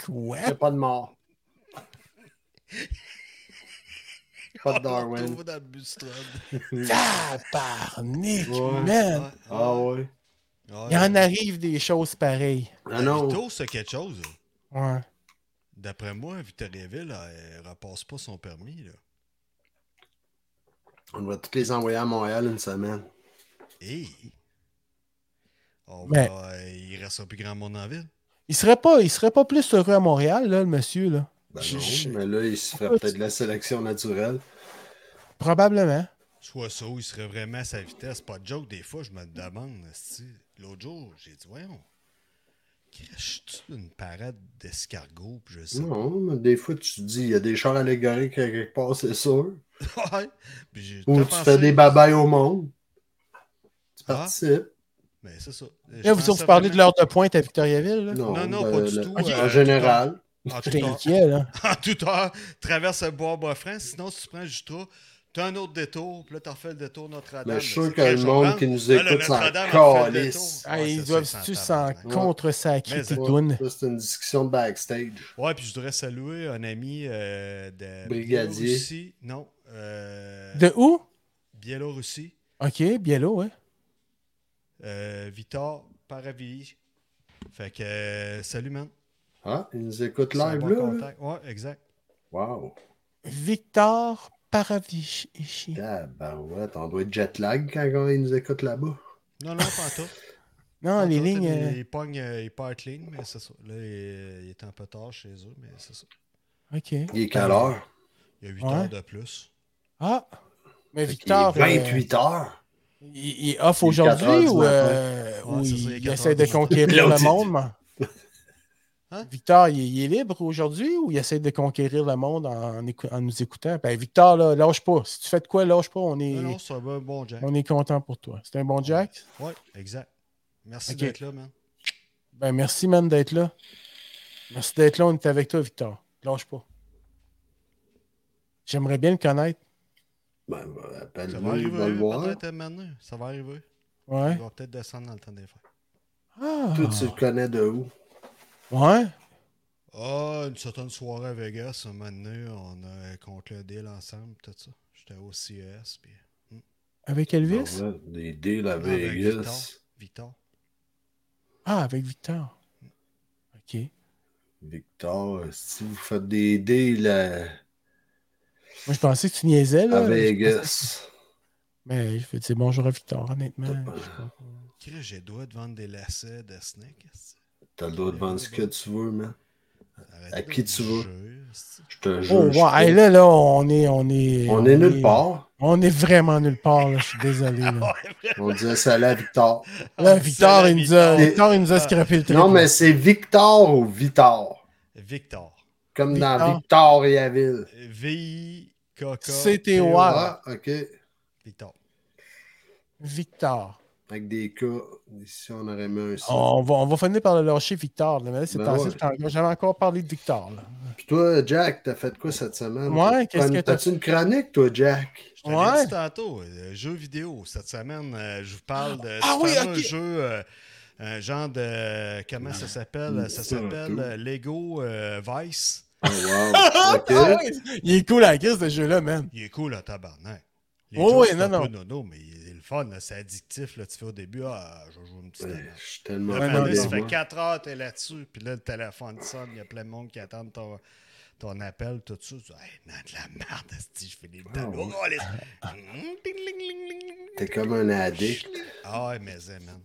[SPEAKER 2] Quoi?
[SPEAKER 4] Il n'y a pas de mort. Pas de Darwin.
[SPEAKER 3] retrouve dans le bus-trad.
[SPEAKER 2] Tabarnak,
[SPEAKER 4] Ouais.
[SPEAKER 2] man!
[SPEAKER 4] Ah ouais.
[SPEAKER 2] Il en arrive des choses pareilles.
[SPEAKER 4] Ah non.
[SPEAKER 3] Vito, c'est quelque chose. là.
[SPEAKER 2] Ouais.
[SPEAKER 3] D'après moi, Victoriaville, là, elle repasse pas son permis. Là.
[SPEAKER 4] On va tous les envoyer à Montréal une semaine.
[SPEAKER 3] Hey! On
[SPEAKER 2] Mais-
[SPEAKER 3] va- euh, il restera plus grand monde en ville.
[SPEAKER 2] Il serait pas, il serait pas plus heureux à Montréal, là, le monsieur, là.
[SPEAKER 4] Ben
[SPEAKER 2] Je- je-
[SPEAKER 4] non, mais là, il se ferait peut-être de la sélection naturelle.
[SPEAKER 2] Probablement.
[SPEAKER 3] Soit ça, ou il serait vraiment à sa vitesse. Pas de joke, des fois, je me demande. esti. L'autre jour, j'ai dit, voyons, craches-tu une parade d'escargots? Puis je sais.
[SPEAKER 4] Non, mais des fois, tu te dis, il y a des chars allégoriques à quelque part, c'est sûr.
[SPEAKER 3] Ouais. Puis j'ai
[SPEAKER 4] Ou
[SPEAKER 3] tout
[SPEAKER 4] tu
[SPEAKER 3] pensé-
[SPEAKER 4] fais des babayes au monde. Tu
[SPEAKER 3] Ah.
[SPEAKER 4] participes.
[SPEAKER 3] Mais c'est ça. Je
[SPEAKER 2] Là, Eh, vous
[SPEAKER 3] pensais
[SPEAKER 2] autres, vous parlez de
[SPEAKER 3] vraiment-
[SPEAKER 2] l'heure de pointe à Victoriaville, là?
[SPEAKER 4] Non,
[SPEAKER 3] Non, non,
[SPEAKER 4] ben,
[SPEAKER 3] pas du
[SPEAKER 4] le-
[SPEAKER 3] tout.
[SPEAKER 4] En
[SPEAKER 3] Euh,
[SPEAKER 4] général.
[SPEAKER 3] En Ah, tout
[SPEAKER 2] J'étais
[SPEAKER 3] temps,
[SPEAKER 2] inquiet, là.
[SPEAKER 3] en tout heure, traverse le bois bois franc. Sinon, si tu prends Jutra, tu as un autre détour. Puis là, tu refais le détour Notre-Dame.
[SPEAKER 4] Mais je suis sûr
[SPEAKER 3] c'est
[SPEAKER 4] que le
[SPEAKER 3] quelque
[SPEAKER 4] monde
[SPEAKER 3] chose
[SPEAKER 4] qui nous
[SPEAKER 3] de grand. Là, le
[SPEAKER 4] écoute s'en
[SPEAKER 3] Notre-Dame, on refait le
[SPEAKER 4] calisse.
[SPEAKER 3] détour.
[SPEAKER 2] Ah,
[SPEAKER 3] Ouais,
[SPEAKER 2] ils
[SPEAKER 3] ça,
[SPEAKER 2] doivent-tu
[SPEAKER 3] c'est
[SPEAKER 2] s'en
[SPEAKER 3] tabarnak.
[SPEAKER 2] contre-sacrer
[SPEAKER 3] Mais
[SPEAKER 2] tes
[SPEAKER 3] c'est-
[SPEAKER 2] dounes?
[SPEAKER 4] Ça, c'est une discussion de backstage.
[SPEAKER 3] Ouais, puis je voudrais saluer un ami euh, de
[SPEAKER 4] Brigadier.
[SPEAKER 3] Biélorussie. Non, euh,
[SPEAKER 2] De où?
[SPEAKER 3] Biélorussie.
[SPEAKER 2] OK, Biello, ouais.
[SPEAKER 3] Euh, Vitor Paravi. Fait que, euh, salut, man.
[SPEAKER 4] Ah, ils nous écoutent
[SPEAKER 3] C'est un
[SPEAKER 4] live
[SPEAKER 3] bon
[SPEAKER 4] là, là.
[SPEAKER 3] contact. Ouais, exact.
[SPEAKER 4] Wow.
[SPEAKER 2] Victor Paravichi.
[SPEAKER 4] Tabarouette, on doit être jet lag quand ils nous écoutent là-bas.
[SPEAKER 3] Non, non, pas en tout.
[SPEAKER 4] Ah,
[SPEAKER 2] Non, les
[SPEAKER 3] Tantôt,
[SPEAKER 2] lignes...
[SPEAKER 3] t'as
[SPEAKER 2] euh,
[SPEAKER 3] des- Il pogne, euh, il part ligne, mais c'est ça. Là, il, il est un peu tard chez eux, mais c'est ça.
[SPEAKER 2] euh, OK.
[SPEAKER 4] Il est
[SPEAKER 2] Ah,
[SPEAKER 4] quelle heure?
[SPEAKER 3] Il y a 8
[SPEAKER 2] Ouais.
[SPEAKER 3] heures de plus.
[SPEAKER 2] Ah! Mais
[SPEAKER 4] Fait qu'il
[SPEAKER 2] Victor...
[SPEAKER 4] est
[SPEAKER 2] euh,
[SPEAKER 4] 28 heures.
[SPEAKER 2] Il, il est off
[SPEAKER 4] Il est quatre heures
[SPEAKER 2] aujourd'hui
[SPEAKER 4] du
[SPEAKER 2] ou,
[SPEAKER 4] matin.
[SPEAKER 2] euh,
[SPEAKER 3] Ouais,
[SPEAKER 2] ou
[SPEAKER 3] c'est ça, il est
[SPEAKER 2] il,
[SPEAKER 3] quatre
[SPEAKER 2] essaie
[SPEAKER 3] heures
[SPEAKER 2] de
[SPEAKER 3] du matin.
[SPEAKER 2] conquérir
[SPEAKER 4] L'autre,
[SPEAKER 2] le
[SPEAKER 4] il
[SPEAKER 2] monde? moi?
[SPEAKER 3] Hein?
[SPEAKER 2] Victor, il, il est libre aujourd'hui ou il essaie de conquérir le monde en, écou- en nous écoutant? Ben, Victor, là, lâche pas. Si tu fais de quoi, lâche pas. On est,
[SPEAKER 3] Ben Non, non, c'est un bon- bon Jack.
[SPEAKER 2] on est content pour toi. C'est un bon Jack?
[SPEAKER 3] Ouais, exact. Merci
[SPEAKER 2] Ok.
[SPEAKER 3] d'être là, man.
[SPEAKER 2] Ben, merci, man, d'être là. Merci d'être là. On est avec toi, Victor. Lâche pas. J'aimerais bien le connaître.
[SPEAKER 4] Ben, ben,
[SPEAKER 3] Ça va
[SPEAKER 4] appelle-le, il va
[SPEAKER 3] arriver.
[SPEAKER 4] le
[SPEAKER 3] hein,
[SPEAKER 4] voir.
[SPEAKER 3] Peut-être maintenant. Ça va arriver.
[SPEAKER 2] Ouais.
[SPEAKER 3] Il va peut-être descendre dans le temps des fêtes.
[SPEAKER 2] Ah.
[SPEAKER 4] Toi, tu le connais de où?
[SPEAKER 2] Ouais.
[SPEAKER 3] Ah, une certaine soirée à Vegas, un moment donné, on a conclu un deal ensemble, tout ça. J'étais au CES, puis
[SPEAKER 2] Avec Elvis?
[SPEAKER 4] Ah ouais, Des deals à
[SPEAKER 3] ben, Avec Victor.
[SPEAKER 4] Vegas.
[SPEAKER 3] Victor.
[SPEAKER 2] Ah, avec Victor. OK.
[SPEAKER 4] Victor, si vous faites des deals à,
[SPEAKER 2] Moi, je pensais que tu niaisais, là.
[SPEAKER 4] à
[SPEAKER 2] Je pensais-
[SPEAKER 4] Vegas.
[SPEAKER 2] Mais je veux dire bonjour à Victor, honnêtement.
[SPEAKER 4] T'as-
[SPEAKER 2] Je sais pas.
[SPEAKER 3] Chris, j'ai le droit de vendre des lacets de snack. esti.
[SPEAKER 4] T'as le droit de vendre ce que tu veux, man.
[SPEAKER 3] Arrêtez
[SPEAKER 4] À
[SPEAKER 3] de
[SPEAKER 4] qui
[SPEAKER 3] me
[SPEAKER 4] tu vas?
[SPEAKER 3] juger, esti.
[SPEAKER 4] Je te jure.
[SPEAKER 2] Oh,
[SPEAKER 4] je
[SPEAKER 2] wow.
[SPEAKER 4] te-
[SPEAKER 2] Hey, là, là, on est. On est,
[SPEAKER 4] On est nulle part.
[SPEAKER 2] On est vraiment nulle part, là. Je suis désolé. Là,
[SPEAKER 4] On disait salut à Victor.
[SPEAKER 2] Là,
[SPEAKER 3] Ah,
[SPEAKER 2] Victor,
[SPEAKER 3] c'est
[SPEAKER 2] il
[SPEAKER 3] la Euh,
[SPEAKER 2] nous a,
[SPEAKER 3] Victor.
[SPEAKER 2] Victor, il nous a scrappé le truc.
[SPEAKER 4] Non, mais c'est Victor ou Vitor.
[SPEAKER 3] Victor.
[SPEAKER 4] Comme
[SPEAKER 2] Victor.
[SPEAKER 4] dans Victor et Aville.
[SPEAKER 3] V-I-K-K.
[SPEAKER 2] C'était
[SPEAKER 3] T-O.
[SPEAKER 2] ouais.
[SPEAKER 4] Ah, ok.
[SPEAKER 3] Victor.
[SPEAKER 2] Victor.
[SPEAKER 4] Avec des cas. Ici, on aurait mis un C.
[SPEAKER 2] On va, on va finir par le lâcher, Victor. Là, mais là, c'est
[SPEAKER 4] Ben
[SPEAKER 2] passé
[SPEAKER 4] ouais.
[SPEAKER 2] le temps. J'avais encore parlé de Victor. Là.
[SPEAKER 4] Puis toi, Jack, t'as fait quoi cette semaine?
[SPEAKER 2] Ouais, qu'est-ce que t'as-
[SPEAKER 4] T'as-tu une chronique, toi, Jack?
[SPEAKER 3] Je te l'ai
[SPEAKER 2] Ouais.
[SPEAKER 3] dit tantôt, euh, jeux vidéo. Cette semaine, euh, je vous parle de
[SPEAKER 2] Ah
[SPEAKER 3] du
[SPEAKER 2] oui,
[SPEAKER 3] fameux
[SPEAKER 2] ok.
[SPEAKER 3] jeu, euh, un genre de. Comment ça s'appelle Ça
[SPEAKER 4] C'est un
[SPEAKER 3] s'appelle
[SPEAKER 4] tout.
[SPEAKER 3] euh, Lego euh, Vice.
[SPEAKER 4] Oh, wow. Ok.
[SPEAKER 2] Ah ouais, il est cool, la crise, ce jeu-là, man.
[SPEAKER 3] Il est cool, le tabarnak. Les
[SPEAKER 2] Oh,
[SPEAKER 3] jeux,
[SPEAKER 2] ouais,
[SPEAKER 3] c'est
[SPEAKER 2] non,
[SPEAKER 3] un
[SPEAKER 2] non.
[SPEAKER 3] peu nono, mais il est le fun, là, c'est addictif. Là, tu fais au début, ah, je vais jouer une petite.
[SPEAKER 4] Ouais,
[SPEAKER 3] année.
[SPEAKER 4] Je suis tellement
[SPEAKER 3] Là,
[SPEAKER 2] Ouais,
[SPEAKER 4] fan
[SPEAKER 2] non,
[SPEAKER 3] maintenant,
[SPEAKER 4] des
[SPEAKER 3] ça fait
[SPEAKER 4] voix.
[SPEAKER 3] 4 heures, t'es là-dessus, puis là, le téléphone sonne, il y a plein de monde qui attend ton, ton appel, tout ça. Tu dis, hey, non, de la merde, esti, je fais des
[SPEAKER 4] Ah
[SPEAKER 3] tableaux. Oh, les- Hum, ding, ding, ding, ding, ding.
[SPEAKER 4] T'es comme un addict.
[SPEAKER 3] Ah ouais, mais c'est, man.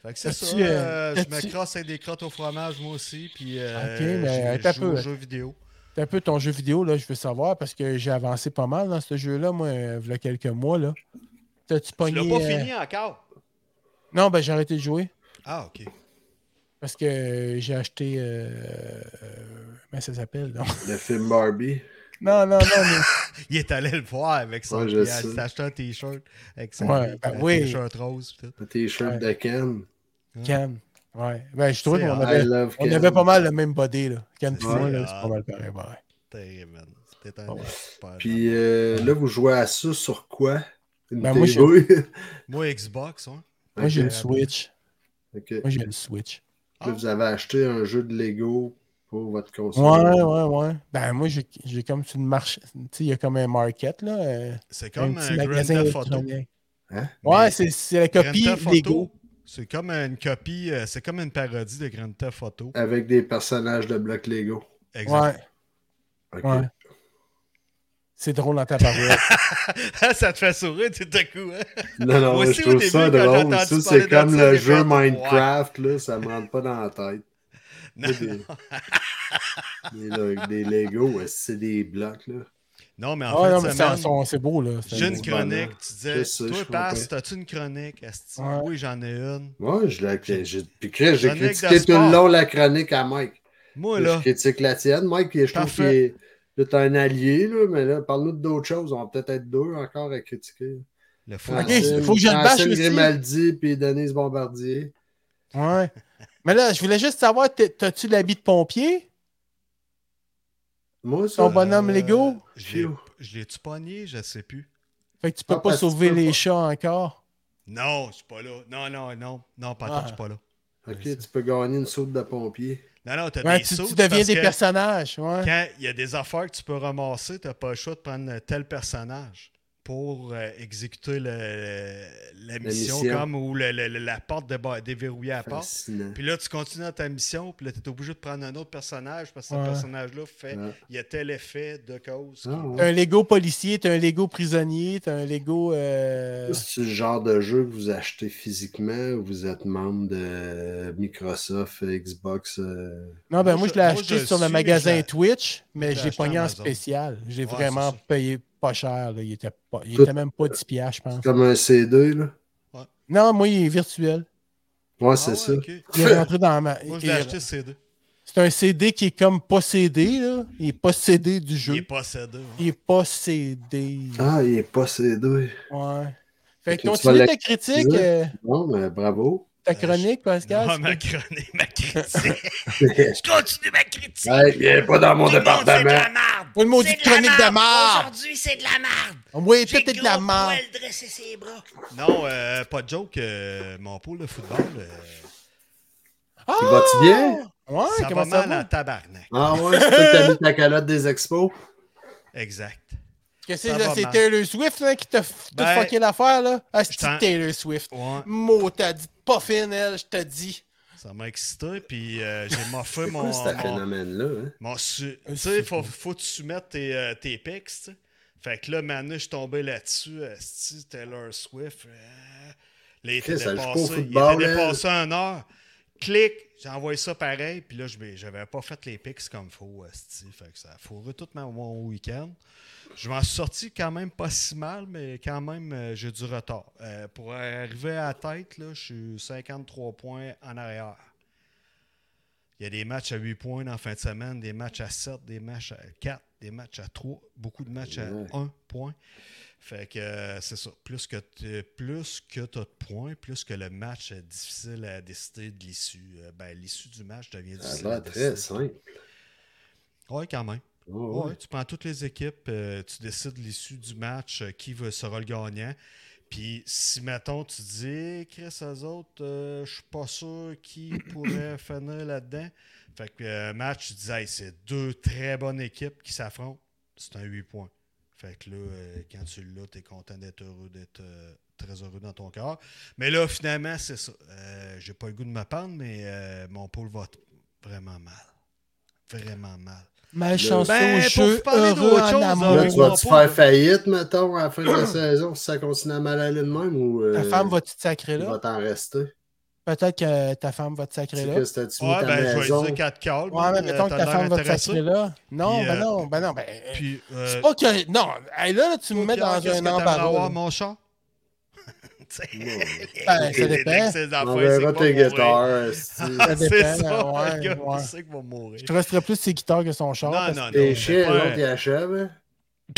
[SPEAKER 3] Fait que c'est
[SPEAKER 2] As-tu,
[SPEAKER 3] ça,
[SPEAKER 2] euh,
[SPEAKER 3] euh, je me
[SPEAKER 2] as-tu-
[SPEAKER 3] crosse avec des crottes au fromage, moi aussi, puis euh,
[SPEAKER 2] Ok, mais
[SPEAKER 3] je-
[SPEAKER 2] t'as
[SPEAKER 3] je joue aux
[SPEAKER 2] peu.
[SPEAKER 3] jeux vidéo.
[SPEAKER 2] C'est un peu ton jeu vidéo, là, je veux savoir, parce que j'ai avancé pas mal dans ce jeu-là, moi, euh, il y a quelques mois. là. T'as-tu
[SPEAKER 3] Tu
[SPEAKER 2] pogné.
[SPEAKER 3] l'as pas
[SPEAKER 2] euh,
[SPEAKER 3] fini encore?
[SPEAKER 2] Non, ben j'ai arrêté de jouer.
[SPEAKER 3] Ah, OK.
[SPEAKER 2] Parce que euh, j'ai acheté. Euh, euh, comment ça s'appelle? Non.
[SPEAKER 4] Le film Barbie.
[SPEAKER 2] non, non, non, mais.
[SPEAKER 3] Il est allé le voir avec son...
[SPEAKER 4] Ouais, je
[SPEAKER 3] il a-
[SPEAKER 4] sais.
[SPEAKER 3] il s'est acheté un T-shirt avec son
[SPEAKER 2] Ouais, ben oui.
[SPEAKER 3] T-shirt rose, puis tout.
[SPEAKER 4] Un t-shirt de Ken.
[SPEAKER 2] Can. Ouais. Ben, je trouvais
[SPEAKER 3] C'est
[SPEAKER 2] qu'on
[SPEAKER 3] hard.
[SPEAKER 2] avait,
[SPEAKER 4] I love
[SPEAKER 2] on
[SPEAKER 4] Ken.
[SPEAKER 2] avait pas mal le même body, là. Can
[SPEAKER 3] C'est
[SPEAKER 2] puis moi,
[SPEAKER 3] hard.
[SPEAKER 2] là, c'est pas mal pareil, pareil.
[SPEAKER 3] terrible, man. C'était un
[SPEAKER 2] Ouais.
[SPEAKER 3] super.
[SPEAKER 4] Puis euh, là, vous jouez à ça sur quoi? Une
[SPEAKER 2] Ben, moi,
[SPEAKER 4] TV?
[SPEAKER 3] Moi, Xbox, hein.
[SPEAKER 2] Moi, j'ai
[SPEAKER 4] Ok,
[SPEAKER 2] une Switch.
[SPEAKER 4] ok.
[SPEAKER 2] Moi, j'ai une Switch.
[SPEAKER 4] Là, vous avez acheté un jeu de Lego pour votre console.
[SPEAKER 2] Ouais, ouais, ouais. Ben, moi, j'ai j'ai comme sur une marche. Tu sais, il y a comme un market, là. euh,
[SPEAKER 3] C'est
[SPEAKER 2] un
[SPEAKER 3] comme
[SPEAKER 2] petit
[SPEAKER 3] un Grand
[SPEAKER 2] magasin
[SPEAKER 3] Theft Auto.
[SPEAKER 2] électronique.
[SPEAKER 4] Hein?
[SPEAKER 2] Ouais,
[SPEAKER 3] Mais
[SPEAKER 2] c'est- c'est la
[SPEAKER 3] Grand
[SPEAKER 2] copie
[SPEAKER 3] Theft Auto,
[SPEAKER 2] Lego.
[SPEAKER 3] C'est comme une copie, euh, c'est comme une parodie de Grand Theft Auto.
[SPEAKER 4] Avec des personnages de blocs Lego.
[SPEAKER 2] Ouais,
[SPEAKER 3] Exact.
[SPEAKER 4] Ok.
[SPEAKER 2] ouais. C'est drôle dans ta parole.
[SPEAKER 3] ça te fait sourire tout à coup, hein?
[SPEAKER 4] Non, non,
[SPEAKER 3] Moi
[SPEAKER 4] je
[SPEAKER 3] aussi, au
[SPEAKER 4] trouve
[SPEAKER 3] début, quand
[SPEAKER 4] ça
[SPEAKER 3] j'ai
[SPEAKER 4] drôle.
[SPEAKER 3] entendu
[SPEAKER 4] Ça,
[SPEAKER 3] parler
[SPEAKER 4] c'est
[SPEAKER 3] de
[SPEAKER 4] comme
[SPEAKER 3] ça,
[SPEAKER 4] le
[SPEAKER 3] j'ai
[SPEAKER 4] jeu
[SPEAKER 3] fait,
[SPEAKER 4] Minecraft, là, ça me rentre pas dans la tête.
[SPEAKER 3] Non,
[SPEAKER 4] Là, des... des, là, des Lego, ouais, c'est des blocs, là.
[SPEAKER 3] non, mais en
[SPEAKER 2] Ah non,
[SPEAKER 3] fait,
[SPEAKER 2] mais
[SPEAKER 3] semaine,
[SPEAKER 2] ça, son- c'est beau, là. C'est
[SPEAKER 3] j'ai une
[SPEAKER 2] beau.
[SPEAKER 3] chronique. Tu
[SPEAKER 4] Je
[SPEAKER 3] disais,
[SPEAKER 4] sais, je
[SPEAKER 3] toi,
[SPEAKER 4] comprends.
[SPEAKER 3] Pass, t'as-tu une chronique? Asti?
[SPEAKER 2] Ouais.
[SPEAKER 3] Oui, j'en ai une.
[SPEAKER 4] Ouais, je l'ai. j'ai- Puis Chris, j'ai
[SPEAKER 3] Chronique de
[SPEAKER 4] critiqué tout le
[SPEAKER 3] sport.
[SPEAKER 4] long la chronique à Mike.
[SPEAKER 3] Moi,
[SPEAKER 4] Je
[SPEAKER 3] là,
[SPEAKER 4] critique la tienne, Mike, puis je trouve qu'il
[SPEAKER 3] Parfait.
[SPEAKER 4] est. là, t'es un allié, là, mais là, parle-nous d'autres choses. On va peut-être être deux encore à critiquer.
[SPEAKER 3] le fou.
[SPEAKER 2] Ok,
[SPEAKER 4] Francine-
[SPEAKER 2] faut que je Ah, le bâche
[SPEAKER 4] Francine
[SPEAKER 2] aussi.
[SPEAKER 4] Grimaldi puis Denise Bombardier.
[SPEAKER 2] Ouais. Mais là, je voulais juste savoir, t'es- t'as-tu l'habit de pompier?
[SPEAKER 4] Moi, ça.
[SPEAKER 2] Ton bonhomme Lego?
[SPEAKER 3] Euh, Je l'ai- je l'ai-tu pogné? Je sais plus.
[SPEAKER 2] Fait que tu peux
[SPEAKER 4] Ah,
[SPEAKER 2] pas
[SPEAKER 4] parce que tu
[SPEAKER 2] sauver
[SPEAKER 4] peux
[SPEAKER 2] les
[SPEAKER 4] pas.
[SPEAKER 2] chats encore.
[SPEAKER 3] Non, je suis pas là. Non, non, non. Non, pas tant,
[SPEAKER 2] Ah.
[SPEAKER 3] je suis pas là.
[SPEAKER 4] Ok, tu peux gagner une soupe de pompier.
[SPEAKER 3] Non, non, t'as
[SPEAKER 2] Ouais,
[SPEAKER 3] des
[SPEAKER 2] tu, tu
[SPEAKER 3] sauts,
[SPEAKER 2] deviens
[SPEAKER 3] parce
[SPEAKER 2] des
[SPEAKER 3] que
[SPEAKER 2] personnages. Ouais.
[SPEAKER 3] Quand il y a des affaires que tu peux ramasser, t'as pas le choix de prendre tel personnage pour euh, exécuter le- la mission,
[SPEAKER 4] mission.
[SPEAKER 3] comme ou le- le- le- la porte déba- déverrouiller à la porte.
[SPEAKER 4] Fascinant.
[SPEAKER 3] Puis là, tu continues dans ta mission, puis là, tu es obligé de prendre un autre personnage parce que
[SPEAKER 2] Ouais.
[SPEAKER 3] ce personnage-là fait.
[SPEAKER 4] Ouais.
[SPEAKER 3] Il y a tel effet de cause. qui-
[SPEAKER 4] Ah, ouais.
[SPEAKER 2] T'as un Lego policier, t'as un Lego prisonnier, t'as un Lego. euh,
[SPEAKER 4] C'est le genre de jeu que vous achetez physiquement ou vous êtes membre de Microsoft, Xbox. euh,
[SPEAKER 2] Non, ben
[SPEAKER 3] Moi,
[SPEAKER 2] moi,
[SPEAKER 3] je-
[SPEAKER 2] je l'ai
[SPEAKER 3] moi,
[SPEAKER 2] acheté
[SPEAKER 3] je
[SPEAKER 2] sur le
[SPEAKER 3] suis,
[SPEAKER 2] magasin
[SPEAKER 3] je-
[SPEAKER 2] Twitch,
[SPEAKER 3] je
[SPEAKER 2] mais
[SPEAKER 3] l'ai
[SPEAKER 2] je l'ai
[SPEAKER 3] acheté
[SPEAKER 2] pogné en
[SPEAKER 3] Amazon.
[SPEAKER 2] spécial. J'ai
[SPEAKER 3] Ouais,
[SPEAKER 2] vraiment
[SPEAKER 3] c'est ça.
[SPEAKER 2] payé pas cher. là. Il était, pas- il
[SPEAKER 4] Tout-
[SPEAKER 2] était même pas 10$, piastres, je pense.
[SPEAKER 4] C'est comme un CD, là.
[SPEAKER 2] Non, moi, il est virtuel.
[SPEAKER 4] Ouais,
[SPEAKER 3] Ah
[SPEAKER 4] c'est
[SPEAKER 3] ouais,
[SPEAKER 4] ça.
[SPEAKER 3] ok.
[SPEAKER 2] Il est rentré dans ma.
[SPEAKER 3] Moi, je
[SPEAKER 2] il
[SPEAKER 3] l'ai
[SPEAKER 2] est-
[SPEAKER 3] acheté CD.
[SPEAKER 2] C'est un CD qui est comme pas CD, là. Il est pas CD du
[SPEAKER 3] Il est
[SPEAKER 2] jeu.
[SPEAKER 3] pas hein. CD. ouais.
[SPEAKER 2] Il est pas CD.
[SPEAKER 4] Ah, il est pas CD.
[SPEAKER 2] Ouais. Fait
[SPEAKER 4] Ok,
[SPEAKER 2] que
[SPEAKER 4] tu vas
[SPEAKER 2] continue ta
[SPEAKER 4] l'accuser.
[SPEAKER 2] critique, euh,
[SPEAKER 4] Bon, ben, bravo.
[SPEAKER 2] ta chronique, Pascal.
[SPEAKER 3] Ah, Non,
[SPEAKER 2] c'est-
[SPEAKER 3] ma chronique, ma critique.
[SPEAKER 4] Ouais,
[SPEAKER 3] je continue ma critique.
[SPEAKER 4] il est pas dans mon
[SPEAKER 3] Tout le monde, c'est de
[SPEAKER 4] département.
[SPEAKER 3] la merde.
[SPEAKER 2] Pas le maudit
[SPEAKER 3] C'est de
[SPEAKER 2] chronique
[SPEAKER 3] la
[SPEAKER 2] de merde.
[SPEAKER 3] Aujourd'hui, c'est de la merde.
[SPEAKER 2] Oui, tout
[SPEAKER 3] J'ai
[SPEAKER 2] est de
[SPEAKER 3] gros
[SPEAKER 2] la merde.
[SPEAKER 3] poil dressé ses bras. Non, euh, pas de joke. euh, mon pôle de football, euh,
[SPEAKER 2] Ah!
[SPEAKER 4] Il va-tu bien?
[SPEAKER 2] Ouais,
[SPEAKER 3] ça va
[SPEAKER 2] Ah, comment ça
[SPEAKER 3] mal hein.
[SPEAKER 2] va?
[SPEAKER 3] en tabarnak.
[SPEAKER 4] Ah ouais, c'est toi qui t'as mis ta calotte des expos.
[SPEAKER 3] Exact.
[SPEAKER 2] Que c'est
[SPEAKER 3] Ça
[SPEAKER 2] là,
[SPEAKER 3] va
[SPEAKER 2] c'est
[SPEAKER 3] mal.
[SPEAKER 2] Taylor Swift là, qui t'a f- tout
[SPEAKER 3] Ben,
[SPEAKER 2] fucké l'affaire, là? Ah, c'est
[SPEAKER 3] t'en-
[SPEAKER 2] Taylor Swift.
[SPEAKER 3] Ouais.
[SPEAKER 2] Mot, t'as dit pas fine, elle, je te dis.
[SPEAKER 3] Ça m'a excité, puis euh, j'ai moffé
[SPEAKER 4] C'est
[SPEAKER 3] mon.
[SPEAKER 4] quoi ce
[SPEAKER 3] mon-
[SPEAKER 4] phénomène-là? hein?
[SPEAKER 3] Bon, su- tu sais, faut, faut que tu soumettes tes, euh, tes pics, tu sais. Fait que là, Manu, je suis tombé là-dessus. Asti, Taylor Swift. euh, là, il était
[SPEAKER 4] Chris, elle joue pas au
[SPEAKER 3] dépassé. Il
[SPEAKER 4] football,
[SPEAKER 3] était
[SPEAKER 4] elle.
[SPEAKER 3] dépassé un heure. Clic, j'ai envoyé ça pareil. Puis là, je m'ai- j'avais pas fait les pics comme faut. Asti, fait que ça a fourré tout ma- mon week-end. Je m'en suis sorti quand même pas si mal, mais quand même, euh, j'ai du retard. Euh, pour arriver à la tête, là, je suis 53 points en arrière. Il y a des matchs à 8 points en fin de semaine, des matchs à 7, des matchs à 4, des matchs à 3, beaucoup de matchs à
[SPEAKER 4] Ouais.
[SPEAKER 3] 1 point. Fait que euh, c'est ça. Plus que tu plus que as de points, plus que le match est difficile à décider de l'issue. Euh, ben, l'issue du match devient difficile.
[SPEAKER 4] Ça a
[SPEAKER 3] à
[SPEAKER 4] l'air très
[SPEAKER 3] décider.
[SPEAKER 4] simple.
[SPEAKER 3] Oui, quand même.
[SPEAKER 4] Oh,
[SPEAKER 3] Ouais,
[SPEAKER 4] ouais.
[SPEAKER 3] tu prends toutes les équipes, euh, tu décides l'issue du match, euh, qui va- sera le gagnant. Puis si, mettons, tu dis, Chris, eux autres, euh, je suis pas sûr qui pourrait finir là-dedans. Fait que euh, match, tu dis, Hey, c'est deux très bonnes équipes qui s'affrontent. C'est un 8 points. Fait que là, euh, quand tu l'as, t'es content d'être heureux, d'être euh, très heureux dans ton cœur. Mais là, finalement, c'est ça. Euh, J'ai pas le goût de me pendre, mais euh, mon pôle va t- vraiment mal. Vraiment mal.
[SPEAKER 2] Malchanceux
[SPEAKER 3] Ben,
[SPEAKER 2] au
[SPEAKER 3] pour vous
[SPEAKER 2] jeu,
[SPEAKER 3] parler
[SPEAKER 2] heureux
[SPEAKER 3] d'autre chose,
[SPEAKER 2] en amour.
[SPEAKER 4] Là,
[SPEAKER 3] euh,
[SPEAKER 4] tu vas-tu
[SPEAKER 3] on va pas-
[SPEAKER 4] faire faillite, mettons, à la fin de la saison, si ça continue à mal aller de même ou. euh,
[SPEAKER 2] Ta femme va-tu te sacrer
[SPEAKER 4] il va
[SPEAKER 2] là?
[SPEAKER 4] t'en rester.
[SPEAKER 2] Peut-être que ta femme va te
[SPEAKER 4] Tu
[SPEAKER 2] sacrer
[SPEAKER 4] sais
[SPEAKER 2] là.
[SPEAKER 4] que c'était-tu mis
[SPEAKER 3] Ouais,
[SPEAKER 4] ta
[SPEAKER 3] ben, je vais
[SPEAKER 4] maison.
[SPEAKER 3] lui dire euh, 4 calmes.
[SPEAKER 2] Ouais, mais mettons que ta femme va te sacrer là. Non,
[SPEAKER 3] Puis,
[SPEAKER 2] ben
[SPEAKER 3] euh,
[SPEAKER 2] non, ben non, ben. euh,
[SPEAKER 3] Puis, euh,
[SPEAKER 2] C'est pas que. Non, hey, là, là, tu me mets
[SPEAKER 3] Pierre,
[SPEAKER 2] dans
[SPEAKER 3] qu'est-ce
[SPEAKER 2] un
[SPEAKER 3] que t'aimerais avoir,
[SPEAKER 2] embarras. là.
[SPEAKER 3] mon chat?
[SPEAKER 4] Ouais.
[SPEAKER 2] Ben, ça dépend.
[SPEAKER 4] On verra tes euh, guitares. esti.
[SPEAKER 3] C'est
[SPEAKER 2] dépend,
[SPEAKER 3] ça,
[SPEAKER 2] ouais,
[SPEAKER 3] le gars,
[SPEAKER 2] ouais.
[SPEAKER 3] je sais qu'il va mourir.
[SPEAKER 2] Je te resterais plus ses guitares que son char.
[SPEAKER 3] Non,
[SPEAKER 2] parce
[SPEAKER 3] non,
[SPEAKER 2] que-
[SPEAKER 4] T'es
[SPEAKER 3] non.
[SPEAKER 4] chiens,
[SPEAKER 3] c'est pas un-
[SPEAKER 4] l'autre, il achève.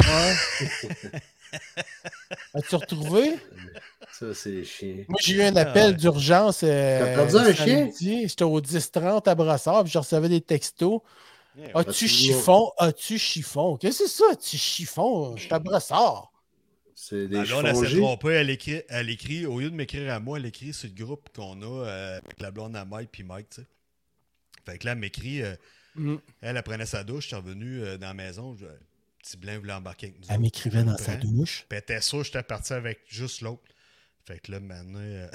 [SPEAKER 4] hein?
[SPEAKER 2] Ouais. As-tu retrouvé?
[SPEAKER 4] Ça, c'est chiant.
[SPEAKER 2] Moi, j'ai eu un appel
[SPEAKER 3] ouais.
[SPEAKER 2] d'urgence. euh,
[SPEAKER 4] T'as perdu un
[SPEAKER 2] samedi. J'étais au 10-30 à Brassard, puis je recevais des textos. As-tu chiffon? As-tu chiffon? Qu'est-ce que c'est ça, as-tu chiffon? Je t'abrossard.
[SPEAKER 4] C'est des
[SPEAKER 3] Alors, elle s'est
[SPEAKER 4] chirurgies.
[SPEAKER 3] trompée. Elle écrit, elle écrit, au lieu de m'écrire à moi, elle écrit sur le groupe qu'on a euh, avec la blonde à Mike puis Mike, tu sais. Fait que là, elle m'écrit, euh,
[SPEAKER 2] Mm.
[SPEAKER 3] elle, elle prenait sa douche, je suis revenu euh, dans la maison, je, petit blanc voulait embarquer avec nous.
[SPEAKER 2] Elle
[SPEAKER 3] autres.
[SPEAKER 2] m'écrivait dans
[SPEAKER 3] Je
[SPEAKER 2] sa
[SPEAKER 3] prends.
[SPEAKER 2] douche.
[SPEAKER 3] Puis elle était sûre, Ben, que j'étais parti avec juste l'autre. Fait que là, maintenant. euh,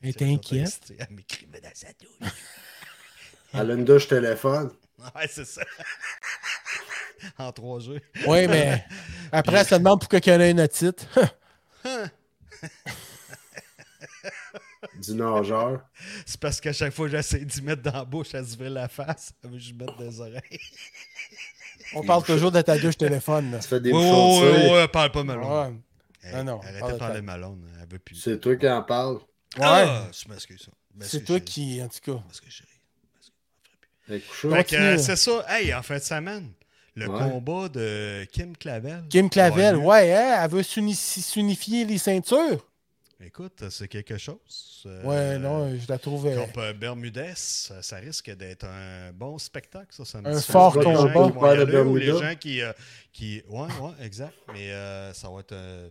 [SPEAKER 2] Elle était inquiète.
[SPEAKER 3] Elle m'écrivait dans sa douche.
[SPEAKER 4] Elle a une douche téléphone.
[SPEAKER 3] ouais, c'est ça. en trois jeux.
[SPEAKER 2] Oui, mais après, elle se demande pourquoi qu'elle a une otite.
[SPEAKER 4] du nageur.
[SPEAKER 3] C'est parce qu'à chaque fois que j'essaie d'y mettre dans la bouche, elle se ouvre la face. Elle veut que je mette des oreilles.
[SPEAKER 2] On parle toujours de ta douche téléphone. là.
[SPEAKER 4] Tu fais des
[SPEAKER 3] Oui, oui,
[SPEAKER 4] bouchons de
[SPEAKER 3] oui,
[SPEAKER 4] cire.
[SPEAKER 3] oui, elle parle pas Malone.
[SPEAKER 2] Ouais.
[SPEAKER 3] Hey,
[SPEAKER 2] Non, non, parle
[SPEAKER 3] Arrêtez
[SPEAKER 2] de
[SPEAKER 3] de parler
[SPEAKER 2] ta-
[SPEAKER 3] Malone. Elle veut plus.
[SPEAKER 4] C'est toi qui en parles.
[SPEAKER 3] Ah, je m'excuse. Je m'excuse,
[SPEAKER 2] C'est toi
[SPEAKER 3] chérie.
[SPEAKER 2] qui, en tout cas.
[SPEAKER 3] Je m'excuse, chérie.
[SPEAKER 4] Fait que couchou.
[SPEAKER 3] Fait que, euh,
[SPEAKER 2] Continue.
[SPEAKER 3] c'est ça. Hey, en fin de semaine, le
[SPEAKER 4] Ouais.
[SPEAKER 3] combat de Kim Clavel.
[SPEAKER 2] Kim Clavel,
[SPEAKER 3] Ouais,
[SPEAKER 2] ouais, hein, elle veut s'uni- s'unifier les ceintures.
[SPEAKER 3] Écoute, c'est quelque chose. Euh,
[SPEAKER 2] Ouais, non, je la trouve. euh,
[SPEAKER 3] Contre euh, Bermudez, ça ça risque d'être un bon spectacle, ça, samedi
[SPEAKER 2] Un
[SPEAKER 3] soir.
[SPEAKER 2] fort
[SPEAKER 3] Les gens
[SPEAKER 2] combat.
[SPEAKER 3] qui vont y
[SPEAKER 4] Combat de
[SPEAKER 3] aller ou les
[SPEAKER 4] Bermuda.
[SPEAKER 3] gens qui, euh, qui... Ouais, ouais, exact. Mais euh, ça va être... euh,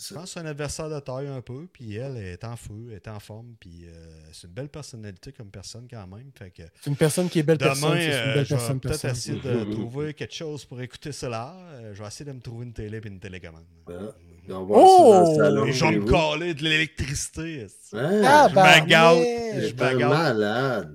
[SPEAKER 3] je pense que c'est un adversaire de taille un peu, puis elle est en feu, elle est en forme, puis euh, c'est une belle personnalité comme personne quand même. Fait que
[SPEAKER 2] C'est une personne qui est belle personne.
[SPEAKER 3] demain,
[SPEAKER 2] c'est une
[SPEAKER 3] euh,
[SPEAKER 2] belle
[SPEAKER 3] je vais
[SPEAKER 2] personne.
[SPEAKER 3] peut-être
[SPEAKER 2] personne.
[SPEAKER 3] essayer de trouver quelque chose pour écouter cela. Euh, je vais essayer de me trouver une télé et une télécommande.
[SPEAKER 4] Ah, on va voir ça dans le salon.
[SPEAKER 2] Oh!
[SPEAKER 3] Et je vais me
[SPEAKER 4] Rendez-vous.
[SPEAKER 3] caler de l'électricité.
[SPEAKER 4] Hein?
[SPEAKER 2] Ah,
[SPEAKER 3] je
[SPEAKER 2] bah,
[SPEAKER 3] m'agate.
[SPEAKER 2] mais-
[SPEAKER 3] je
[SPEAKER 4] T'es un
[SPEAKER 3] bagarre.
[SPEAKER 4] malade.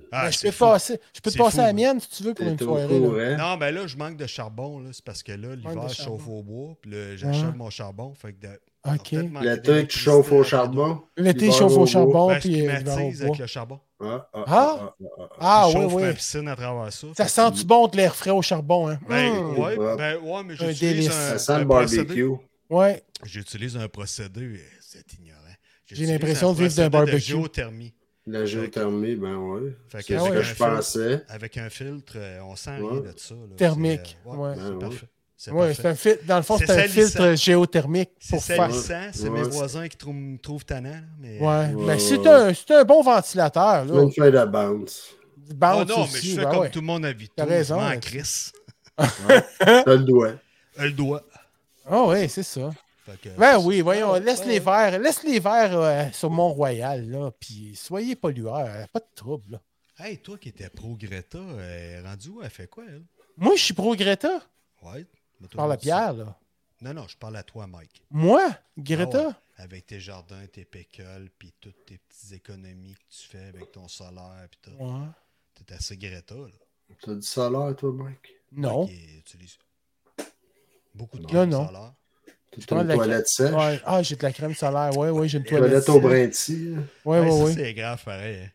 [SPEAKER 3] Ah,
[SPEAKER 2] mais Ben, je
[SPEAKER 3] c'est
[SPEAKER 2] peux,
[SPEAKER 3] fou.
[SPEAKER 2] passer, je peux te
[SPEAKER 3] C'est
[SPEAKER 2] passer
[SPEAKER 3] fou.
[SPEAKER 2] à la mienne si tu veux pour
[SPEAKER 4] T'es
[SPEAKER 2] une
[SPEAKER 4] au
[SPEAKER 2] soirée. là.
[SPEAKER 4] courant.
[SPEAKER 3] Non, ben là, je manque de charbon, là. C'est parce que là,
[SPEAKER 2] Manque
[SPEAKER 3] l'hiver,
[SPEAKER 2] de
[SPEAKER 3] je chauffe au bois, puis là,
[SPEAKER 2] Ouais.
[SPEAKER 3] j'achève mon charbon. Fait que de... on va
[SPEAKER 2] Ok.
[SPEAKER 3] peut-être manquer
[SPEAKER 4] L'été, tu
[SPEAKER 3] d'électricité
[SPEAKER 4] chauffes
[SPEAKER 3] dans
[SPEAKER 4] au
[SPEAKER 3] le
[SPEAKER 4] charbon.
[SPEAKER 2] L'été,
[SPEAKER 4] L'hiver,
[SPEAKER 2] chauffe au
[SPEAKER 4] au bois.
[SPEAKER 3] dos.
[SPEAKER 2] charbon,
[SPEAKER 3] Ben, je
[SPEAKER 2] puis euh, l'hiver au
[SPEAKER 3] climatise
[SPEAKER 2] bois.
[SPEAKER 3] avec le charbon.
[SPEAKER 4] Ah, ah,
[SPEAKER 2] Ah?
[SPEAKER 4] ah, ah, ah.
[SPEAKER 2] Ah,
[SPEAKER 3] je
[SPEAKER 2] oui,
[SPEAKER 3] chauffe
[SPEAKER 2] oui.
[SPEAKER 3] ma piscine à travers ça.
[SPEAKER 2] Ça
[SPEAKER 4] Mm.
[SPEAKER 2] sent-tu bon de l'air frais au charbon, hein?
[SPEAKER 3] Ben, ouais,
[SPEAKER 4] Ouais.
[SPEAKER 3] ben, ouais, mais
[SPEAKER 2] Un
[SPEAKER 3] j'utilise
[SPEAKER 2] délice.
[SPEAKER 3] un,
[SPEAKER 4] Ça sent
[SPEAKER 3] Euh, un
[SPEAKER 4] le
[SPEAKER 3] procédé-
[SPEAKER 4] barbecue.
[SPEAKER 2] Ouais.
[SPEAKER 3] J'utilise un procédé, euh, c'est ignorant.
[SPEAKER 2] J'ai
[SPEAKER 3] J'utilise
[SPEAKER 2] l'impression
[SPEAKER 3] un
[SPEAKER 2] de vivre d'un
[SPEAKER 3] procédé
[SPEAKER 2] barbecue.
[SPEAKER 3] géothermie.
[SPEAKER 4] La géothermie, ben ouais.
[SPEAKER 3] Fait que
[SPEAKER 4] C'est ce
[SPEAKER 2] avec
[SPEAKER 4] que
[SPEAKER 2] un
[SPEAKER 4] je
[SPEAKER 3] fil-
[SPEAKER 4] pensais.
[SPEAKER 3] Avec un filtre, euh, on sent
[SPEAKER 4] Ouais.
[SPEAKER 3] rien de ça. là.
[SPEAKER 2] Thermique,
[SPEAKER 3] C'est, euh,
[SPEAKER 2] ouais.
[SPEAKER 3] c'est
[SPEAKER 4] Ah, ouais.
[SPEAKER 3] parfait. C'est
[SPEAKER 2] Ouais,
[SPEAKER 3] parfait.
[SPEAKER 2] c'est un filtre. Dans le fond,
[SPEAKER 3] C'est
[SPEAKER 2] c'est un
[SPEAKER 3] salissant.
[SPEAKER 2] filtre euh, géothermique
[SPEAKER 3] C'est
[SPEAKER 2] pour faire.
[SPEAKER 3] salissant, c'est mes
[SPEAKER 4] Ouais.
[SPEAKER 3] voisins qui trou- me trouvent tannant. là, Mais...
[SPEAKER 2] Ouais.
[SPEAKER 4] Ouais,
[SPEAKER 2] Ben,
[SPEAKER 4] ouais,
[SPEAKER 2] c'est
[SPEAKER 4] ouais.
[SPEAKER 2] un, c'est un bon ventilateur,
[SPEAKER 4] Tu veux
[SPEAKER 2] là.
[SPEAKER 4] une feuille de bounce.
[SPEAKER 2] Du bounce
[SPEAKER 3] oh non, mais
[SPEAKER 2] aussi,
[SPEAKER 3] je fais
[SPEAKER 2] ben
[SPEAKER 3] comme
[SPEAKER 2] ouais.
[SPEAKER 3] tout le monde à Vito.
[SPEAKER 2] T'as raison,
[SPEAKER 3] Je m'en
[SPEAKER 2] hein.
[SPEAKER 3] crisse.
[SPEAKER 4] T'as le doigt.
[SPEAKER 3] Elle doit.
[SPEAKER 2] Ah oui, c'est ça.
[SPEAKER 3] Fait que-
[SPEAKER 2] Ben oui, voyons,
[SPEAKER 3] Ouais,
[SPEAKER 2] laisse
[SPEAKER 3] ouais,
[SPEAKER 2] les
[SPEAKER 3] ouais.
[SPEAKER 2] verres, laisse les verres euh, sur Mont-Royal, là, puis soyez pollueurs, hein, pas de trouble. là.
[SPEAKER 3] Hey, toi qui étais pro Greta, euh, rendu où? Elle fait quoi, elle?
[SPEAKER 2] Moi, je suis pro-Greta,
[SPEAKER 3] Ouais.
[SPEAKER 2] je
[SPEAKER 3] mais toi,
[SPEAKER 2] parle à
[SPEAKER 3] ça-
[SPEAKER 2] Pierre, là.
[SPEAKER 3] Non, non, je parle à toi, Mike.
[SPEAKER 2] Moi,
[SPEAKER 3] Ah
[SPEAKER 2] Greta?
[SPEAKER 3] ouais, Avec tes jardins, tes pécoles, puis toutes tes petites économies que tu fais avec ton solaire, puis tout.
[SPEAKER 2] Ouais.
[SPEAKER 3] T'es assez Greta, là.
[SPEAKER 4] T'as du solaire, toi, Mike?
[SPEAKER 2] Non.
[SPEAKER 3] Toi qui utilise beaucoup de
[SPEAKER 2] Non,
[SPEAKER 3] crème
[SPEAKER 2] non.
[SPEAKER 3] solaire.
[SPEAKER 4] T'as
[SPEAKER 2] prends
[SPEAKER 4] une
[SPEAKER 2] de la-
[SPEAKER 4] toilette sèche?
[SPEAKER 2] Ouais. Ah, j'ai de la crème solaire, ouais, ouais, j'ai une toilette.
[SPEAKER 4] Toilette au brin de scie, là.
[SPEAKER 2] Ouais,
[SPEAKER 3] Hey,
[SPEAKER 2] ouais,
[SPEAKER 3] ça,
[SPEAKER 2] ouais.
[SPEAKER 3] c'est grave, pareil. hein.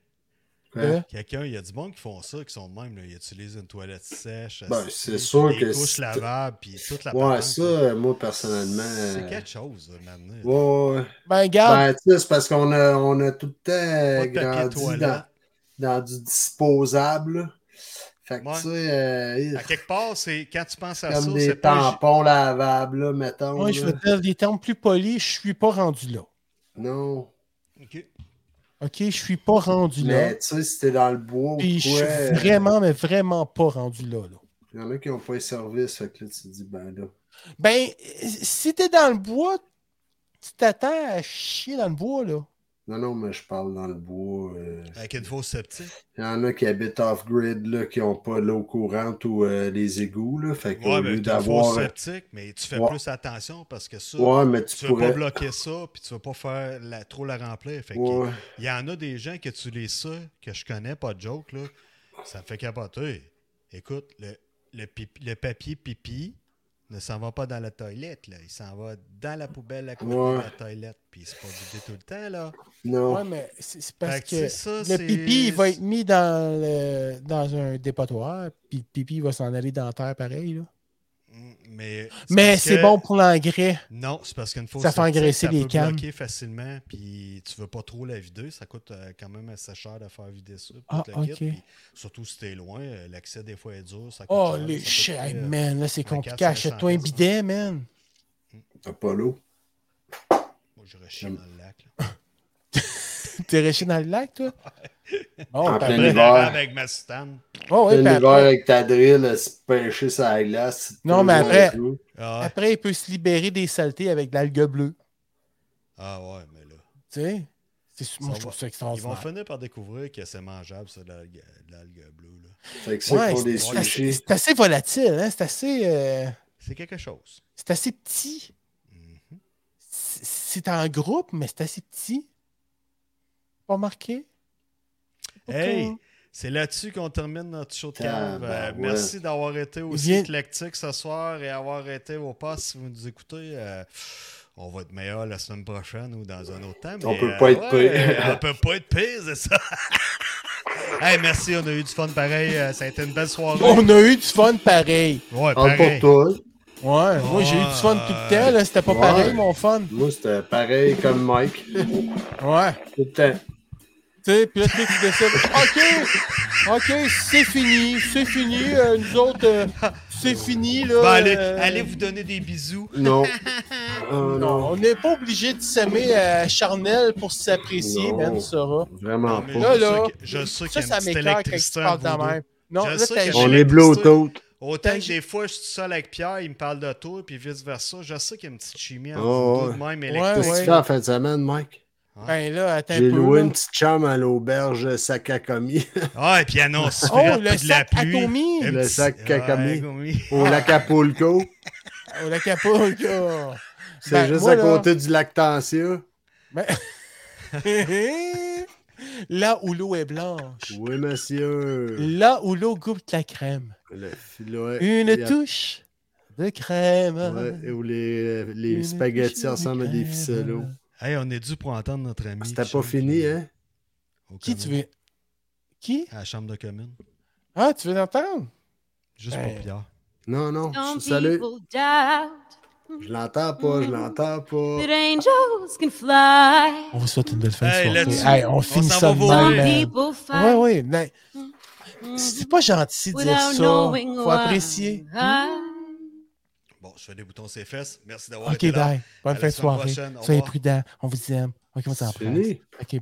[SPEAKER 4] Hein?
[SPEAKER 2] Ouais.
[SPEAKER 3] Quelqu'un, il y a du monde qui font ça, qui sont de même, là. Ils utilisent une toilette sèche.
[SPEAKER 4] Ben,
[SPEAKER 3] assis,
[SPEAKER 4] c'est sûr
[SPEAKER 3] des
[SPEAKER 4] que
[SPEAKER 3] couches
[SPEAKER 4] c'est-
[SPEAKER 3] lavables, puis toute la
[SPEAKER 4] Ouais,
[SPEAKER 3] patente,
[SPEAKER 4] ça,
[SPEAKER 3] là.
[SPEAKER 4] euh, moi, personnellement.
[SPEAKER 3] C'est
[SPEAKER 4] euh,
[SPEAKER 3] quelque chose, là, maintenant.
[SPEAKER 4] Ouais, ouais, ouais.
[SPEAKER 2] Ben, garde,
[SPEAKER 4] Ben, tu sais, c'est parce qu'on a, on a tout le temps
[SPEAKER 3] Pas
[SPEAKER 4] euh,
[SPEAKER 3] de papier
[SPEAKER 4] grandi dans,
[SPEAKER 3] toilette.
[SPEAKER 4] dans du disposable. là. Fait que,
[SPEAKER 3] Ouais.
[SPEAKER 4] tu sais, euh,
[SPEAKER 3] À quelque part, c'est quand tu penses à ça,
[SPEAKER 4] comme
[SPEAKER 3] c'est
[SPEAKER 4] des
[SPEAKER 3] pas. un
[SPEAKER 4] tampons lavables, là, mettons.
[SPEAKER 2] moi, je
[SPEAKER 4] là.
[SPEAKER 2] veux dire des termes plus polis, je suis pas rendu là.
[SPEAKER 4] Non.
[SPEAKER 3] gi- Ok.
[SPEAKER 2] OK, je suis pas rendu là.
[SPEAKER 4] Mais, tu sais, si t'es dans le bois ou
[SPEAKER 2] Puis je
[SPEAKER 4] quoi, euh,
[SPEAKER 2] suis vraiment, mais vraiment pas rendu là, là.
[SPEAKER 4] il y en a qui n'ont pas les services. Fait que là, tu te dis, ben là.
[SPEAKER 2] Ben, euh, si t'es dans le bois, tu t'attends à chier dans le bois, là.
[SPEAKER 4] Non, non, mais je parle dans le bois. euh,
[SPEAKER 3] Avec une fausse sceptique.
[SPEAKER 4] Il y en a qui habitent off-grid, là, qui n'ont pas de l'eau courante ou euh, les égouts, là. Fait qu'au
[SPEAKER 3] Ouais,
[SPEAKER 4] lieu
[SPEAKER 3] mais t'as une fausse
[SPEAKER 4] d'avoir.
[SPEAKER 3] sceptique, mais tu fais
[SPEAKER 4] Ouais.
[SPEAKER 3] plus attention parce que ça,
[SPEAKER 4] Ouais, mais tu,
[SPEAKER 3] tu veux pas
[SPEAKER 4] pourrais.
[SPEAKER 3] bloquer ça, puis tu veux pas faire la- trop la remplir. Fait que
[SPEAKER 4] Ouais.
[SPEAKER 3] Il y en a des gens qui utilisent ça, que je connais, pas de joke, là. Ça me fait capoter. Écoute, le, le, pipi- le papier pipi ne s'en va pas dans la toilette, là. Il s'en va dans la poubelle à côté de
[SPEAKER 4] Ouais.
[SPEAKER 3] la toilette. Puis c'est pas vidé tout le temps, là.
[SPEAKER 4] Non.
[SPEAKER 2] Ouais, mais c'est c'est parce
[SPEAKER 3] Fait que
[SPEAKER 2] que
[SPEAKER 3] c'est ça,
[SPEAKER 2] le
[SPEAKER 3] c'est-
[SPEAKER 2] pipi, il va être mis dans, le- dans un dépotoir, puis le pipi, il va s'en aller dans la terre pareil, là.
[SPEAKER 3] Mm, Mais
[SPEAKER 2] Mais
[SPEAKER 3] parce
[SPEAKER 2] c'est
[SPEAKER 3] que-
[SPEAKER 2] bon pour l'engrais.
[SPEAKER 3] Non, c'est parce qu'une fausse
[SPEAKER 2] Ça fait engraisser
[SPEAKER 3] ça
[SPEAKER 2] les
[SPEAKER 3] peut
[SPEAKER 2] cannes.
[SPEAKER 3] bloquer facilement, puis tu veux pas trop la vider. Ça coûte euh, quand même assez cher de faire vider ça. puis
[SPEAKER 2] Ah,
[SPEAKER 3] tout le kit,
[SPEAKER 2] ok.
[SPEAKER 3] puis surtout si t'es loin, euh, l'accès des fois est dur. Ça coûte
[SPEAKER 2] Oh,
[SPEAKER 3] cher, ça
[SPEAKER 2] les
[SPEAKER 3] coûte,
[SPEAKER 2] chiens,
[SPEAKER 3] euh,
[SPEAKER 2] man, là, c'est
[SPEAKER 3] un
[SPEAKER 2] compliqué.
[SPEAKER 3] 400,
[SPEAKER 2] Achète-toi un
[SPEAKER 3] 500.
[SPEAKER 2] bidet, man.
[SPEAKER 4] T'as pas l'eau.
[SPEAKER 3] Moi, j'aurais chier dans le lac. là.
[SPEAKER 2] t'es réché dans le lac, toi? Bon,
[SPEAKER 4] En
[SPEAKER 2] puis
[SPEAKER 4] plein
[SPEAKER 2] après-
[SPEAKER 4] hiver.
[SPEAKER 3] avec ma soutane.
[SPEAKER 2] Oh,
[SPEAKER 4] T'as
[SPEAKER 2] ouais,
[SPEAKER 4] une
[SPEAKER 2] puis
[SPEAKER 4] hiver
[SPEAKER 2] après,
[SPEAKER 4] avec ta drill, euh, se pêcher sa glace. c'est
[SPEAKER 2] Non, mais
[SPEAKER 4] toujours
[SPEAKER 2] après-
[SPEAKER 4] un clou.
[SPEAKER 3] Ah,
[SPEAKER 2] après, il peut se libérer des saletés avec de l'algue bleue.
[SPEAKER 3] ah ouais, mais là.
[SPEAKER 2] Tu sais? C'est su- moi,
[SPEAKER 3] Ça
[SPEAKER 2] je
[SPEAKER 3] va.
[SPEAKER 2] trouve ça
[SPEAKER 3] Ils vont
[SPEAKER 2] extraordinaire.
[SPEAKER 3] finir par découvrir que c'est mangeable, ça, de l'algue de l'algue bleue. là.
[SPEAKER 4] Fait que ceux
[SPEAKER 2] Ouais,
[SPEAKER 4] qui font des
[SPEAKER 2] c'est assez,
[SPEAKER 4] sushis.
[SPEAKER 2] c'est assez volatile, hein? C'est assez, euh,
[SPEAKER 3] C'est quelque chose.
[SPEAKER 2] c'est assez petit.
[SPEAKER 3] Mhm.
[SPEAKER 2] C'est- C'est en groupe, mais c'est assez petit. Pas marqué?
[SPEAKER 3] Hey! C'est là-dessus qu'on termine notre show de cave. Euh,
[SPEAKER 4] Tabarouette.
[SPEAKER 3] merci d'avoir été aussi
[SPEAKER 2] Viens-
[SPEAKER 3] éclectique ce soir et avoir été au pas. Si vous nous écoutez, euh, on va être meilleur la semaine prochaine ou dans un autre temps.
[SPEAKER 4] On
[SPEAKER 3] mais, euh,
[SPEAKER 4] peut pas être pire.
[SPEAKER 3] on peut pas être pire, c'est ça. hey, merci, on a eu du fun pareil. Euh, Ça a été une belle soirée.
[SPEAKER 2] On a eu du fun pareil.
[SPEAKER 3] Ouais,
[SPEAKER 4] Parle
[SPEAKER 3] pareil.
[SPEAKER 4] pour Oh, toi.
[SPEAKER 2] Ouais, moi j'ai eu du fun tout le temps, là. C'était pas
[SPEAKER 4] Ouais.
[SPEAKER 2] pareil, mon fun.
[SPEAKER 4] Moi, c'était pareil comme Mike.
[SPEAKER 2] Ouais.
[SPEAKER 4] Tout le temps.
[SPEAKER 2] Tu sais, puis là, tu sais, tu décides. OK! OK, c'est fini, c'est fini. euh, nous autres, euh, c'est fini, là.
[SPEAKER 3] Bon, allez,
[SPEAKER 2] euh,
[SPEAKER 3] allez vous donner des bisous.
[SPEAKER 4] Non. Oh,
[SPEAKER 2] Non,
[SPEAKER 4] non.
[SPEAKER 2] on n'est pas obligé de s'aimer à charnel pour s'apprécier,
[SPEAKER 4] Non.
[SPEAKER 2] même, Sarah.
[SPEAKER 4] Vraiment
[SPEAKER 3] Non, mais
[SPEAKER 4] pas.
[SPEAKER 2] Là, là,
[SPEAKER 3] je sais que- je sais
[SPEAKER 2] Ça,
[SPEAKER 3] qu'il y a
[SPEAKER 2] ça
[SPEAKER 3] une petite
[SPEAKER 2] m'écœure quand tu
[SPEAKER 3] électricité
[SPEAKER 2] parles de
[SPEAKER 3] entre vous deux.
[SPEAKER 2] même. Non,
[SPEAKER 3] Je
[SPEAKER 2] là,
[SPEAKER 3] sais
[SPEAKER 2] t'as-
[SPEAKER 3] que
[SPEAKER 4] On
[SPEAKER 3] j'ai-
[SPEAKER 4] est Bluetooth.
[SPEAKER 3] Autant
[SPEAKER 2] Ben,
[SPEAKER 3] que
[SPEAKER 2] j'ai-
[SPEAKER 3] des fois, je suis seul avec Pierre, il me parle de toi, puis vice-versa. Je sais qu'il y a une petite chimie entre
[SPEAKER 4] Oh,
[SPEAKER 3] nous deux de même électrique.
[SPEAKER 4] Qu'est-ce que
[SPEAKER 2] ouais.
[SPEAKER 4] tu fais en fin de semaine, Mike?
[SPEAKER 2] Ben là, attends un peu.
[SPEAKER 4] J'ai loué
[SPEAKER 2] là.
[SPEAKER 4] une petite chambre à l'auberge Sakakami
[SPEAKER 3] Ah, et puis annonce
[SPEAKER 2] Oh,
[SPEAKER 3] frette,
[SPEAKER 2] le
[SPEAKER 3] puis de la
[SPEAKER 2] sac à
[SPEAKER 3] pluie.
[SPEAKER 2] Tommy!
[SPEAKER 3] Un
[SPEAKER 4] Le
[SPEAKER 3] petit-
[SPEAKER 4] sac à
[SPEAKER 3] Ah,
[SPEAKER 4] Camille.
[SPEAKER 3] Camille.
[SPEAKER 4] au lac Apulco.
[SPEAKER 2] Oh, la capote, là.
[SPEAKER 4] C'est
[SPEAKER 2] Ben,
[SPEAKER 4] juste
[SPEAKER 2] moi,
[SPEAKER 4] à
[SPEAKER 2] là-
[SPEAKER 4] côté du lac Tansia.
[SPEAKER 2] Là où l'eau est blanche.
[SPEAKER 4] Oui, monsieur.
[SPEAKER 2] Là où l'eau goûte la crème.
[SPEAKER 4] Le filet.
[SPEAKER 2] Une
[SPEAKER 4] Il y a-
[SPEAKER 2] touche de crème.
[SPEAKER 4] Ouais, et où les, les
[SPEAKER 2] Une touche
[SPEAKER 4] spaghettis
[SPEAKER 2] de
[SPEAKER 4] ensemble à des
[SPEAKER 2] crème.
[SPEAKER 4] ficellos.
[SPEAKER 3] Hey, on est dû pour entendre notre ami.
[SPEAKER 4] C'était
[SPEAKER 3] qui
[SPEAKER 4] pas
[SPEAKER 3] chante,
[SPEAKER 4] fini,
[SPEAKER 3] euh,
[SPEAKER 4] hein?
[SPEAKER 3] au
[SPEAKER 2] Qui tu
[SPEAKER 3] commune.
[SPEAKER 2] veux? Qui?
[SPEAKER 3] À la chambre de commune.
[SPEAKER 2] Ah, tu veux l'entendre?
[SPEAKER 3] Juste
[SPEAKER 2] Ben,
[SPEAKER 3] pour Pierre.
[SPEAKER 4] Non, non.
[SPEAKER 5] Some
[SPEAKER 4] Salut.
[SPEAKER 5] people doubt
[SPEAKER 4] Je l'entends pas, je l'entends pas.
[SPEAKER 5] that angels can fly.
[SPEAKER 2] On vous souhaite une belle fin
[SPEAKER 3] Hey,
[SPEAKER 2] de
[SPEAKER 3] là-dessus,
[SPEAKER 2] soirée. Hey, on
[SPEAKER 3] on
[SPEAKER 2] finit
[SPEAKER 3] s'en
[SPEAKER 2] ça
[SPEAKER 3] va
[SPEAKER 2] de même.
[SPEAKER 3] voir.
[SPEAKER 5] Some
[SPEAKER 2] man.
[SPEAKER 5] people
[SPEAKER 2] Ouais,
[SPEAKER 5] fight
[SPEAKER 2] ouais. mais
[SPEAKER 5] mm,
[SPEAKER 2] C'est pas gentil de dire
[SPEAKER 5] without
[SPEAKER 2] ça.
[SPEAKER 5] knowing
[SPEAKER 2] Faut
[SPEAKER 5] why.
[SPEAKER 2] apprécier.
[SPEAKER 3] Bon, je fais des boutons sur les fesses. Merci d'avoir
[SPEAKER 2] Ok,
[SPEAKER 3] été là.
[SPEAKER 2] bye.
[SPEAKER 3] À
[SPEAKER 2] Bonne
[SPEAKER 3] la
[SPEAKER 2] fin de
[SPEAKER 3] semaine
[SPEAKER 2] soirée.
[SPEAKER 3] prochaine. Au
[SPEAKER 2] Soyez
[SPEAKER 3] revoir.
[SPEAKER 2] prudents. On vous aime. Ok, on s'en
[SPEAKER 4] C'est fini.
[SPEAKER 2] presse. Ok, bye.